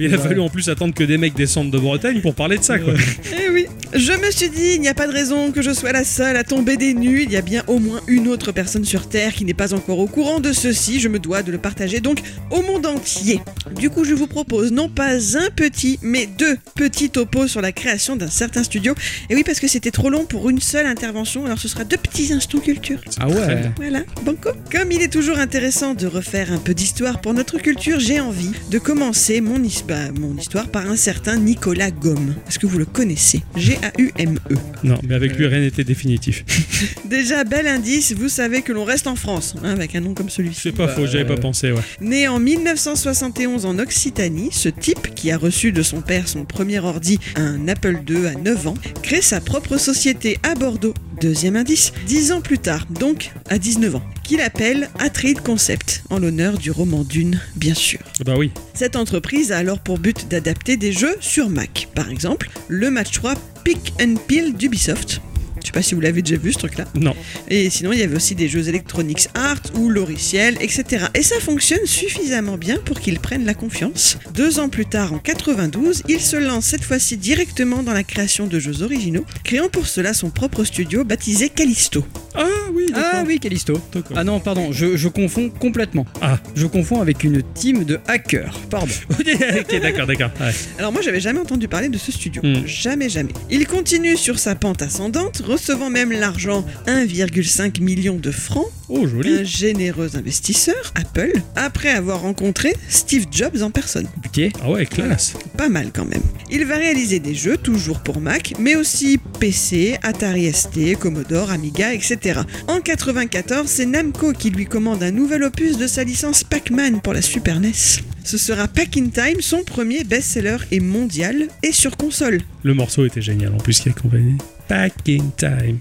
Speaker 1: Il a
Speaker 2: Ouais.
Speaker 1: fallu en plus attendre que des mecs descendent de Bretagne pour parler de ça, quoi.
Speaker 3: Eh oui. Je me suis dit, il n'y a pas de raison que je sois la seule à tomber des nues. Il y a bien au moins une autre personne sur Terre qui n'est pas encore au courant de ceci. Je me dois de le partager donc au monde entier. Du coup, je vous propose non pas un petit, mais deux petits topos sur la création d'un certain studio. Et oui, parce que c'était trop long pour une seule intervention. Alors ce sera deux petits instants culture.
Speaker 2: Ah ouais.
Speaker 3: Voilà, banco. Comme il est toujours intéressant de refaire un peu d'histoire pour notre culture, j'ai envie de commencer mon, his- bah, mon histoire par un certain Nicolas Gomme. Est-ce que vous le connaissez G A-U-M-E.
Speaker 1: Non, mais avec lui, rien n'était définitif.
Speaker 3: Déjà, bel indice, vous savez que l'on reste en France, hein, avec un nom comme celui-ci.
Speaker 1: C'est pas
Speaker 2: Bah,
Speaker 1: faux, j'avais pas
Speaker 2: euh,
Speaker 1: pensé, ouais.
Speaker 3: Né en 1971 en Occitanie, ce type, qui a reçu de son père son premier ordi, un Apple II à 9 ans, crée sa propre société à Bordeaux, deuxième indice, 10 ans plus tard, donc à 19 ans, qu'il appelle Atreid Concept, en l'honneur du roman Dune, bien sûr.
Speaker 1: Bah oui.
Speaker 3: Cette entreprise a alors pour but d'adapter des jeux sur Mac, par exemple le match 3 Pick and Peel d'Ubisoft. Je sais pas si vous l'avez déjà vu ce truc-là.
Speaker 1: Non.
Speaker 3: Et sinon, il y avait aussi des jeux Electronics Art ou Loriciel, etc. Et ça fonctionne suffisamment bien pour qu'ils prennent la confiance. Deux ans plus tard, en 92, il se lance cette fois-ci directement dans la création de jeux originaux, créant pour cela son propre studio baptisé Callisto.
Speaker 1: Ah oui,
Speaker 2: Ah
Speaker 1: d'accord.
Speaker 2: oui, Callisto.
Speaker 1: D'accord.
Speaker 2: Ah non, pardon, je, je confonds complètement.
Speaker 1: Ah.
Speaker 2: Je confonds avec une team de hackers. Pardon.
Speaker 1: ok, d'accord, d'accord. Ah Ouais.
Speaker 3: Alors moi j'avais jamais entendu parler de ce studio.
Speaker 1: Mm.
Speaker 3: Jamais, jamais. Il continue sur sa pente ascendante, recevant même l'argent 1,5 million de francs
Speaker 1: Oh,
Speaker 3: d'un
Speaker 2: Euh,
Speaker 1: joli.
Speaker 3: généreux investisseur, Apple, après avoir rencontré Steve Jobs en personne.
Speaker 2: Compliqué.
Speaker 1: Ah ouais, classe.
Speaker 3: Pas mal quand même. Il va réaliser des jeux toujours pour Mac, mais aussi PC, Atari ST, Commodore, Amiga, etc. En 94, c'est Namco qui lui commande un nouvel opus de sa licence Pac-Man pour la Super NES. Ce sera Pack in Time, son premier best-seller et mondial, et sur console.
Speaker 1: Le morceau était génial en plus qui accompagnait. Back in time.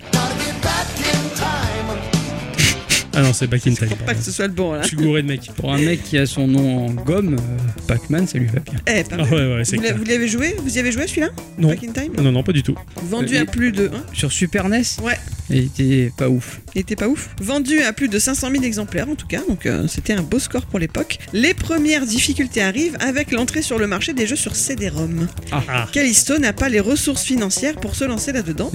Speaker 1: Ah non, c'est back in time.
Speaker 3: Pas
Speaker 1: pardon.
Speaker 3: que ce soit le bon là.
Speaker 1: Je suis gouré de mec.
Speaker 2: Pour un mec qui a son nom en gomme, euh, Pac-Man, ça lui va bien.
Speaker 3: Eh, pas
Speaker 1: Ah
Speaker 3: mal.
Speaker 1: ouais, ouais, c'est
Speaker 3: Vous l'a-
Speaker 1: clair.
Speaker 3: vous l'avez joué Vous y avez joué celui-là
Speaker 1: Non.
Speaker 3: Back in Time
Speaker 1: Non, non, pas du tout.
Speaker 3: Vendu
Speaker 2: Euh,
Speaker 3: à
Speaker 2: mais-
Speaker 3: plus de. hein
Speaker 2: Sur Super NES
Speaker 3: Ouais.
Speaker 2: Il était pas ouf.
Speaker 3: Il était pas ouf. Vendu à plus de 500 000 exemplaires en tout cas, donc euh, c'était un beau score pour l'époque. Les premières difficultés arrivent avec l'entrée sur le marché des jeux sur CD-ROM.
Speaker 1: Ah, ah.
Speaker 3: Callisto n'a pas les ressources financières pour se lancer là-dedans.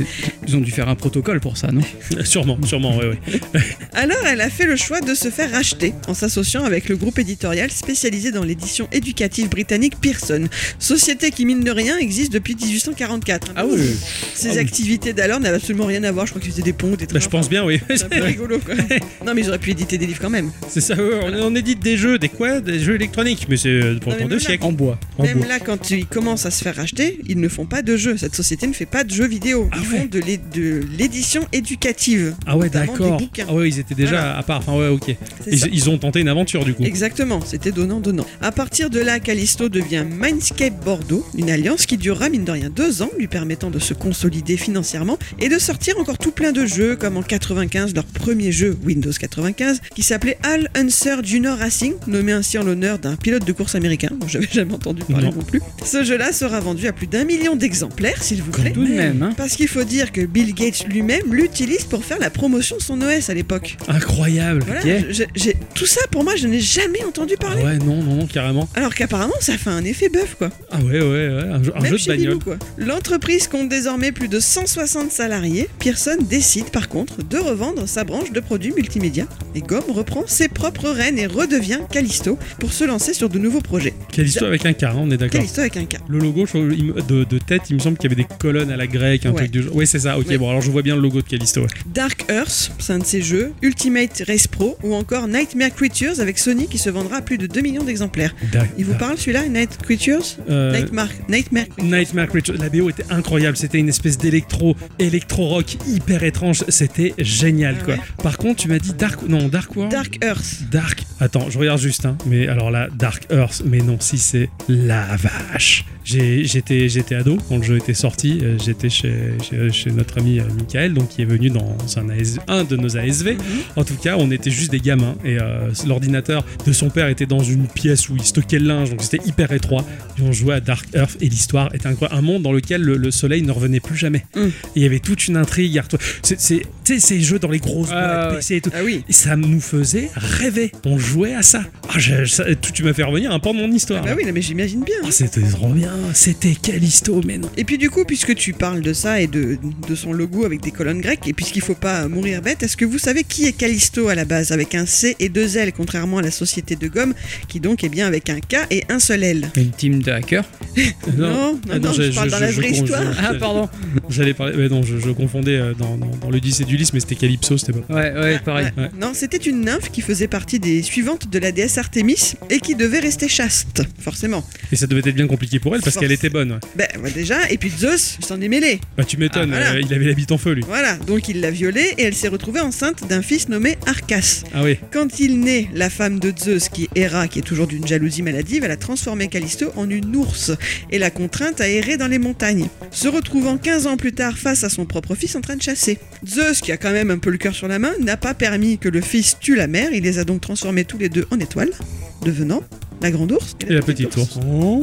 Speaker 2: Ils ont dû faire un protocole pour ça, non
Speaker 1: Ah, sûrement, sûrement, ouais, ouais.
Speaker 3: Alors elle a fait le choix de se faire racheter en s'associant avec le groupe éditorial spécialisé dans l'édition éducative britannique Pearson, société qui mine de rien existe depuis 1844.
Speaker 2: Ah oui.
Speaker 3: Ces activités d'alors n'avaient absolument rien à voir, je crois qu'ils faisaient des ponts, des
Speaker 1: Bah,
Speaker 3: trucs.
Speaker 1: je pense bien, oui.
Speaker 3: C'est un peu rigolo quoi. Non mais ils auraient pu éditer des livres quand même.
Speaker 1: C'est ça, ouais, on, on édite des jeux, des quoi Des jeux électroniques, mais c'est euh,
Speaker 3: Non,
Speaker 1: pour
Speaker 3: mais
Speaker 1: temps deux
Speaker 3: même là-
Speaker 1: siècles.
Speaker 2: En bois.
Speaker 1: En
Speaker 3: Même
Speaker 1: bois.
Speaker 3: là, quand ils commencent à se faire racheter, ils ne font pas de jeux. Cette société ne fait pas de jeux vidéo.
Speaker 1: Ah
Speaker 3: ils
Speaker 1: ouais.
Speaker 3: font de l'é- de l'édition éducative.
Speaker 1: Ah ouais,
Speaker 3: notamment des
Speaker 1: d'accord.
Speaker 3: bouquins.
Speaker 1: Ah ouais, ils étaient déjà à part. Enfin, ouais, ok.
Speaker 3: C'est ça.
Speaker 1: Ils, ils ont tenté une aventure du coup.
Speaker 3: Exactement, c'était donnant-donnant. À partir de là, Callisto devient Mindscape Bordeaux, une alliance qui durera mine de rien deux ans, lui permettant de se consolider financièrement et de sortir encore tout plein de jeux, comme en 95 leur premier jeu Windows 95, qui s'appelait Al Unser Junior Racing, nommé ainsi en l'honneur d'un pilote de course américain dont j'avais jamais entendu parler
Speaker 1: Non.
Speaker 3: non, plus. Ce jeu-là sera vendu à plus d'un million d'exemplaires, s'il vous plaît.
Speaker 2: Tout de même, hein
Speaker 3: Parce qu'il faut dire que Bill Gates lui-même l'utilise pour faire la promotion de son OS à l'époque.
Speaker 1: Incroyable.
Speaker 3: Voilà,
Speaker 2: Ok.
Speaker 3: je- j'ai- tout ça pour moi, je n'ai jamais entendu
Speaker 1: Ah
Speaker 3: parler.
Speaker 1: ouais, non, non, non, carrément.
Speaker 3: Alors qu'apparemment, ça fait un effet bœuf, quoi.
Speaker 1: Ah ouais, ouais, ouais. Un, jeu- un
Speaker 3: Même
Speaker 1: jeu de
Speaker 3: chez
Speaker 1: bagnole.
Speaker 3: Bilou, quoi. L'entreprise compte désormais plus de 160 salariés. Pearson décide, par contre, de revendre sa branche de produits multimédia. Et Gomme reprend ses propres rênes et redevient Callisto pour se lancer sur de nouveaux projets.
Speaker 1: Quelle histoire avec un car, hein, on est d'accord.
Speaker 3: Callisto avec un K.
Speaker 1: Le logo je- il me- de, de tête, il me semble qu'il y avait des colonnes à la grecque, un
Speaker 3: Ouais.
Speaker 1: truc du genre. Ouais, c'est ça, ok,
Speaker 3: Ouais.
Speaker 1: bon, alors je vois bien le logo de Callisto. ouais.
Speaker 3: Dark Earth, c'est un de ses jeux. Ultimate Race Pro ou encore Nightmare Creatures avec Sony qui se vendra à plus de 2 millions d'exemplaires.
Speaker 1: D'accord.
Speaker 3: Il vous parle celui-là, Night Creatures
Speaker 1: Ah. Euh,
Speaker 3: Nightmare, Nightmare Creatures.
Speaker 1: Nightmare Creature, la BO était incroyable, c'était une espèce d'électro, électro-rock hyper étrange, c'était génial
Speaker 3: Ah
Speaker 1: quoi.
Speaker 3: ouais.
Speaker 1: Par contre, tu m'as dit Dark, non, Dark World
Speaker 3: Dark Earth.
Speaker 1: Dark. Attends, je regarde juste, hein. Mais alors là, Dark Earth, mais non, si c'est la vache. J'ai- J'étais j'étais ado quand le jeu était sorti. euh, J'étais chez, chez, chez notre ami euh, Michael, donc qui est venu dans un, AS un de nos ASV.
Speaker 2: Mhm.
Speaker 1: En tout cas, on était juste des gamins et euh, l'ordinateur de son père était dans une pièce où il stockait le linge, donc c'était hyper étroit. Et on jouait à Dark Earth et l'histoire était incroyable. Un monde dans lequel le, le soleil ne revenait plus jamais.
Speaker 3: Mm.
Speaker 1: Et il y avait toute une intrigue. il y a- c'est- c'est- Tu sais, ces jeux dans les grosses
Speaker 2: Ah,
Speaker 1: boîtes
Speaker 2: ouais.
Speaker 1: PC et tout.
Speaker 3: Ah oui.
Speaker 1: Et ça nous faisait rêver. On jouait à ça. Ah, je- ça- tu tu m'as fait revenir un pan de mon histoire.
Speaker 3: Bah oui, non, mais j'imagine bien.
Speaker 1: Ah, c'était trop bien. C'était Callisto, mais non.
Speaker 3: Et puis du coup, puisque tu parles de ça et de, de son logo avec des colonnes grecques, et puisqu'il faut pas mourir bête, est-ce que vous savez qui est Callisto à la base avec un C et deux L, contrairement à la société de gomme, qui donc est bien avec un K et un seul L
Speaker 2: Une team de hackers.
Speaker 3: Non, non,
Speaker 1: Ah,
Speaker 3: non, je
Speaker 1: j'ai-
Speaker 3: parle dans la vraie
Speaker 1: con-
Speaker 3: histoire.
Speaker 2: Ah, pardon.
Speaker 1: J'allais parler. Mais non, je, je confondais euh, dans, dans dans l'Odyssée d'Ulysse, mais c'était Calypso, c'était pas.
Speaker 2: Ouais, ouais, pareil.
Speaker 3: Ouais.
Speaker 1: Ouais.
Speaker 3: Non, c'était une nymphe qui faisait partie des suivantes de la déesse Artémis et qui devait rester chaste, forcément.
Speaker 1: Et ça devait être bien compliqué pour elle parce qu'elle était bonne. ouais.
Speaker 3: Ben ouais, déjà, et puis Zeus il s'en est mêlé.
Speaker 1: Bah tu m'étonnes,
Speaker 3: Ah, voilà.
Speaker 1: euh, il avait la bite en feu lui.
Speaker 3: Voilà, donc il l'a violée et elle s'est retrouvée enceinte d'un fils nommé Arcas.
Speaker 1: Ah oui.
Speaker 3: Quand il naît, la femme de Zeus, qui est Héra, qui est toujours d'une jalousie maladive, elle a transformé Callisto en une ours et l'a contrainte à errer dans les montagnes, se retrouvant 15 ans plus tard face à son propre fils en train de chasser. Zeus, qui a quand même un peu le cœur sur la main, n'a pas permis que le fils tue la mère, il les a donc transformés tous les deux en étoiles, devenant la grande ours
Speaker 1: Et la petite ours.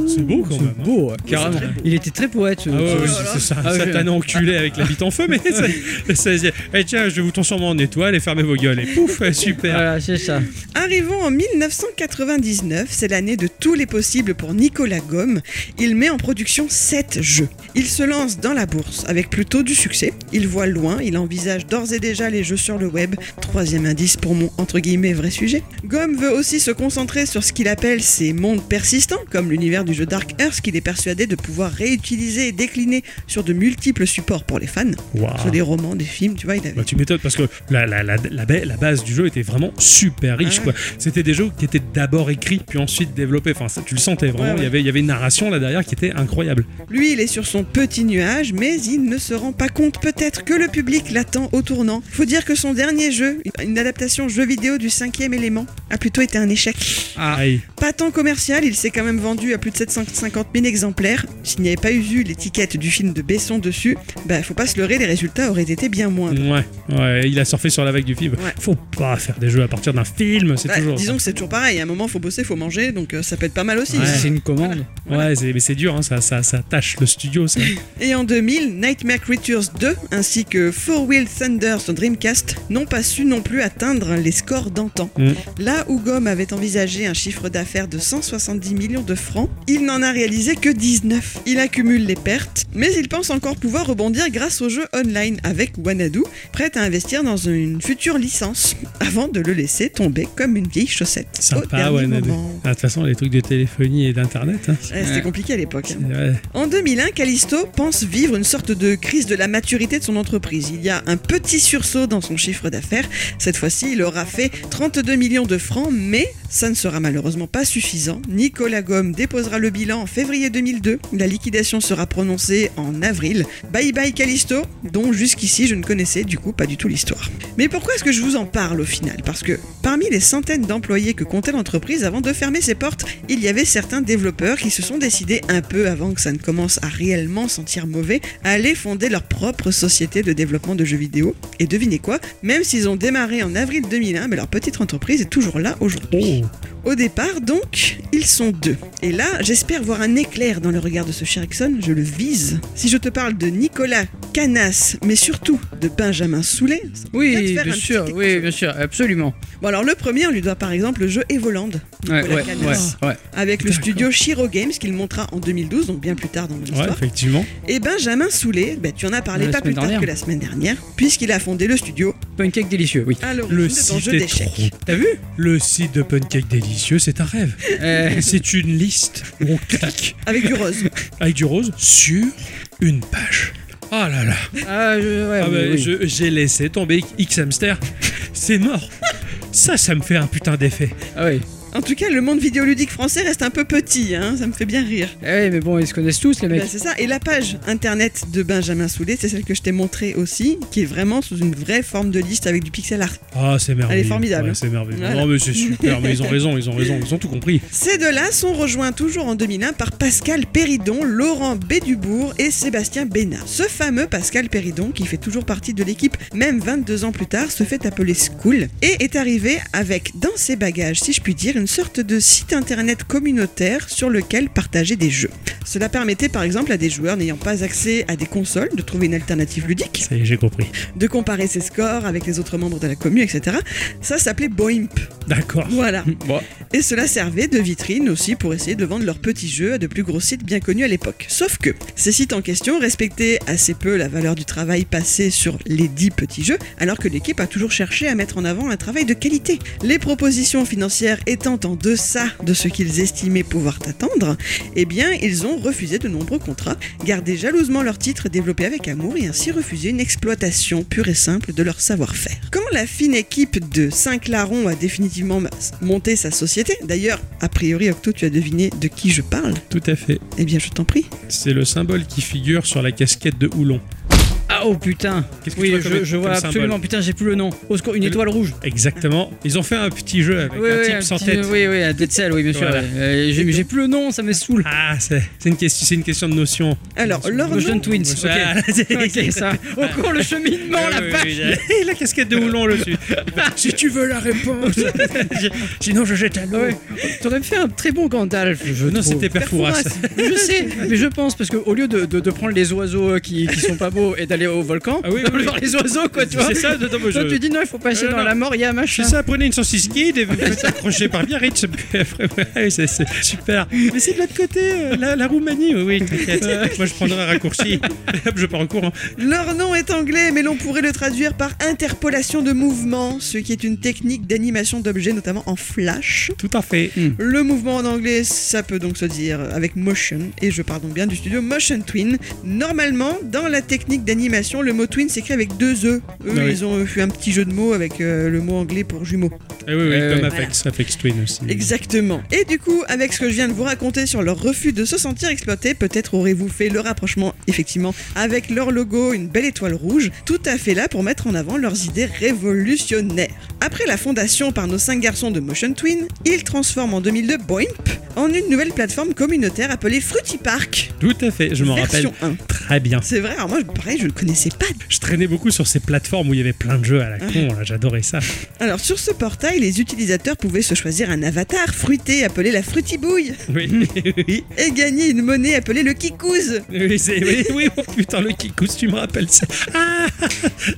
Speaker 1: C'est beau quand même. hein.
Speaker 2: Beau, ouais,
Speaker 1: Oui,
Speaker 2: carrément.
Speaker 1: c'est très beau.
Speaker 2: Il était très poète. ce-
Speaker 1: Ah ouais,
Speaker 2: ce-
Speaker 1: ouais,
Speaker 3: là là.
Speaker 1: c'est ça, un
Speaker 2: Ah ouais.
Speaker 1: satané enculé avec la bite en feu, mais ça- ça se dit, Eh, tiens, je vais vous transformer en étoile et fermer vos gueules. Et pouf, super.
Speaker 2: Voilà, c'est ça.
Speaker 3: Arrivons en 1999, c'est l'année de tous les possibles pour Nicolas Gomme. Il met en production 7 jeux. Il se lance dans la bourse avec plutôt du succès. Il voit loin, il envisage d'ores et déjà les jeux sur le web. Troisième indice pour mon entre guillemets vrai sujet. Gomme veut aussi se concentrer sur ce qu'il appelle ses mondes persistants, comme l'univers du jeu Dark Earth qu'il est persuadé de pouvoir réutiliser et décliner sur de multiples supports pour les fans.
Speaker 1: Waouh.
Speaker 3: Sur des romans, des films, tu vois, il avait
Speaker 1: Bah, tu m'étonnes parce que la, la, la, la, ba- la base du jeu était vraiment super riche.
Speaker 3: Ah.
Speaker 1: quoi. C'était des jeux qui étaient d'abord écrits puis ensuite développés. Enfin, ça, tu le sentais vraiment.
Speaker 3: Ouais, ouais.
Speaker 1: Il, y avait, il y avait une narration là derrière qui était incroyable.
Speaker 3: Lui, il est sur son petit nuage, mais il ne se rend pas compte peut-être que le public l'attend au tournant. Faut dire que son dernier jeu, une adaptation jeu vidéo du cinquième élément, a plutôt été un échec.
Speaker 1: Aïe.
Speaker 3: Pas tant commercial, il s'est quand même vendu à plus de 750 000 exemplaires. S'il n'y avait pas eu l'étiquette du film de Besson dessus, bah faut pas se leurrer, les résultats auraient été bien moins.
Speaker 1: Ouais, ouais, il a surfé sur la vague du film.
Speaker 3: Ouais.
Speaker 1: Faut pas faire des jeux à partir d'un film, c'est
Speaker 3: Bah,
Speaker 1: toujours.
Speaker 3: disons que c'est toujours pareil, à un moment faut bosser, faut manger, donc euh, ça peut être pas mal aussi.
Speaker 1: Ouais.
Speaker 2: C'est une commande.
Speaker 1: Ouais, c'est- mais c'est dur, hein, ça, ça, ça tâche le studio. Ça.
Speaker 3: Et en 2000, Nightmare Creatures 2 ainsi que Four Wheel Thunder sur Dreamcast n'ont pas su non plus atteindre les scores d'antan.
Speaker 1: Mm.
Speaker 3: Là où Gomme avait envisagé un chiffre d'affaires de 170 millions de francs, il n'en a réalisé que 19. Il accumule les pertes, mais il pense encore pouvoir rebondir grâce au jeu online avec Wanadu, prête à investir dans une future licence, avant de le laisser tomber comme une vieille chaussette. au
Speaker 1: Sympa,
Speaker 3: dernier
Speaker 1: ouais. Nadé.
Speaker 3: moment.
Speaker 1: Ah, De toute façon, les trucs de téléphonie et d'internet. hein, c'est-
Speaker 3: Ouais, C'était compliqué à l'époque. hein.
Speaker 1: ouais.
Speaker 3: En 2001, Callisto pense vivre une sorte de crise de la maturité de son entreprise. Il y a un petit sursaut dans son chiffre d'affaires. Cette fois-ci, il aura fait 32 millions de francs, mais ça ne sera malheureusement pas suffisant. Nicolas Gomme déposera le bilan en février 2002. La liquidation sera prononcée en avril. Bye bye Callisto, dont jusqu'ici je ne connaissais du coup pas du tout l'histoire. Mais pourquoi est-ce que je vous en parle au final Parce que parmi les centaines d'employés que comptait l'entreprise avant de fermer ses portes, il y avait certains développeurs qui se sont décidés un peu avant que ça ne commence à réellement sentir mauvais à aller fonder leur propre société de développement de jeux vidéo. Et devinez quoi Même s'ils ont démarré en avril 2001, mais leur petite entreprise est toujours là aujourd'hui.
Speaker 1: Oh,
Speaker 3: Au départ, donc, ils sont deux. Et là, j'espère voir un éclair dans le regard de ce cher Ixon, je le vise. Si je te parle de Nicolas Canas, mais surtout de Benjamin Soulet,
Speaker 2: Oui,
Speaker 3: Peut-être faire
Speaker 2: bien
Speaker 3: un
Speaker 2: sûr,
Speaker 3: petit quelque
Speaker 2: oui,
Speaker 3: chose.
Speaker 2: bien sûr, absolument.
Speaker 3: Bon alors le premier, on lui doit par exemple le jeu Evoland,
Speaker 2: Ouais,
Speaker 3: La
Speaker 2: ouais,
Speaker 3: canasse.
Speaker 2: ouais, ouais.
Speaker 3: avec le
Speaker 1: D'accord.
Speaker 3: studio Shiro Games qu'il montra en 2012, donc bien plus tard dans
Speaker 1: Ouais,
Speaker 3: l'histoire.
Speaker 1: effectivement.
Speaker 3: Et Benjamin Soulet, ben, tu en as parlé
Speaker 2: La
Speaker 3: pas plus
Speaker 2: semaine
Speaker 3: tard
Speaker 2: dernière.
Speaker 3: que la semaine dernière, puisqu'il a fondé le studio
Speaker 2: Pancake délicieux, oui.
Speaker 3: à l'origine
Speaker 1: Le
Speaker 3: de son
Speaker 1: site
Speaker 3: jeu
Speaker 1: est
Speaker 3: d'échecs.
Speaker 1: trop.
Speaker 2: T'as vu
Speaker 1: Le site de Pancake Délicieux, c'est un rêve.
Speaker 2: Euh,
Speaker 1: C'est une liste où on clique
Speaker 3: Avec du rose.
Speaker 1: avec du rose sur une page. Ah là là.
Speaker 2: Ah, je, ouais,
Speaker 1: Ah
Speaker 2: oui,
Speaker 1: bah,
Speaker 2: oui.
Speaker 1: je- j'ai laissé tomber X hamster. C'est mort. Ça, ça me fait un putain d'effet.
Speaker 2: Ah oui.
Speaker 3: en tout cas, le monde vidéoludique français reste un peu petit, hein, ça me fait bien rire.
Speaker 2: Ah oui, mais bon, ils se connaissent tous, les mecs.
Speaker 3: Ben, c'est ça. Et la page internet de Benjamin Soulet, c'est celle que je t'ai montrée aussi, qui est vraiment sous une vraie forme de liste avec du pixel art.
Speaker 1: Ah, c'est merveilleux.
Speaker 3: Elle est formidable.
Speaker 1: Ouais, c'est merveilleux.
Speaker 3: Voilà.
Speaker 1: Non, mais c'est super. Mais ils ont raison, ils ont raison. Ils ont tout compris.
Speaker 3: Ces deux-là sont rejoints toujours en 2001 par Pascal Péridon, Laurent Bédubourg et Sébastien Bénat. Ce fameux Pascal Péridon, qui fait toujours partie de l'équipe, même 22 ans plus tard, se fait appeler School et est arrivé avec dans ses bagages, si je puis dire, une sorte de site internet communautaire sur lequel partager des jeux. Cela permettait par exemple à des joueurs n'ayant pas accès à des consoles de trouver une alternative ludique
Speaker 1: Ça y est, j'ai compris.
Speaker 3: de comparer ses scores avec les autres membres de la commune, etc. Ça s'appelait Boimp.
Speaker 1: D'accord.
Speaker 3: Voilà.
Speaker 2: Bon.
Speaker 3: Et cela servait de vitrine aussi pour essayer de vendre leurs petits jeux à de plus gros sites bien connus à l'époque. Sauf que ces sites en question respectaient assez peu la valeur du travail passé sur les 10 petits jeux, alors que l'équipe a toujours cherché à mettre en avant un travail de qualité. Les propositions financières étant attentes en deçà de ce qu'ils estimaient pouvoir t'attendre, eh bien, ils ont refusé de nombreux contrats, gardé jalousement leur titre développé avec amour et ainsi refusé une exploitation pure et simple de leur savoir-faire. Quand la fine équipe de Saint-Claron a définitivement monté sa société, d'ailleurs, a priori, Octo, tu as deviné de qui je parle,
Speaker 1: Tout à fait.
Speaker 3: eh bien, je t'en prie.
Speaker 1: C'est le symbole qui figure sur la casquette de Houlon.
Speaker 2: Ah oh putain
Speaker 1: Qu'est-ce que tu
Speaker 2: Oui,
Speaker 1: vois
Speaker 2: je,
Speaker 1: comme-
Speaker 2: je
Speaker 1: comme
Speaker 2: vois
Speaker 1: symbole
Speaker 2: absolument, putain, j'ai plus le nom. Au secours, une
Speaker 1: Le-
Speaker 2: étoile rouge.
Speaker 1: Exactement. Ils ont fait un petit jeu avec
Speaker 2: oui,
Speaker 1: un
Speaker 2: oui,
Speaker 1: type
Speaker 2: un
Speaker 1: sans
Speaker 2: petit-
Speaker 1: tête.
Speaker 2: Oui, oui, un dead cell, oui, bien sûr.
Speaker 1: Voilà.
Speaker 2: ouais. Euh, j'ai, j'ai plus le nom, ça me saoule. Oh,
Speaker 1: Ah, c'est c'est une, question- c'est une question de notion.
Speaker 3: Alors, leur nom-
Speaker 2: Motion Twins. Ok,
Speaker 1: Ah, c'est-
Speaker 2: Ok, ça. Au cours, le cheminement, la
Speaker 1: Ah Oui, oui,
Speaker 2: vache.
Speaker 1: oui, j'ai- la casquette de Houlon, le dessus. si tu veux la réponse. Je- Sinon, je jette à l'eau.
Speaker 2: Ouais. T'aurais fait un très bon Gandalf, je
Speaker 1: Ah non,
Speaker 2: trouve.
Speaker 1: c'était
Speaker 3: hein,
Speaker 1: Perfouras.
Speaker 2: Je sais, mais je pense parce qu'au lieu de, de- de prendre les oiseaux euh, qui, qui sont pas beaux et d'aller au volcan,
Speaker 1: Ah oui, oui,
Speaker 2: on va
Speaker 1: oui.
Speaker 2: voir les oiseaux quoi, tu vois.
Speaker 1: C'est ça, non, non, mais
Speaker 2: Toi,
Speaker 1: je-
Speaker 2: tu dis non, il faut passer
Speaker 1: Euh,
Speaker 2: dans
Speaker 1: non.
Speaker 2: la mort, il y a un
Speaker 1: C'est
Speaker 2: machin.
Speaker 1: ça, prenez une saucisse kid et vous faites accrocher par Biarritz. Puis après, ouais, c'est c'est super. Mais c'est de l'autre côté, euh, la, la Roumanie. Oui, oui, t'inquiète. Moi, je prendrai un raccourci. Hop, je pars en courant.
Speaker 3: Leur nom est anglais, mais l'on pourrait le traduire par interpolation de mouvement, ce qui est une technique d'animation d'objets, notamment en flash.
Speaker 1: Tout à fait. Ah
Speaker 3: Le mouvement en anglais, ça peut donc se dire avec motion, et je parle donc bien du studio Motion Twin. Normalement, dans la technique d'animation, le mot twin s'écrit avec deux E. Eux,
Speaker 1: Ah oui.
Speaker 3: ils ont fait un petit jeu de mots avec euh, le mot anglais pour jumeaux.
Speaker 1: Eh oui, oui,
Speaker 2: Euh,
Speaker 1: comme
Speaker 2: ouais.
Speaker 1: Apex, Apex Twin aussi.
Speaker 3: Exactement. Et du coup, avec ce que je viens de vous raconter sur leur refus de se sentir exploité, peut-être aurez-vous fait le rapprochement, effectivement, avec leur logo, une belle étoile rouge, tout à fait là pour mettre en avant leurs idées révolutionnaires. Après la fondation par nos cinq garçons de Motion Twin, ils transforment en 2002 Boimp en une nouvelle plateforme communautaire appelée Fruity Park,
Speaker 1: Tout à fait, je m'en rappelle
Speaker 3: version 1.
Speaker 1: très bien.
Speaker 3: C'est vrai, alors moi, pareil, je ne connaissais pas
Speaker 1: Je traînais beaucoup sur ces plateformes où il y avait plein de jeux à la con, là, j'adorais ça.
Speaker 3: Alors sur ce portail, les utilisateurs pouvaient se choisir un avatar fruité appelé la frutibouille
Speaker 1: Oui, oui,
Speaker 3: et gagner une monnaie appelée le kikouz.
Speaker 1: oui, c'est- oui, oui, oh putain, le Kikous, tu me rappelles ça. Ah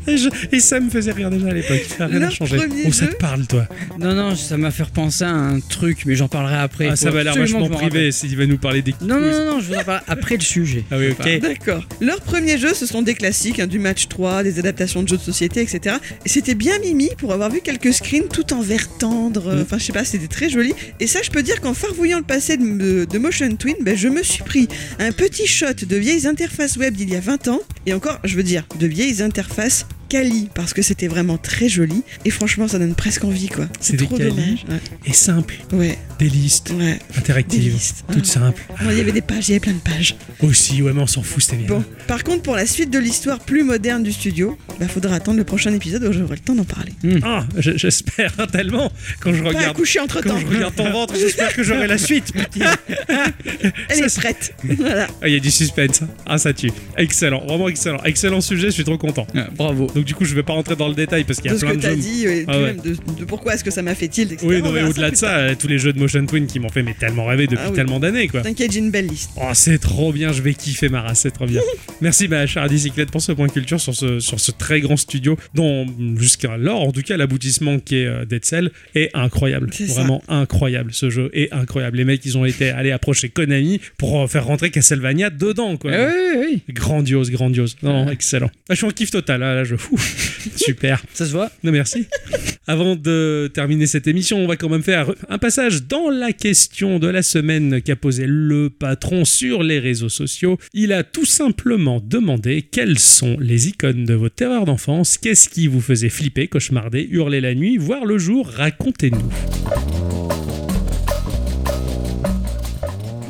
Speaker 1: et, je- et ça me faisait rire déjà à l'époque, ça n'a rien
Speaker 3: Leur
Speaker 1: à changer.
Speaker 3: premier
Speaker 1: Oh, ça
Speaker 3: jeu
Speaker 1: te parle, toi
Speaker 2: Non, non, ça m'a fait repenser à un truc, mais j'en parlerai après.
Speaker 1: Ah, ça
Speaker 2: Faut
Speaker 1: va l'air
Speaker 2: absolument
Speaker 1: vachement
Speaker 2: que je me
Speaker 1: privé, s'il va nous parler des Kikous.
Speaker 2: rappelle. Non, non, non, non, je vous en parle après le sujet.
Speaker 1: Ah oui, ok.
Speaker 3: D'accord. Leurs premiers jeux, ce sont des classiques, hein, du match 3, des adaptations de jeux de société, etc. Et c'était bien mimi pour avoir vu quelques screens tout en vert tendre.
Speaker 1: Mm.
Speaker 3: euh, Enfin, je sais pas, c'était très joli. Et ça, je peux dire qu'en farfouillant le passé de, de- de Motion Twin, ben, je me suis pris un petit shot de vieilles interfaces web d'il y a 20 ans. Et encore, je veux dire, de vieilles interfaces Kali, parce que c'était vraiment très joli. Et franchement, ça donne presque envie, quoi.
Speaker 1: C'est
Speaker 3: C'est
Speaker 1: des
Speaker 3: trop
Speaker 1: Kali.
Speaker 3: dommage.
Speaker 1: Et simple,
Speaker 3: Ouais,
Speaker 1: des listes
Speaker 3: ouais, ouais. Des
Speaker 1: interactives,
Speaker 3: listes. hein.
Speaker 1: toutes simples.
Speaker 3: Moi, il y avait des pages, il y avait plein de pages.
Speaker 1: Aussi, ouais, mais on s'en fout, c'était bien.
Speaker 3: Bon, par contre, pour la suite de l'histoire plus moderne du studio, bah, faudra attendre le prochain épisode où j'aurai le temps d'en parler.
Speaker 1: Ah, je- j'espère tellement, quand je
Speaker 3: Pas à
Speaker 1: regarde...
Speaker 3: coucher entre
Speaker 1: Quand
Speaker 3: temps.
Speaker 1: je regarde ton ventre, j'espère que j'aurai la suite. putain.
Speaker 3: Elle est
Speaker 1: Ça,
Speaker 3: prête. voilà.
Speaker 1: Ah, Il y a du suspense. Ah, ça tue. Excellent, vraiment excellent. Excellent sujet, je suis trop content.
Speaker 2: Ah, bravo.
Speaker 1: Donc, du coup, je vais pas rentrer dans le détail parce qu'il y
Speaker 3: De
Speaker 1: a
Speaker 3: ce
Speaker 1: plein de
Speaker 3: que t'as
Speaker 1: jeux.
Speaker 3: dit, et
Speaker 1: Ah
Speaker 3: puis
Speaker 1: ouais.
Speaker 3: même de, de pourquoi est-ce que ça m'a fait tilt, etc.
Speaker 1: Oui, non,
Speaker 3: On
Speaker 1: mais
Speaker 3: verra ça
Speaker 1: au-delà de
Speaker 3: plus
Speaker 1: ça, euh, tous les jeux de Motion Twin qui m'ont fait mais tellement rêver depuis
Speaker 3: Ah oui.
Speaker 1: tellement d'années, quoi.
Speaker 3: tard. T'inquiète, j'ai une belle liste.
Speaker 1: Oh, c'est trop bien, je vais kiffer ma race, c'est trop bien. Merci, bah, chère bicyclette, pour ce point culture sur ce, sur ce très grand studio, dont jusqu'à l'or, en tout cas, l'aboutissement qui est euh, Dead Cell est incroyable.
Speaker 3: C'est ça.
Speaker 1: Vraiment incroyable, ce jeu est incroyable. Les mecs, ils ont été allés approcher Konami pour euh, faire rentrer Castlevania dedans, quoi.
Speaker 3: Eh
Speaker 2: Ah oui, oui, oui.
Speaker 1: Grandiose, grandiose. Non, excellent. Ah, je suis en kiff total. Ah, là, je fou. Super.
Speaker 2: Ça se voit.
Speaker 1: Non, merci. Avant de terminer cette émission, on va quand même faire un passage dans la question de la semaine qu'a posé le patron sur les réseaux sociaux. Il a tout simplement demandé quelles sont les icônes de vos terreurs d'enfance, qu'est-ce qui vous faisait flipper, cauchemarder, hurler la nuit, voir le jour, racontez-nous.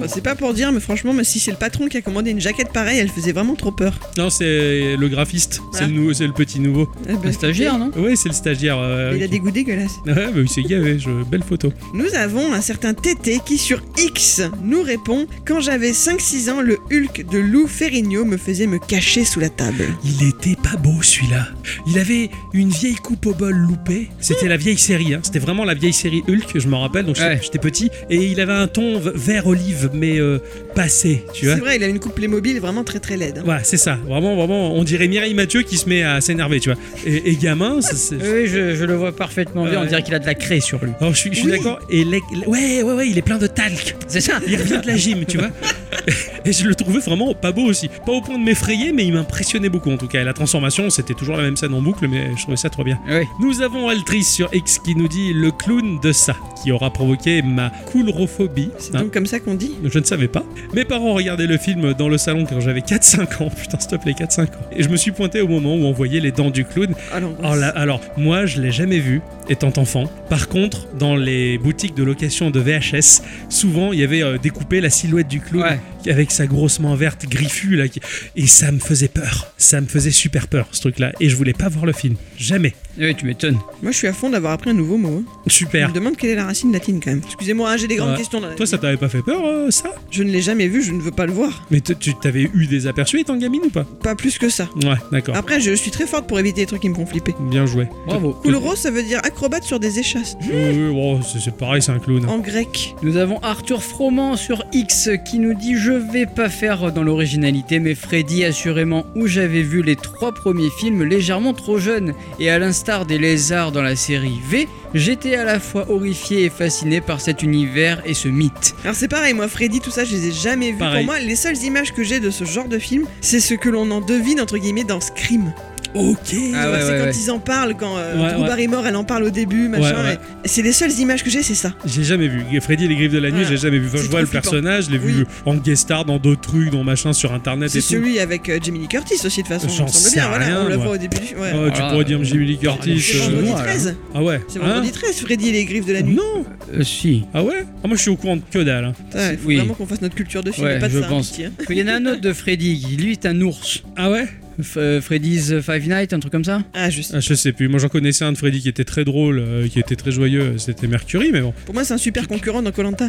Speaker 3: Bon, c'est pas pour dire, mais franchement, mais si c'est le patron qui a commandé une jaquette pareille, elle faisait vraiment trop peur.
Speaker 1: Non, c'est le graphiste, c'est le, nouveau- c'est le petit nouveau.
Speaker 3: Eh ben,
Speaker 2: Ah, Un stagiaire, non
Speaker 1: Oui, c'est le stagiaire. euh,
Speaker 3: Il a
Speaker 1: qui-
Speaker 3: des goûts dégueulasses.
Speaker 1: Ouais, bah oui, c'est gavé, je- belle photo.
Speaker 3: Nous avons un certain TT qui sur X nous répond Quand j'avais 5-6 ans, le Hulk de Lou Ferrigno me faisait me cacher sous la table.
Speaker 1: Il était pas beau celui-là. Il avait une vieille coupe au bol loupée. C'était la vieille série, hein. c'était vraiment la vieille série Hulk, je m'en rappelle, donc j'étais-
Speaker 2: Ouais.
Speaker 1: j'étais petit. Et il avait un ton v- vert olive, mais euh, passé, tu vois.
Speaker 3: C'est vrai, il a une coupe mobile vraiment très très laide. hein.
Speaker 1: Voilà, c'est ça. Vraiment, vraiment, on dirait Mireille Mathieu qui se met à s'énerver, tu vois. Et, et gamin, ça, c'est...
Speaker 3: Euh,
Speaker 2: Oui, je, je le vois parfaitement bien.
Speaker 1: Ouais.
Speaker 2: On dirait qu'il a de la craie sur lui.
Speaker 1: Alors, je suis, je suis
Speaker 3: Oui.
Speaker 1: d'accord. Et l'ec- ouais, ouais, ouais, il est plein de talc.
Speaker 2: C'est ça.
Speaker 1: Il revient de la gym, tu vois. Et je le trouvais vraiment pas beau aussi. Pas au point de m'effrayer, mais il m'impressionnait beaucoup en tout cas. Et la transformation, c'était toujours la même scène en boucle, mais je trouvais ça trop bien.
Speaker 2: Ouais.
Speaker 1: Nous avons Altrice sur X qui nous dit le clown de ça, qui aura provoqué ma coulrophobie.
Speaker 3: C'est
Speaker 1: Hein,
Speaker 3: donc comme ça qu'on dit.
Speaker 1: je ne savais pas. Mes parents regardaient le film dans le salon quand j'avais 4-5 ans. Putain, s'il te plaît, 4-5 ans. Et je me suis pointé au moment où on voyait les dents du clown.
Speaker 3: Ah, Alors,
Speaker 1: Alors, Oh là- alors, moi, je l'ai jamais vu, étant enfant. Par contre, dans les boutiques de location de VHS, souvent, il y avait euh, découpé la silhouette du clown
Speaker 2: Ouais.
Speaker 1: avec sa grosse main verte griffue. Là, qui- Et ça me faisait peur. Ça me faisait super peur, ce truc-là. Et je voulais pas voir le film. Jamais.
Speaker 2: Ouais, tu m'étonnes.
Speaker 3: moi je suis à fond d'avoir appris un nouveau mot. hein. Je
Speaker 1: Super.
Speaker 3: me demande quelle est la racine latine quand même. Excusez-moi, hein, j'ai des grandes
Speaker 1: Ouais.
Speaker 3: questions. Dans la...
Speaker 1: Toi, ça t'avait pas fait peur, euh, ça
Speaker 3: Je ne l'ai jamais vu, je ne veux pas le voir.
Speaker 1: Mais t- tu t'avais eu des aperçus étant gamine ou pas
Speaker 3: Pas plus que ça.
Speaker 1: Ouais, d'accord.
Speaker 3: Après, je suis très forte pour éviter les trucs qui me font flipper.
Speaker 1: Bien joué.
Speaker 3: Oh.
Speaker 2: Bravo.
Speaker 3: Koulro, ça veut dire acrobate sur des échasses.
Speaker 1: Oui, oui, bon, c'est c'est pareil, c'est un clown. hein.
Speaker 3: En grec.
Speaker 2: Nous avons Arthur Froment sur X qui nous dit Je vais pas faire dans l'originalité, mais Freddy, assurément, où j'avais vu les trois premiers films légèrement trop jeunes. Et à l'instar des lézards dans la série V, j'étais à la fois horrifié et fasciné par cet univers et ce mythe.
Speaker 3: Alors c'est pareil, moi Freddy, tout ça, je les ai jamais vus.
Speaker 1: Pareil.
Speaker 3: Pour moi, les seules images que j'ai de ce genre de film, c'est ce que l'on en devine entre guillemets dans Scream.
Speaker 1: Ok.
Speaker 2: Ah
Speaker 3: Tu vois,
Speaker 2: ouais,
Speaker 3: c'est
Speaker 2: ouais,
Speaker 3: quand
Speaker 2: ouais.
Speaker 3: ils en parlent, quand euh,
Speaker 1: Ouais,
Speaker 3: Drew
Speaker 1: ouais.
Speaker 3: Barrymore, elle en parle au début, machin.
Speaker 1: Ouais, ouais.
Speaker 3: et- C'est les seules images que j'ai, c'est ça.
Speaker 1: J'ai jamais vu. Freddy et les griffes de la nuit,
Speaker 3: Voilà.
Speaker 1: j'ai jamais vu. Enfin,
Speaker 3: C'est
Speaker 1: je vois le
Speaker 3: trop flippant.
Speaker 1: personnage, je l'ai vu
Speaker 3: Oui.
Speaker 1: en guest star dans d'autres trucs, dans machin sur internet et
Speaker 3: C'est
Speaker 1: tout.
Speaker 3: celui avec euh, Jamie Lee Curtis aussi de toute façon.
Speaker 1: J'en
Speaker 3: il me semble
Speaker 1: sais
Speaker 3: bien, voilà,
Speaker 1: rien,
Speaker 3: on le
Speaker 1: moi. Oh,
Speaker 3: voit au début. du- Ouais.
Speaker 1: Ouais, Ah, tu
Speaker 2: Voilà,
Speaker 1: pourrais dire
Speaker 2: euh,
Speaker 1: Jimmy Lee Curtis.
Speaker 2: c'est
Speaker 1: euh,
Speaker 3: c'est vendredi
Speaker 2: moi, alors.
Speaker 3: 13.
Speaker 1: Ah ouais.
Speaker 3: C'est
Speaker 1: Hein
Speaker 3: vendredi 13, Freddy et les griffes de la nuit.
Speaker 1: non.
Speaker 2: Euh, si.
Speaker 1: Ah ouais. Ah moi je suis au courant de que dalle. hein.
Speaker 3: Putain, il faut
Speaker 2: Oui.
Speaker 3: vraiment qu'on fasse notre culture de film,
Speaker 2: Ouais,
Speaker 3: et pas de
Speaker 2: je
Speaker 3: ça. hein,
Speaker 2: pense.
Speaker 3: pitié, hein.
Speaker 2: Il y en a un autre de Freddy qui, lui, est un ours.
Speaker 1: Ah ouais.
Speaker 2: F- euh, Freddy's Five Nights, un truc comme ça
Speaker 3: Ah, je sais.
Speaker 1: Ah, je sais plus. Moi j'en connaissais un de Freddy qui était très drôle, euh, qui était très joyeux. C'était Mercury, mais bon.
Speaker 3: Pour moi, c'est un super concurrent dans Colanta.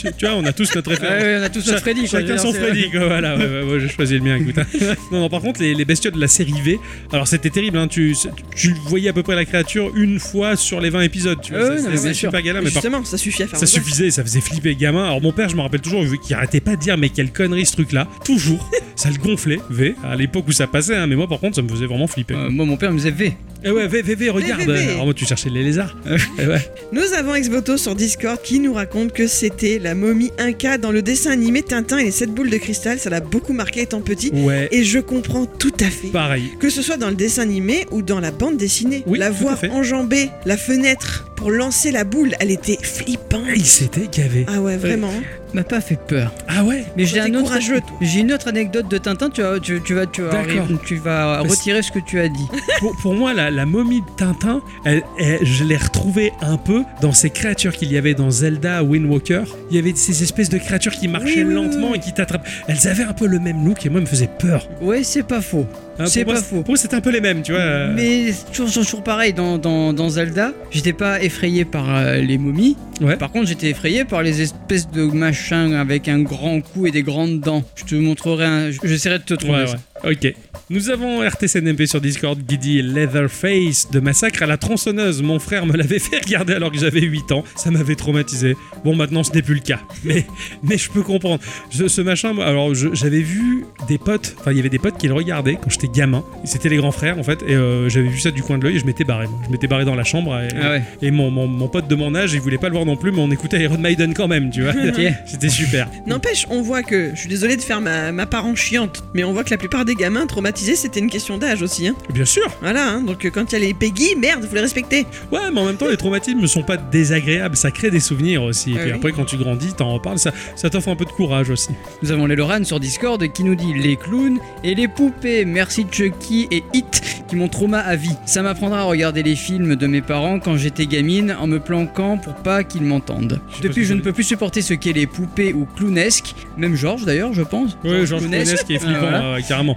Speaker 1: tu tu vois, on a tous notre
Speaker 2: Ouais,
Speaker 1: référence.
Speaker 2: ouais, on a tous notre Freddy. quoi.
Speaker 1: Chacun son
Speaker 2: C'est-
Speaker 1: Freddy, quoi, voilà, ouais, ouais, ouais, j'ai choisi le mien, écoute. hein. Non, non, par contre, les, les bestioles de la série V, alors c'était terrible, hein, tu, tu voyais à peu près la créature une fois sur les 20 épisodes, tu vois,
Speaker 2: Ouais,
Speaker 1: c'est-
Speaker 2: ouais, non,
Speaker 1: c'est-
Speaker 2: mais
Speaker 1: c'est
Speaker 2: bien sûr.
Speaker 1: super galère, Euh, mais par
Speaker 3: Justement, ça suffit à faire.
Speaker 1: ça
Speaker 3: un gosse.
Speaker 1: suffisait, ça faisait flipper les gamins. Alors mon père, je me rappelle toujours, vu qu'il arrêtait pas de dire mais quelle connerie ce truc-là. Toujours, ça le gonflait, V, à l'époque où ça passait. hein, mais moi par contre, ça me faisait vraiment flipper.
Speaker 2: Euh, moi, mon père me disait V.
Speaker 1: Eh ouais, V, V, V, regarde.
Speaker 3: V, V.
Speaker 1: Alors moi, tu cherchais les lézards. Eh ouais.
Speaker 3: Nous avons Exvoto sur Discord qui nous raconte que c'était la momie Inca dans le dessin animé Tintin et les 7 boules de cristal. Ça l'a beaucoup marqué étant petit.
Speaker 1: Ouais,
Speaker 3: Et je comprends tout à fait.
Speaker 1: pareil.
Speaker 3: Que ce soit dans le dessin animé ou dans la bande dessinée,
Speaker 1: Bah. Oui,
Speaker 3: la
Speaker 1: tout à
Speaker 3: voix
Speaker 1: fait.
Speaker 3: enjambée, la fenêtre pour lancer la boule, elle était flippante.
Speaker 1: Il s'était gavé.
Speaker 3: Ah ouais, vraiment. hein.
Speaker 2: M'a pas fait peur.
Speaker 1: Ah ouais
Speaker 2: Mais j'ai
Speaker 3: T'es
Speaker 2: un autre
Speaker 3: courageux, toi.
Speaker 2: J'ai une autre anecdote de Tintin, tu vas, tu, tu vas, tu vas,
Speaker 1: D'accord.
Speaker 2: tu vas
Speaker 1: Parce-
Speaker 2: retirer ce que tu as dit.
Speaker 1: pour, pour moi, la, la momie de Tintin, elle- elle- je l'ai retrouvée un peu dans ces créatures qu'il y avait dans Zelda Wind Walker. Il y avait ces espèces de créatures qui marchaient
Speaker 3: Oui, oui,
Speaker 1: lentement
Speaker 3: oui.
Speaker 1: et qui t'attrapent. Elles avaient un peu le même look et moi, elles me faisaient peur.
Speaker 2: Ouais, c'est pas faux.
Speaker 1: Hein,
Speaker 2: C'est
Speaker 1: pour moi,
Speaker 2: pas faux.
Speaker 1: Pour moi, c'était un peu les mêmes, tu vois. euh,
Speaker 2: Mais c'est toujours, toujours- toujours pareil, dans, dans, dans Zelda, j'étais pas effrayé par euh, les momies.
Speaker 1: Ouais.
Speaker 2: Par contre, j'étais effrayé par les espèces de machins avec un grand cou et des grandes dents. Je te montrerai un. j- J'essaierai de te trouver.
Speaker 1: Ouais,
Speaker 2: ça.
Speaker 1: ouais. Ok. Nous avons RTCNMP sur Discord qui dit Leatherface de Massacre à la tronçonneuse. Mon frère me l'avait fait regarder alors que j'avais 8 ans. Ça m'avait traumatisé. Bon, maintenant ce n'est plus le cas. Mais, mais je peux comprendre. Je- ce machin, moi, alors je- j'avais vu des potes, enfin il y avait des potes qui le regardaient quand j'étais gamin. C'était les grands frères en fait. Et euh, j'avais vu ça du coin de l'œil et je m'étais barré. moi. Je m'étais barré dans la chambre. Et,
Speaker 2: Ah ouais.
Speaker 1: et mon, mon- mon pote de mon âge, il voulait pas le voir non plus, mais on écoutait Iron Maiden quand même, tu vois.
Speaker 2: Ok.
Speaker 1: C'était super.
Speaker 3: N'empêche, on voit que, je suis désolée de faire ma, ma parent chiante, mais on voit que la plupart des gamins traumatisés, c'était une question d'âge aussi. Hein.
Speaker 1: Bien sûr.
Speaker 3: Voilà, hein, donc euh, quand il y a les Peggy, merde, faut les respecter.
Speaker 1: Ouais, mais en même temps, les traumatismes ne sont pas désagréables, ça crée des souvenirs aussi. Et
Speaker 3: Ah
Speaker 1: puis
Speaker 3: oui.
Speaker 1: après, quand tu grandis, t'en reparles, ça, ça t'offre un peu de courage aussi.
Speaker 2: Nous avons les Loran sur Discord qui nous dit les clowns et les poupées. Merci Chucky et Hit qui m'ont trauma à vie. Ça m'apprendra à regarder les films de mes parents quand j'étais gamine en me planquant pour pas qu'ils m'entendent.
Speaker 1: Je sais pas ce
Speaker 2: Depuis,
Speaker 1: que
Speaker 2: je
Speaker 1: ça
Speaker 2: ne
Speaker 1: veut
Speaker 2: peux plus supporter ce qu'est les poupées ou clownesques. Même Georges d'ailleurs, je pense.
Speaker 1: Ouais, genre, je connais
Speaker 2: Clooness.
Speaker 1: ce qui est flippant,
Speaker 2: Ah, voilà.
Speaker 1: ouais, ouais, carrément.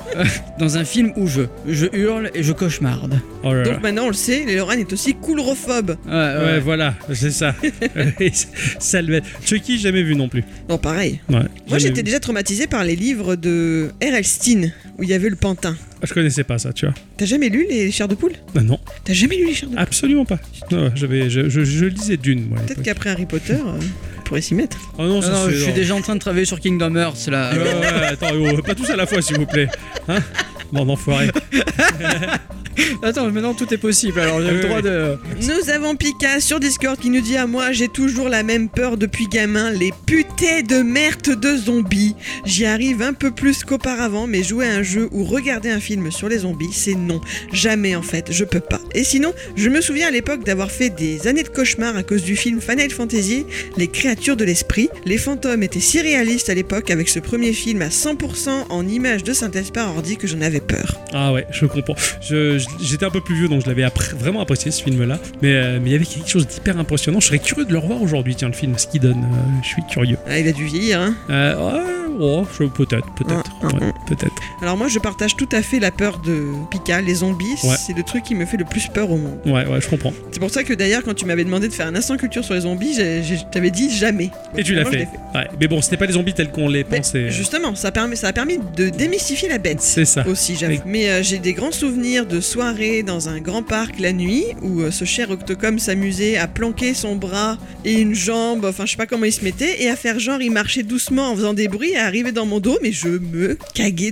Speaker 2: Dans un film où je, je hurle et je cauchemarde.
Speaker 1: Oh là là.
Speaker 3: Donc maintenant, on le sait, les Lorraine est aussi coulrophobe.
Speaker 2: Ouais,
Speaker 1: Ouais,
Speaker 2: ouais.
Speaker 1: voilà, c'est ça. Ouais, ça le met. Chucky, jamais vu non plus.
Speaker 3: Non, pareil.
Speaker 1: Ouais,
Speaker 3: Moi,
Speaker 1: jamais
Speaker 3: j'étais
Speaker 1: vu.
Speaker 3: déjà traumatisée par les livres de R.L. Stein, où il y avait le pantin.
Speaker 1: Ah, Je connaissais pas ça, tu vois.
Speaker 3: T'as jamais lu les chairs de poule
Speaker 1: Ah, non,
Speaker 3: T'as jamais lu les chairs de poule
Speaker 1: absolument pas. Non, ouais, j'avais, je, je, je lisais d'une, moi. à
Speaker 3: Peut-être
Speaker 1: l'époque.
Speaker 3: qu'après Harry Potter, euh, on pourrait s'y mettre.
Speaker 1: Oh non,
Speaker 2: Non,
Speaker 1: ça,
Speaker 2: Ah non,
Speaker 1: c'est- Ah
Speaker 2: je suis déjà en train de travailler sur Kingdom Hearts là.
Speaker 1: Ouais, ouais, ouais, attends, oh, pas tous à la fois, s'il vous plaît. Hein Bon, d'enfoiré.
Speaker 2: Attends, mais maintenant tout est possible, alors j'ai le
Speaker 1: Oui,
Speaker 2: droit
Speaker 1: oui.
Speaker 2: de.
Speaker 3: Nous avons Pika sur Discord qui nous dit à moi j'ai toujours la même peur depuis gamin, les putais de merde de zombies. J'y arrive un peu plus qu'auparavant, mais jouer à un jeu ou regarder un film sur les zombies, c'est non. Jamais en fait, je peux pas. Et sinon, je me souviens à l'époque d'avoir fait des années de cauchemars à cause du film Final Fantasy, Les créatures de l'esprit. Les fantômes étaient si réalistes à l'époque avec ce premier film à 100% en images de synthèse par ordi que j'en avais peur.
Speaker 1: Ah ouais, je comprends. Je- je- J'étais un peu plus vieux, donc je l'avais appré- vraiment apprécié ce film-là. Mais euh, mais il y avait quelque chose d'hyper impressionnant. Je serais curieux de le revoir aujourd'hui, tiens, le film, ce qu'il donne. Euh, je suis curieux.
Speaker 3: Ah, il a dû vieillir, hein.
Speaker 1: Euh, ouais, ouais, je- peut-être, peut-être.
Speaker 3: Ah, ah,
Speaker 1: ouais, peut-être.
Speaker 3: Alors moi je partage tout à fait la peur de Pika, les zombies,
Speaker 1: Ouais.
Speaker 3: c'est le truc qui me fait le plus peur au monde.
Speaker 1: Ouais, ouais, je comprends.
Speaker 3: C'est pour ça que d'ailleurs quand tu m'avais demandé de faire un instant culture sur les zombies, j'ai- j'ai- je t'avais dit jamais.
Speaker 1: Et tu l'as
Speaker 3: Moi, je
Speaker 1: fait.
Speaker 3: l'ai
Speaker 1: Ouais. Mais bon, c'était pas les zombies tels qu'on les
Speaker 3: Mais
Speaker 1: pensait.
Speaker 3: Justement, ça, permet, ça a permis de démystifier la bête.
Speaker 1: C'est ça.
Speaker 3: Aussi, j'avoue.
Speaker 1: Oui.
Speaker 3: Mais euh, j'ai des grands souvenirs de soirées dans un grand parc la nuit où euh, ce cher Octocom s'amusait à planquer son bras et une jambe, enfin je sais pas comment il se mettait, et à faire genre il marchait doucement en faisant des bruits et arriver dans mon dos, mais je me caguais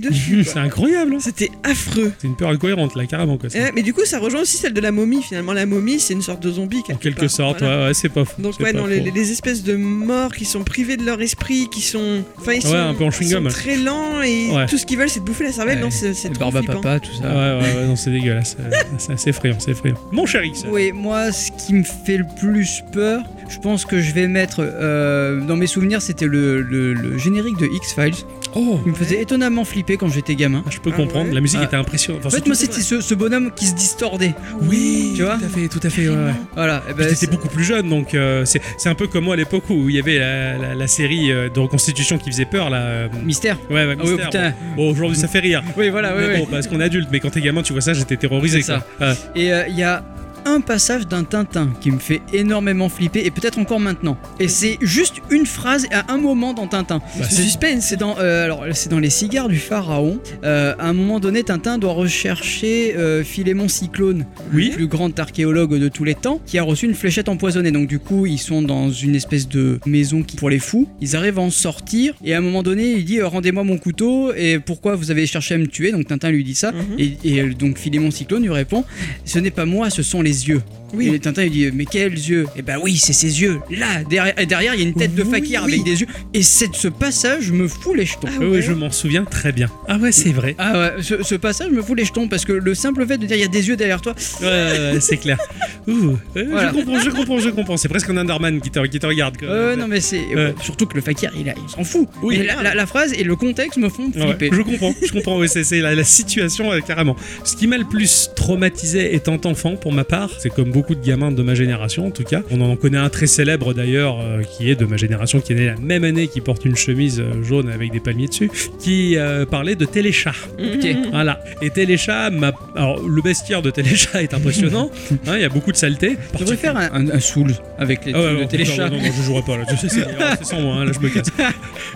Speaker 3: dessus. quoi.
Speaker 1: C'est incroyable. hein.
Speaker 3: C'était affreux.
Speaker 1: C'est une peur incohérente, là, carrément. Quoi, ça.
Speaker 3: Ouais, Eh, mais du coup, ça rejoint aussi celle de la momie. Finalement, la momie, Eh, c'est une sorte de zombie.
Speaker 1: en
Speaker 3: quelque
Speaker 1: quelque
Speaker 3: part.
Speaker 1: sorte,
Speaker 3: Voilà.
Speaker 1: ouais, ouais, c'est pas fou.
Speaker 3: Donc
Speaker 1: c'est
Speaker 3: ouais,
Speaker 1: pas
Speaker 3: non, les,
Speaker 1: faux.
Speaker 3: les- les espèces de morts qui sont privés de leur esprit, qui sont, enfin ils
Speaker 1: Ouais,
Speaker 3: sont,
Speaker 1: un peu en
Speaker 3: ils sont
Speaker 1: chewing-gum.
Speaker 3: très lents et
Speaker 1: Ouais.
Speaker 3: tout ce qu'ils veulent, c'est de bouffer la cervelle.
Speaker 2: Ouais.
Speaker 3: Non, c'est c'est trop
Speaker 5: Barba
Speaker 3: flippant.
Speaker 5: Papa, tout ça.
Speaker 1: Ouais, ouais, ouais, non, c'est dégueulasse. Euh, c'est c'est effrayant, c'est effrayant. Mon cher X.
Speaker 2: Oui, moi, ce qui me fait le plus peur, je pense que je vais mettre. euh, dans mes souvenirs, c'était le, le- le générique de X-Files.
Speaker 1: Oh,
Speaker 2: qui me faisait étonnamment flipper quand j'étais gamin.
Speaker 1: je peux
Speaker 3: Ah
Speaker 1: comprendre.
Speaker 3: ouais.
Speaker 1: La musique
Speaker 2: Ah.
Speaker 1: était impressionnante. Enfin,
Speaker 2: En fait,
Speaker 1: surtout-
Speaker 2: moi, c'était ce, ce bonhomme qui se distordait.
Speaker 1: oui,
Speaker 2: tu vois
Speaker 1: tout à fait, tout à fait. ouais, ouais.
Speaker 2: Voilà. eh ben,
Speaker 1: J'étais
Speaker 2: c'est-
Speaker 1: beaucoup plus jeune, donc euh, c'est c'est un peu comme moi à l'époque où il y avait la, la- la série euh, de reconstitution qui faisait peur. Là, euh,
Speaker 2: Mystère.
Speaker 1: ouais, ouais,
Speaker 2: Ah oui, oh,
Speaker 1: Mystère,
Speaker 2: putain.
Speaker 1: bon. Bon, aujourd'hui, ça fait rire.
Speaker 2: Oui, voilà, oui,
Speaker 1: mais
Speaker 2: oui.
Speaker 1: bon, parce qu'on est adulte, mais quand t'es gamin, tu vois ça, j'étais terrorisé.
Speaker 2: C'est ça.
Speaker 1: quoi. Ah. Ouais.
Speaker 2: Et euh, il y a un passage d'un Tintin qui me fait énormément flipper, et peut-être encore maintenant. Et c'est juste une phrase à un moment dans Tintin.
Speaker 1: Bah,
Speaker 2: c'est
Speaker 1: c'est-
Speaker 2: suspense, c'est dans, euh, alors, c'est dans les cigares du pharaon. Euh, à un moment donné, Tintin doit rechercher euh, Philémon Cyclone,
Speaker 1: Oui.
Speaker 2: le plus grand archéologue de tous les temps, qui a reçu une fléchette empoisonnée. Donc du coup, ils sont dans une espèce de maison qui, pour les fous. Ils arrivent à en sortir, et à un moment donné, il dit euh, Rendez-moi mon couteau, et pourquoi vous avez cherché à me tuer Donc Tintin lui dit ça,
Speaker 3: Mhm.
Speaker 2: et, et, euh, donc Philémon Cyclone lui répond Ce n'est pas moi, ce sont les yeux.
Speaker 3: Oui.
Speaker 2: Et Tintin lui dit Mais quels yeux Et bah oui, c'est ses yeux. Là, derrière, et derrière, il y a une tête de
Speaker 1: Oui.
Speaker 2: fakir avec des yeux. Et c'est ce passage me fout les jetons.
Speaker 3: Ah
Speaker 1: Ouais,
Speaker 3: ouais.
Speaker 1: ouais, je m'en souviens très bien. Ah ouais, c'est vrai.
Speaker 2: Ah ouais, ce, ce passage me fout les jetons parce que le simple fait de dire il y a des yeux derrière toi,
Speaker 1: Ouais, ouais, ouais, c'est clair. Ouh. Euh,
Speaker 2: Voilà.
Speaker 1: Je comprends, je comprends, je comprends. C'est presque un Underman qui te, qui te regarde. quoi.
Speaker 2: euh, non mais c'est
Speaker 1: Ouais.
Speaker 2: surtout que le fakir il, a- il s'en fout.
Speaker 1: Oui.
Speaker 2: Mais la, la- la phrase et le contexte me font
Speaker 1: Ouais,
Speaker 2: flipper.
Speaker 1: je comprends, je comprends, oui, c'est c'est la, la situation euh, carrément. Ce qui m'a le plus traumatisé étant enfant, pour ma part, c'est comme beaucoup de gamins de ma génération en tout cas, on en connaît un très célèbre d'ailleurs, euh, qui est de ma génération, qui est né la même année, qui porte une chemise euh, jaune avec des palmiers dessus, qui euh, parlait de téléchat.
Speaker 2: Mm.
Speaker 3: Mhm.
Speaker 1: Voilà. Et téléchat, m'a- alors le bestiaire de téléchat est impressionnant, hein, il y a beaucoup de saleté.
Speaker 2: Je devrais faire un, un, un soul avec les
Speaker 1: Ah ouais,
Speaker 2: trucs
Speaker 1: non,
Speaker 2: de téléchat.
Speaker 1: Non, non, non, je jouerai pas là, Je sais, c'est c'est sans moi, hein, là je me casse.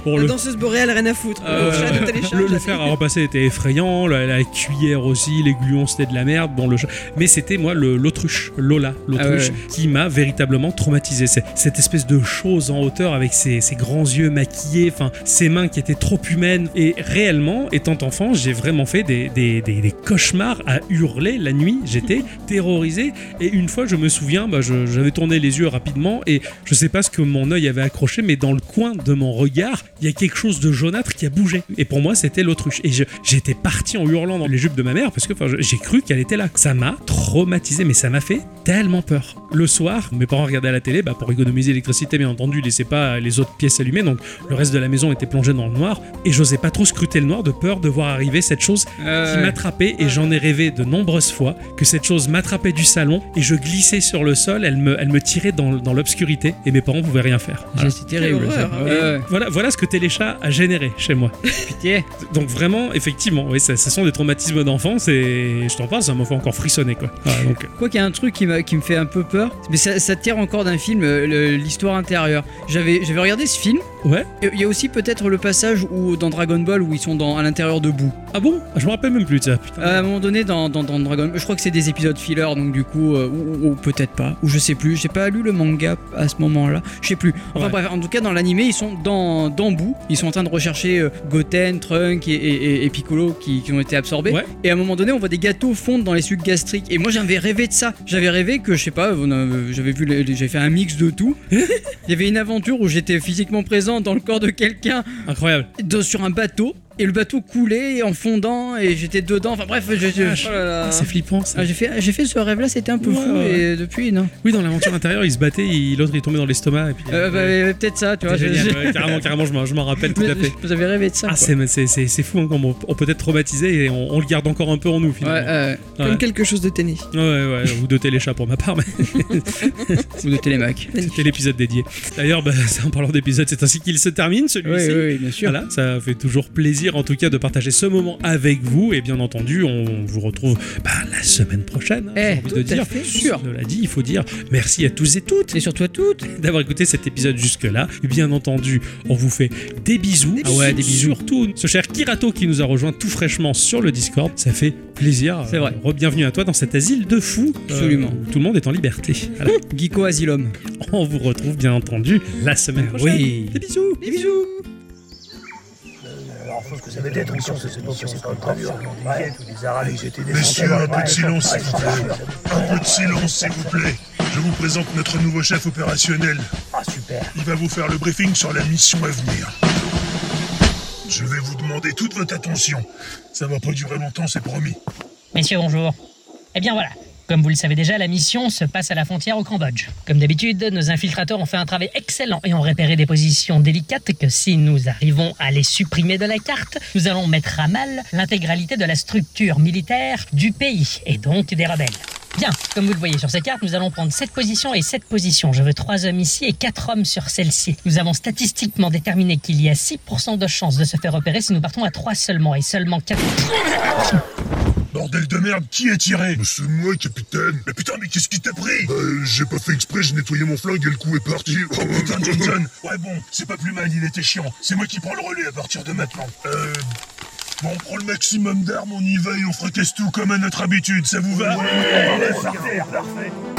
Speaker 1: Pour
Speaker 3: La
Speaker 1: le Ah,
Speaker 3: danseuse boréale, rien à foutre.
Speaker 2: Euh,
Speaker 3: le chat
Speaker 2: ouais.
Speaker 3: de télécharge,
Speaker 1: le, le
Speaker 3: la-
Speaker 1: fer à repasser était effrayant, la, la cuillère aussi, les gluons c'était de la merde. Bon, le chat- mais c'était moi le- l'autruche, Lola, l'autruche,
Speaker 2: Ah ouais,
Speaker 1: qui m'a véritablement traumatisé. C'est cette espèce de chose en hauteur avec ses, ses grands yeux maquillés, enfin ses mains qui étaient trop humaines. Et réellement, étant enfant, j'ai vraiment fait des, des- des- des cauchemars à hurler la nuit. J'étais terrorisé. Et une fois, je me souviens, bah, je- j'avais tourné les yeux rapidement et je sais pas ce que mon œil avait accroché, mais dans le coin de mon regard, il y a quelque chose de jaunâtre qui a bougé. Et pour moi, c'était l'autruche. Et je- j'étais parti en hurlant dans les jupes de ma mère parce que enfin, je- j'ai cru qu'elle était là. Ça m'a traumatisé, mais ça m'a fait tellement peur. Le soir, mes parents regardaient la télé bah, pour économiser l'électricité, bien entendu, ils laissaient pas les autres pièces allumées, donc le reste de la maison était plongé dans le noir. Et j'osais pas trop scruter le noir de peur de voir arriver cette chose qui
Speaker 2: Euh,
Speaker 1: m'attrapait et j'en ai rêvé de nombreuses fois que cette chose m'attrapait du salon et je glissais sur le sol, elle me, elle me tirait dans, dans l'obscurité et mes parents pouvaient rien faire. Voilà.
Speaker 2: C'est terrible. ça.
Speaker 3: horreur, hein.
Speaker 2: Ouais, ouais.
Speaker 1: Voilà, voilà ce que Téléchat a généré chez moi.
Speaker 2: Pitié.
Speaker 1: Donc vraiment, effectivement, oui, ça- ce sont des traumatismes d'enfance et je t'en parle, ça m'a fait encore frissonner quoi. Voilà, donc,
Speaker 2: Quoi qu'il y a un truc qui, m'a- qui me fait un peu peur, mais ça, ça tire encore d'un film, euh, le- l'histoire intérieure. J'avais, j'avais regardé ce film.
Speaker 1: euh, Ouais.
Speaker 2: Et Il y a aussi peut-être le passage où dans Dragon Ball où ils sont dans, à l'intérieur de boue.
Speaker 1: Ah bon Je me rappelle même plus de ça, putain.
Speaker 2: Euh, à un moment donné, dans, dans, dans Dragon, je crois que c'est des épisodes filler, donc du coup, euh, ou, ou- ou peut-être pas, ou je sais plus, j'ai pas lu le manga à ce moment-là, je sais plus. Enfin
Speaker 1: Ouais.
Speaker 2: bref, en tout cas, dans l'animé, ils sont dans, dans Boo, ils sont en train de rechercher euh, Goten, Trunk et, et- et- et Piccolo qui, qui ont été absorbés.
Speaker 1: Ouais.
Speaker 2: Et à un moment donné, on voit des gâteaux fondre dans les sucs gastriques. Et moi, j'avais rêvé de ça. J'avais rêvé que, je sais pas, on a- j'avais vu, les- les- j'avais fait un mix de tout. Il y avait une aventure où j'étais physiquement présent dans le corps de quelqu'un
Speaker 1: Incroyable.
Speaker 2: de- sur un bateau et le bateau coulait en fondant et j'étais dedans. Enfin bref, je- je-
Speaker 1: Vache.
Speaker 2: oh là là.
Speaker 1: Ah, c'est flippant ça.
Speaker 2: Ah, j'ai fait, j'ai fait ce rêve-là, c'était un peu
Speaker 1: Ouais,
Speaker 2: fou
Speaker 1: ouais.
Speaker 2: et depuis non.
Speaker 1: Oui, dans l'aventure intérieure, il se battait, il- l'autre il tombait dans l'estomac. Et puis,
Speaker 2: Euh, bah,
Speaker 1: Ouais,
Speaker 2: ouais, peut-être ça, tu vois.
Speaker 1: c'était
Speaker 2: je-
Speaker 1: génial.
Speaker 2: je-
Speaker 1: Ouais, carrément, carrément, je m'en- je m'en rappelle tout à fait.
Speaker 2: je- J'avais rêvé de ça.
Speaker 1: Ah,
Speaker 2: quoi.
Speaker 1: c'est c'est- c'est- c'est fou, hein, comme on, on peut être traumatisé et on, on le garde encore un peu en nous
Speaker 2: Ouais,
Speaker 1: finalement.
Speaker 2: euh,
Speaker 1: Ouais.
Speaker 3: Comme quelque chose de tennis.
Speaker 1: Ouais, ouais, ou de téléchat pour ma part, mais
Speaker 2: ou de Télémac.
Speaker 1: c'était l'épisode dédié. D'ailleurs, bah, c'est en parlant d'épisode, c'est ainsi qu'il se termine
Speaker 2: Oui,
Speaker 1: celui-ci.
Speaker 2: oui, oui, bien sûr.
Speaker 1: Voilà, ça fait toujours plaisir en tout cas de partager ce moment avec vous et bien entendu on vous retrouve bah, la semaine prochaine. hein,
Speaker 2: Eh,
Speaker 1: j'ai envie
Speaker 2: tout
Speaker 1: de
Speaker 2: à
Speaker 1: dire,
Speaker 2: fait sûr.
Speaker 1: on l'a dit, il faut dire merci à tous et toutes
Speaker 2: Et sur toi toutes.
Speaker 1: d'avoir écouté cet épisode jusque là. Bien entendu, on vous fait des bisous.
Speaker 2: Ah ouais, des bisous.
Speaker 1: Surtout ce cher Kirato qui nous a rejoint tout fraîchement sur le Discord, ça fait plaisir.
Speaker 2: C'est vrai.
Speaker 1: Bienvenue à toi dans cet asile de fous. euh,
Speaker 2: Absolument.
Speaker 1: où tout le monde est en liberté. Voilà.
Speaker 2: Geeko Asylum.
Speaker 1: on vous retrouve bien entendu la semaine
Speaker 2: Ah
Speaker 1: prochaine.
Speaker 2: oui.
Speaker 1: Des bisous.
Speaker 3: Des bisous
Speaker 6: Messieurs, un peu de silence, s'il vous plaît. Un peu de silence, s'il vous plaît. Je vous présente notre nouveau chef opérationnel. Ah, super. Il va vous faire le briefing sur la mission à venir. Je vais vous demander toute votre attention. Ça va pas durer longtemps, c'est promis.
Speaker 7: Messieurs, bonjour. Eh bien voilà, comme vous le savez déjà, la mission se passe à la frontière au Cambodge. Comme d'habitude, nos infiltrateurs ont fait un travail excellent et ont repéré des positions délicates que si nous arrivons à les supprimer de la carte, nous allons mettre à mal l'intégralité de la structure militaire du pays et donc des rebelles. Bien, comme vous le voyez sur cette carte, nous allons prendre cette position et cette position. Je veux trois hommes ici et quatre hommes sur celle-ci. Nous avons statistiquement déterminé qu'il y a 6% de chances de se faire repérer si nous partons à trois seulement et seulement quatre.
Speaker 6: Bordel de merde, qui est tiré C'est moi, capitaine. Mais putain, mais qu'est-ce qui t'a pris Euh, j'ai pas fait exprès, j'ai nettoyé mon flingue et le coup est parti. putain, John John. Ouais, bon, c'est pas plus mal, il était chiant. C'est moi qui prends le relais à partir de maintenant. Euh. Bon, on prend le maximum d'armes, on y va et on fracasse tout comme à notre habitude, ça vous va Ouais, parfait, parfait.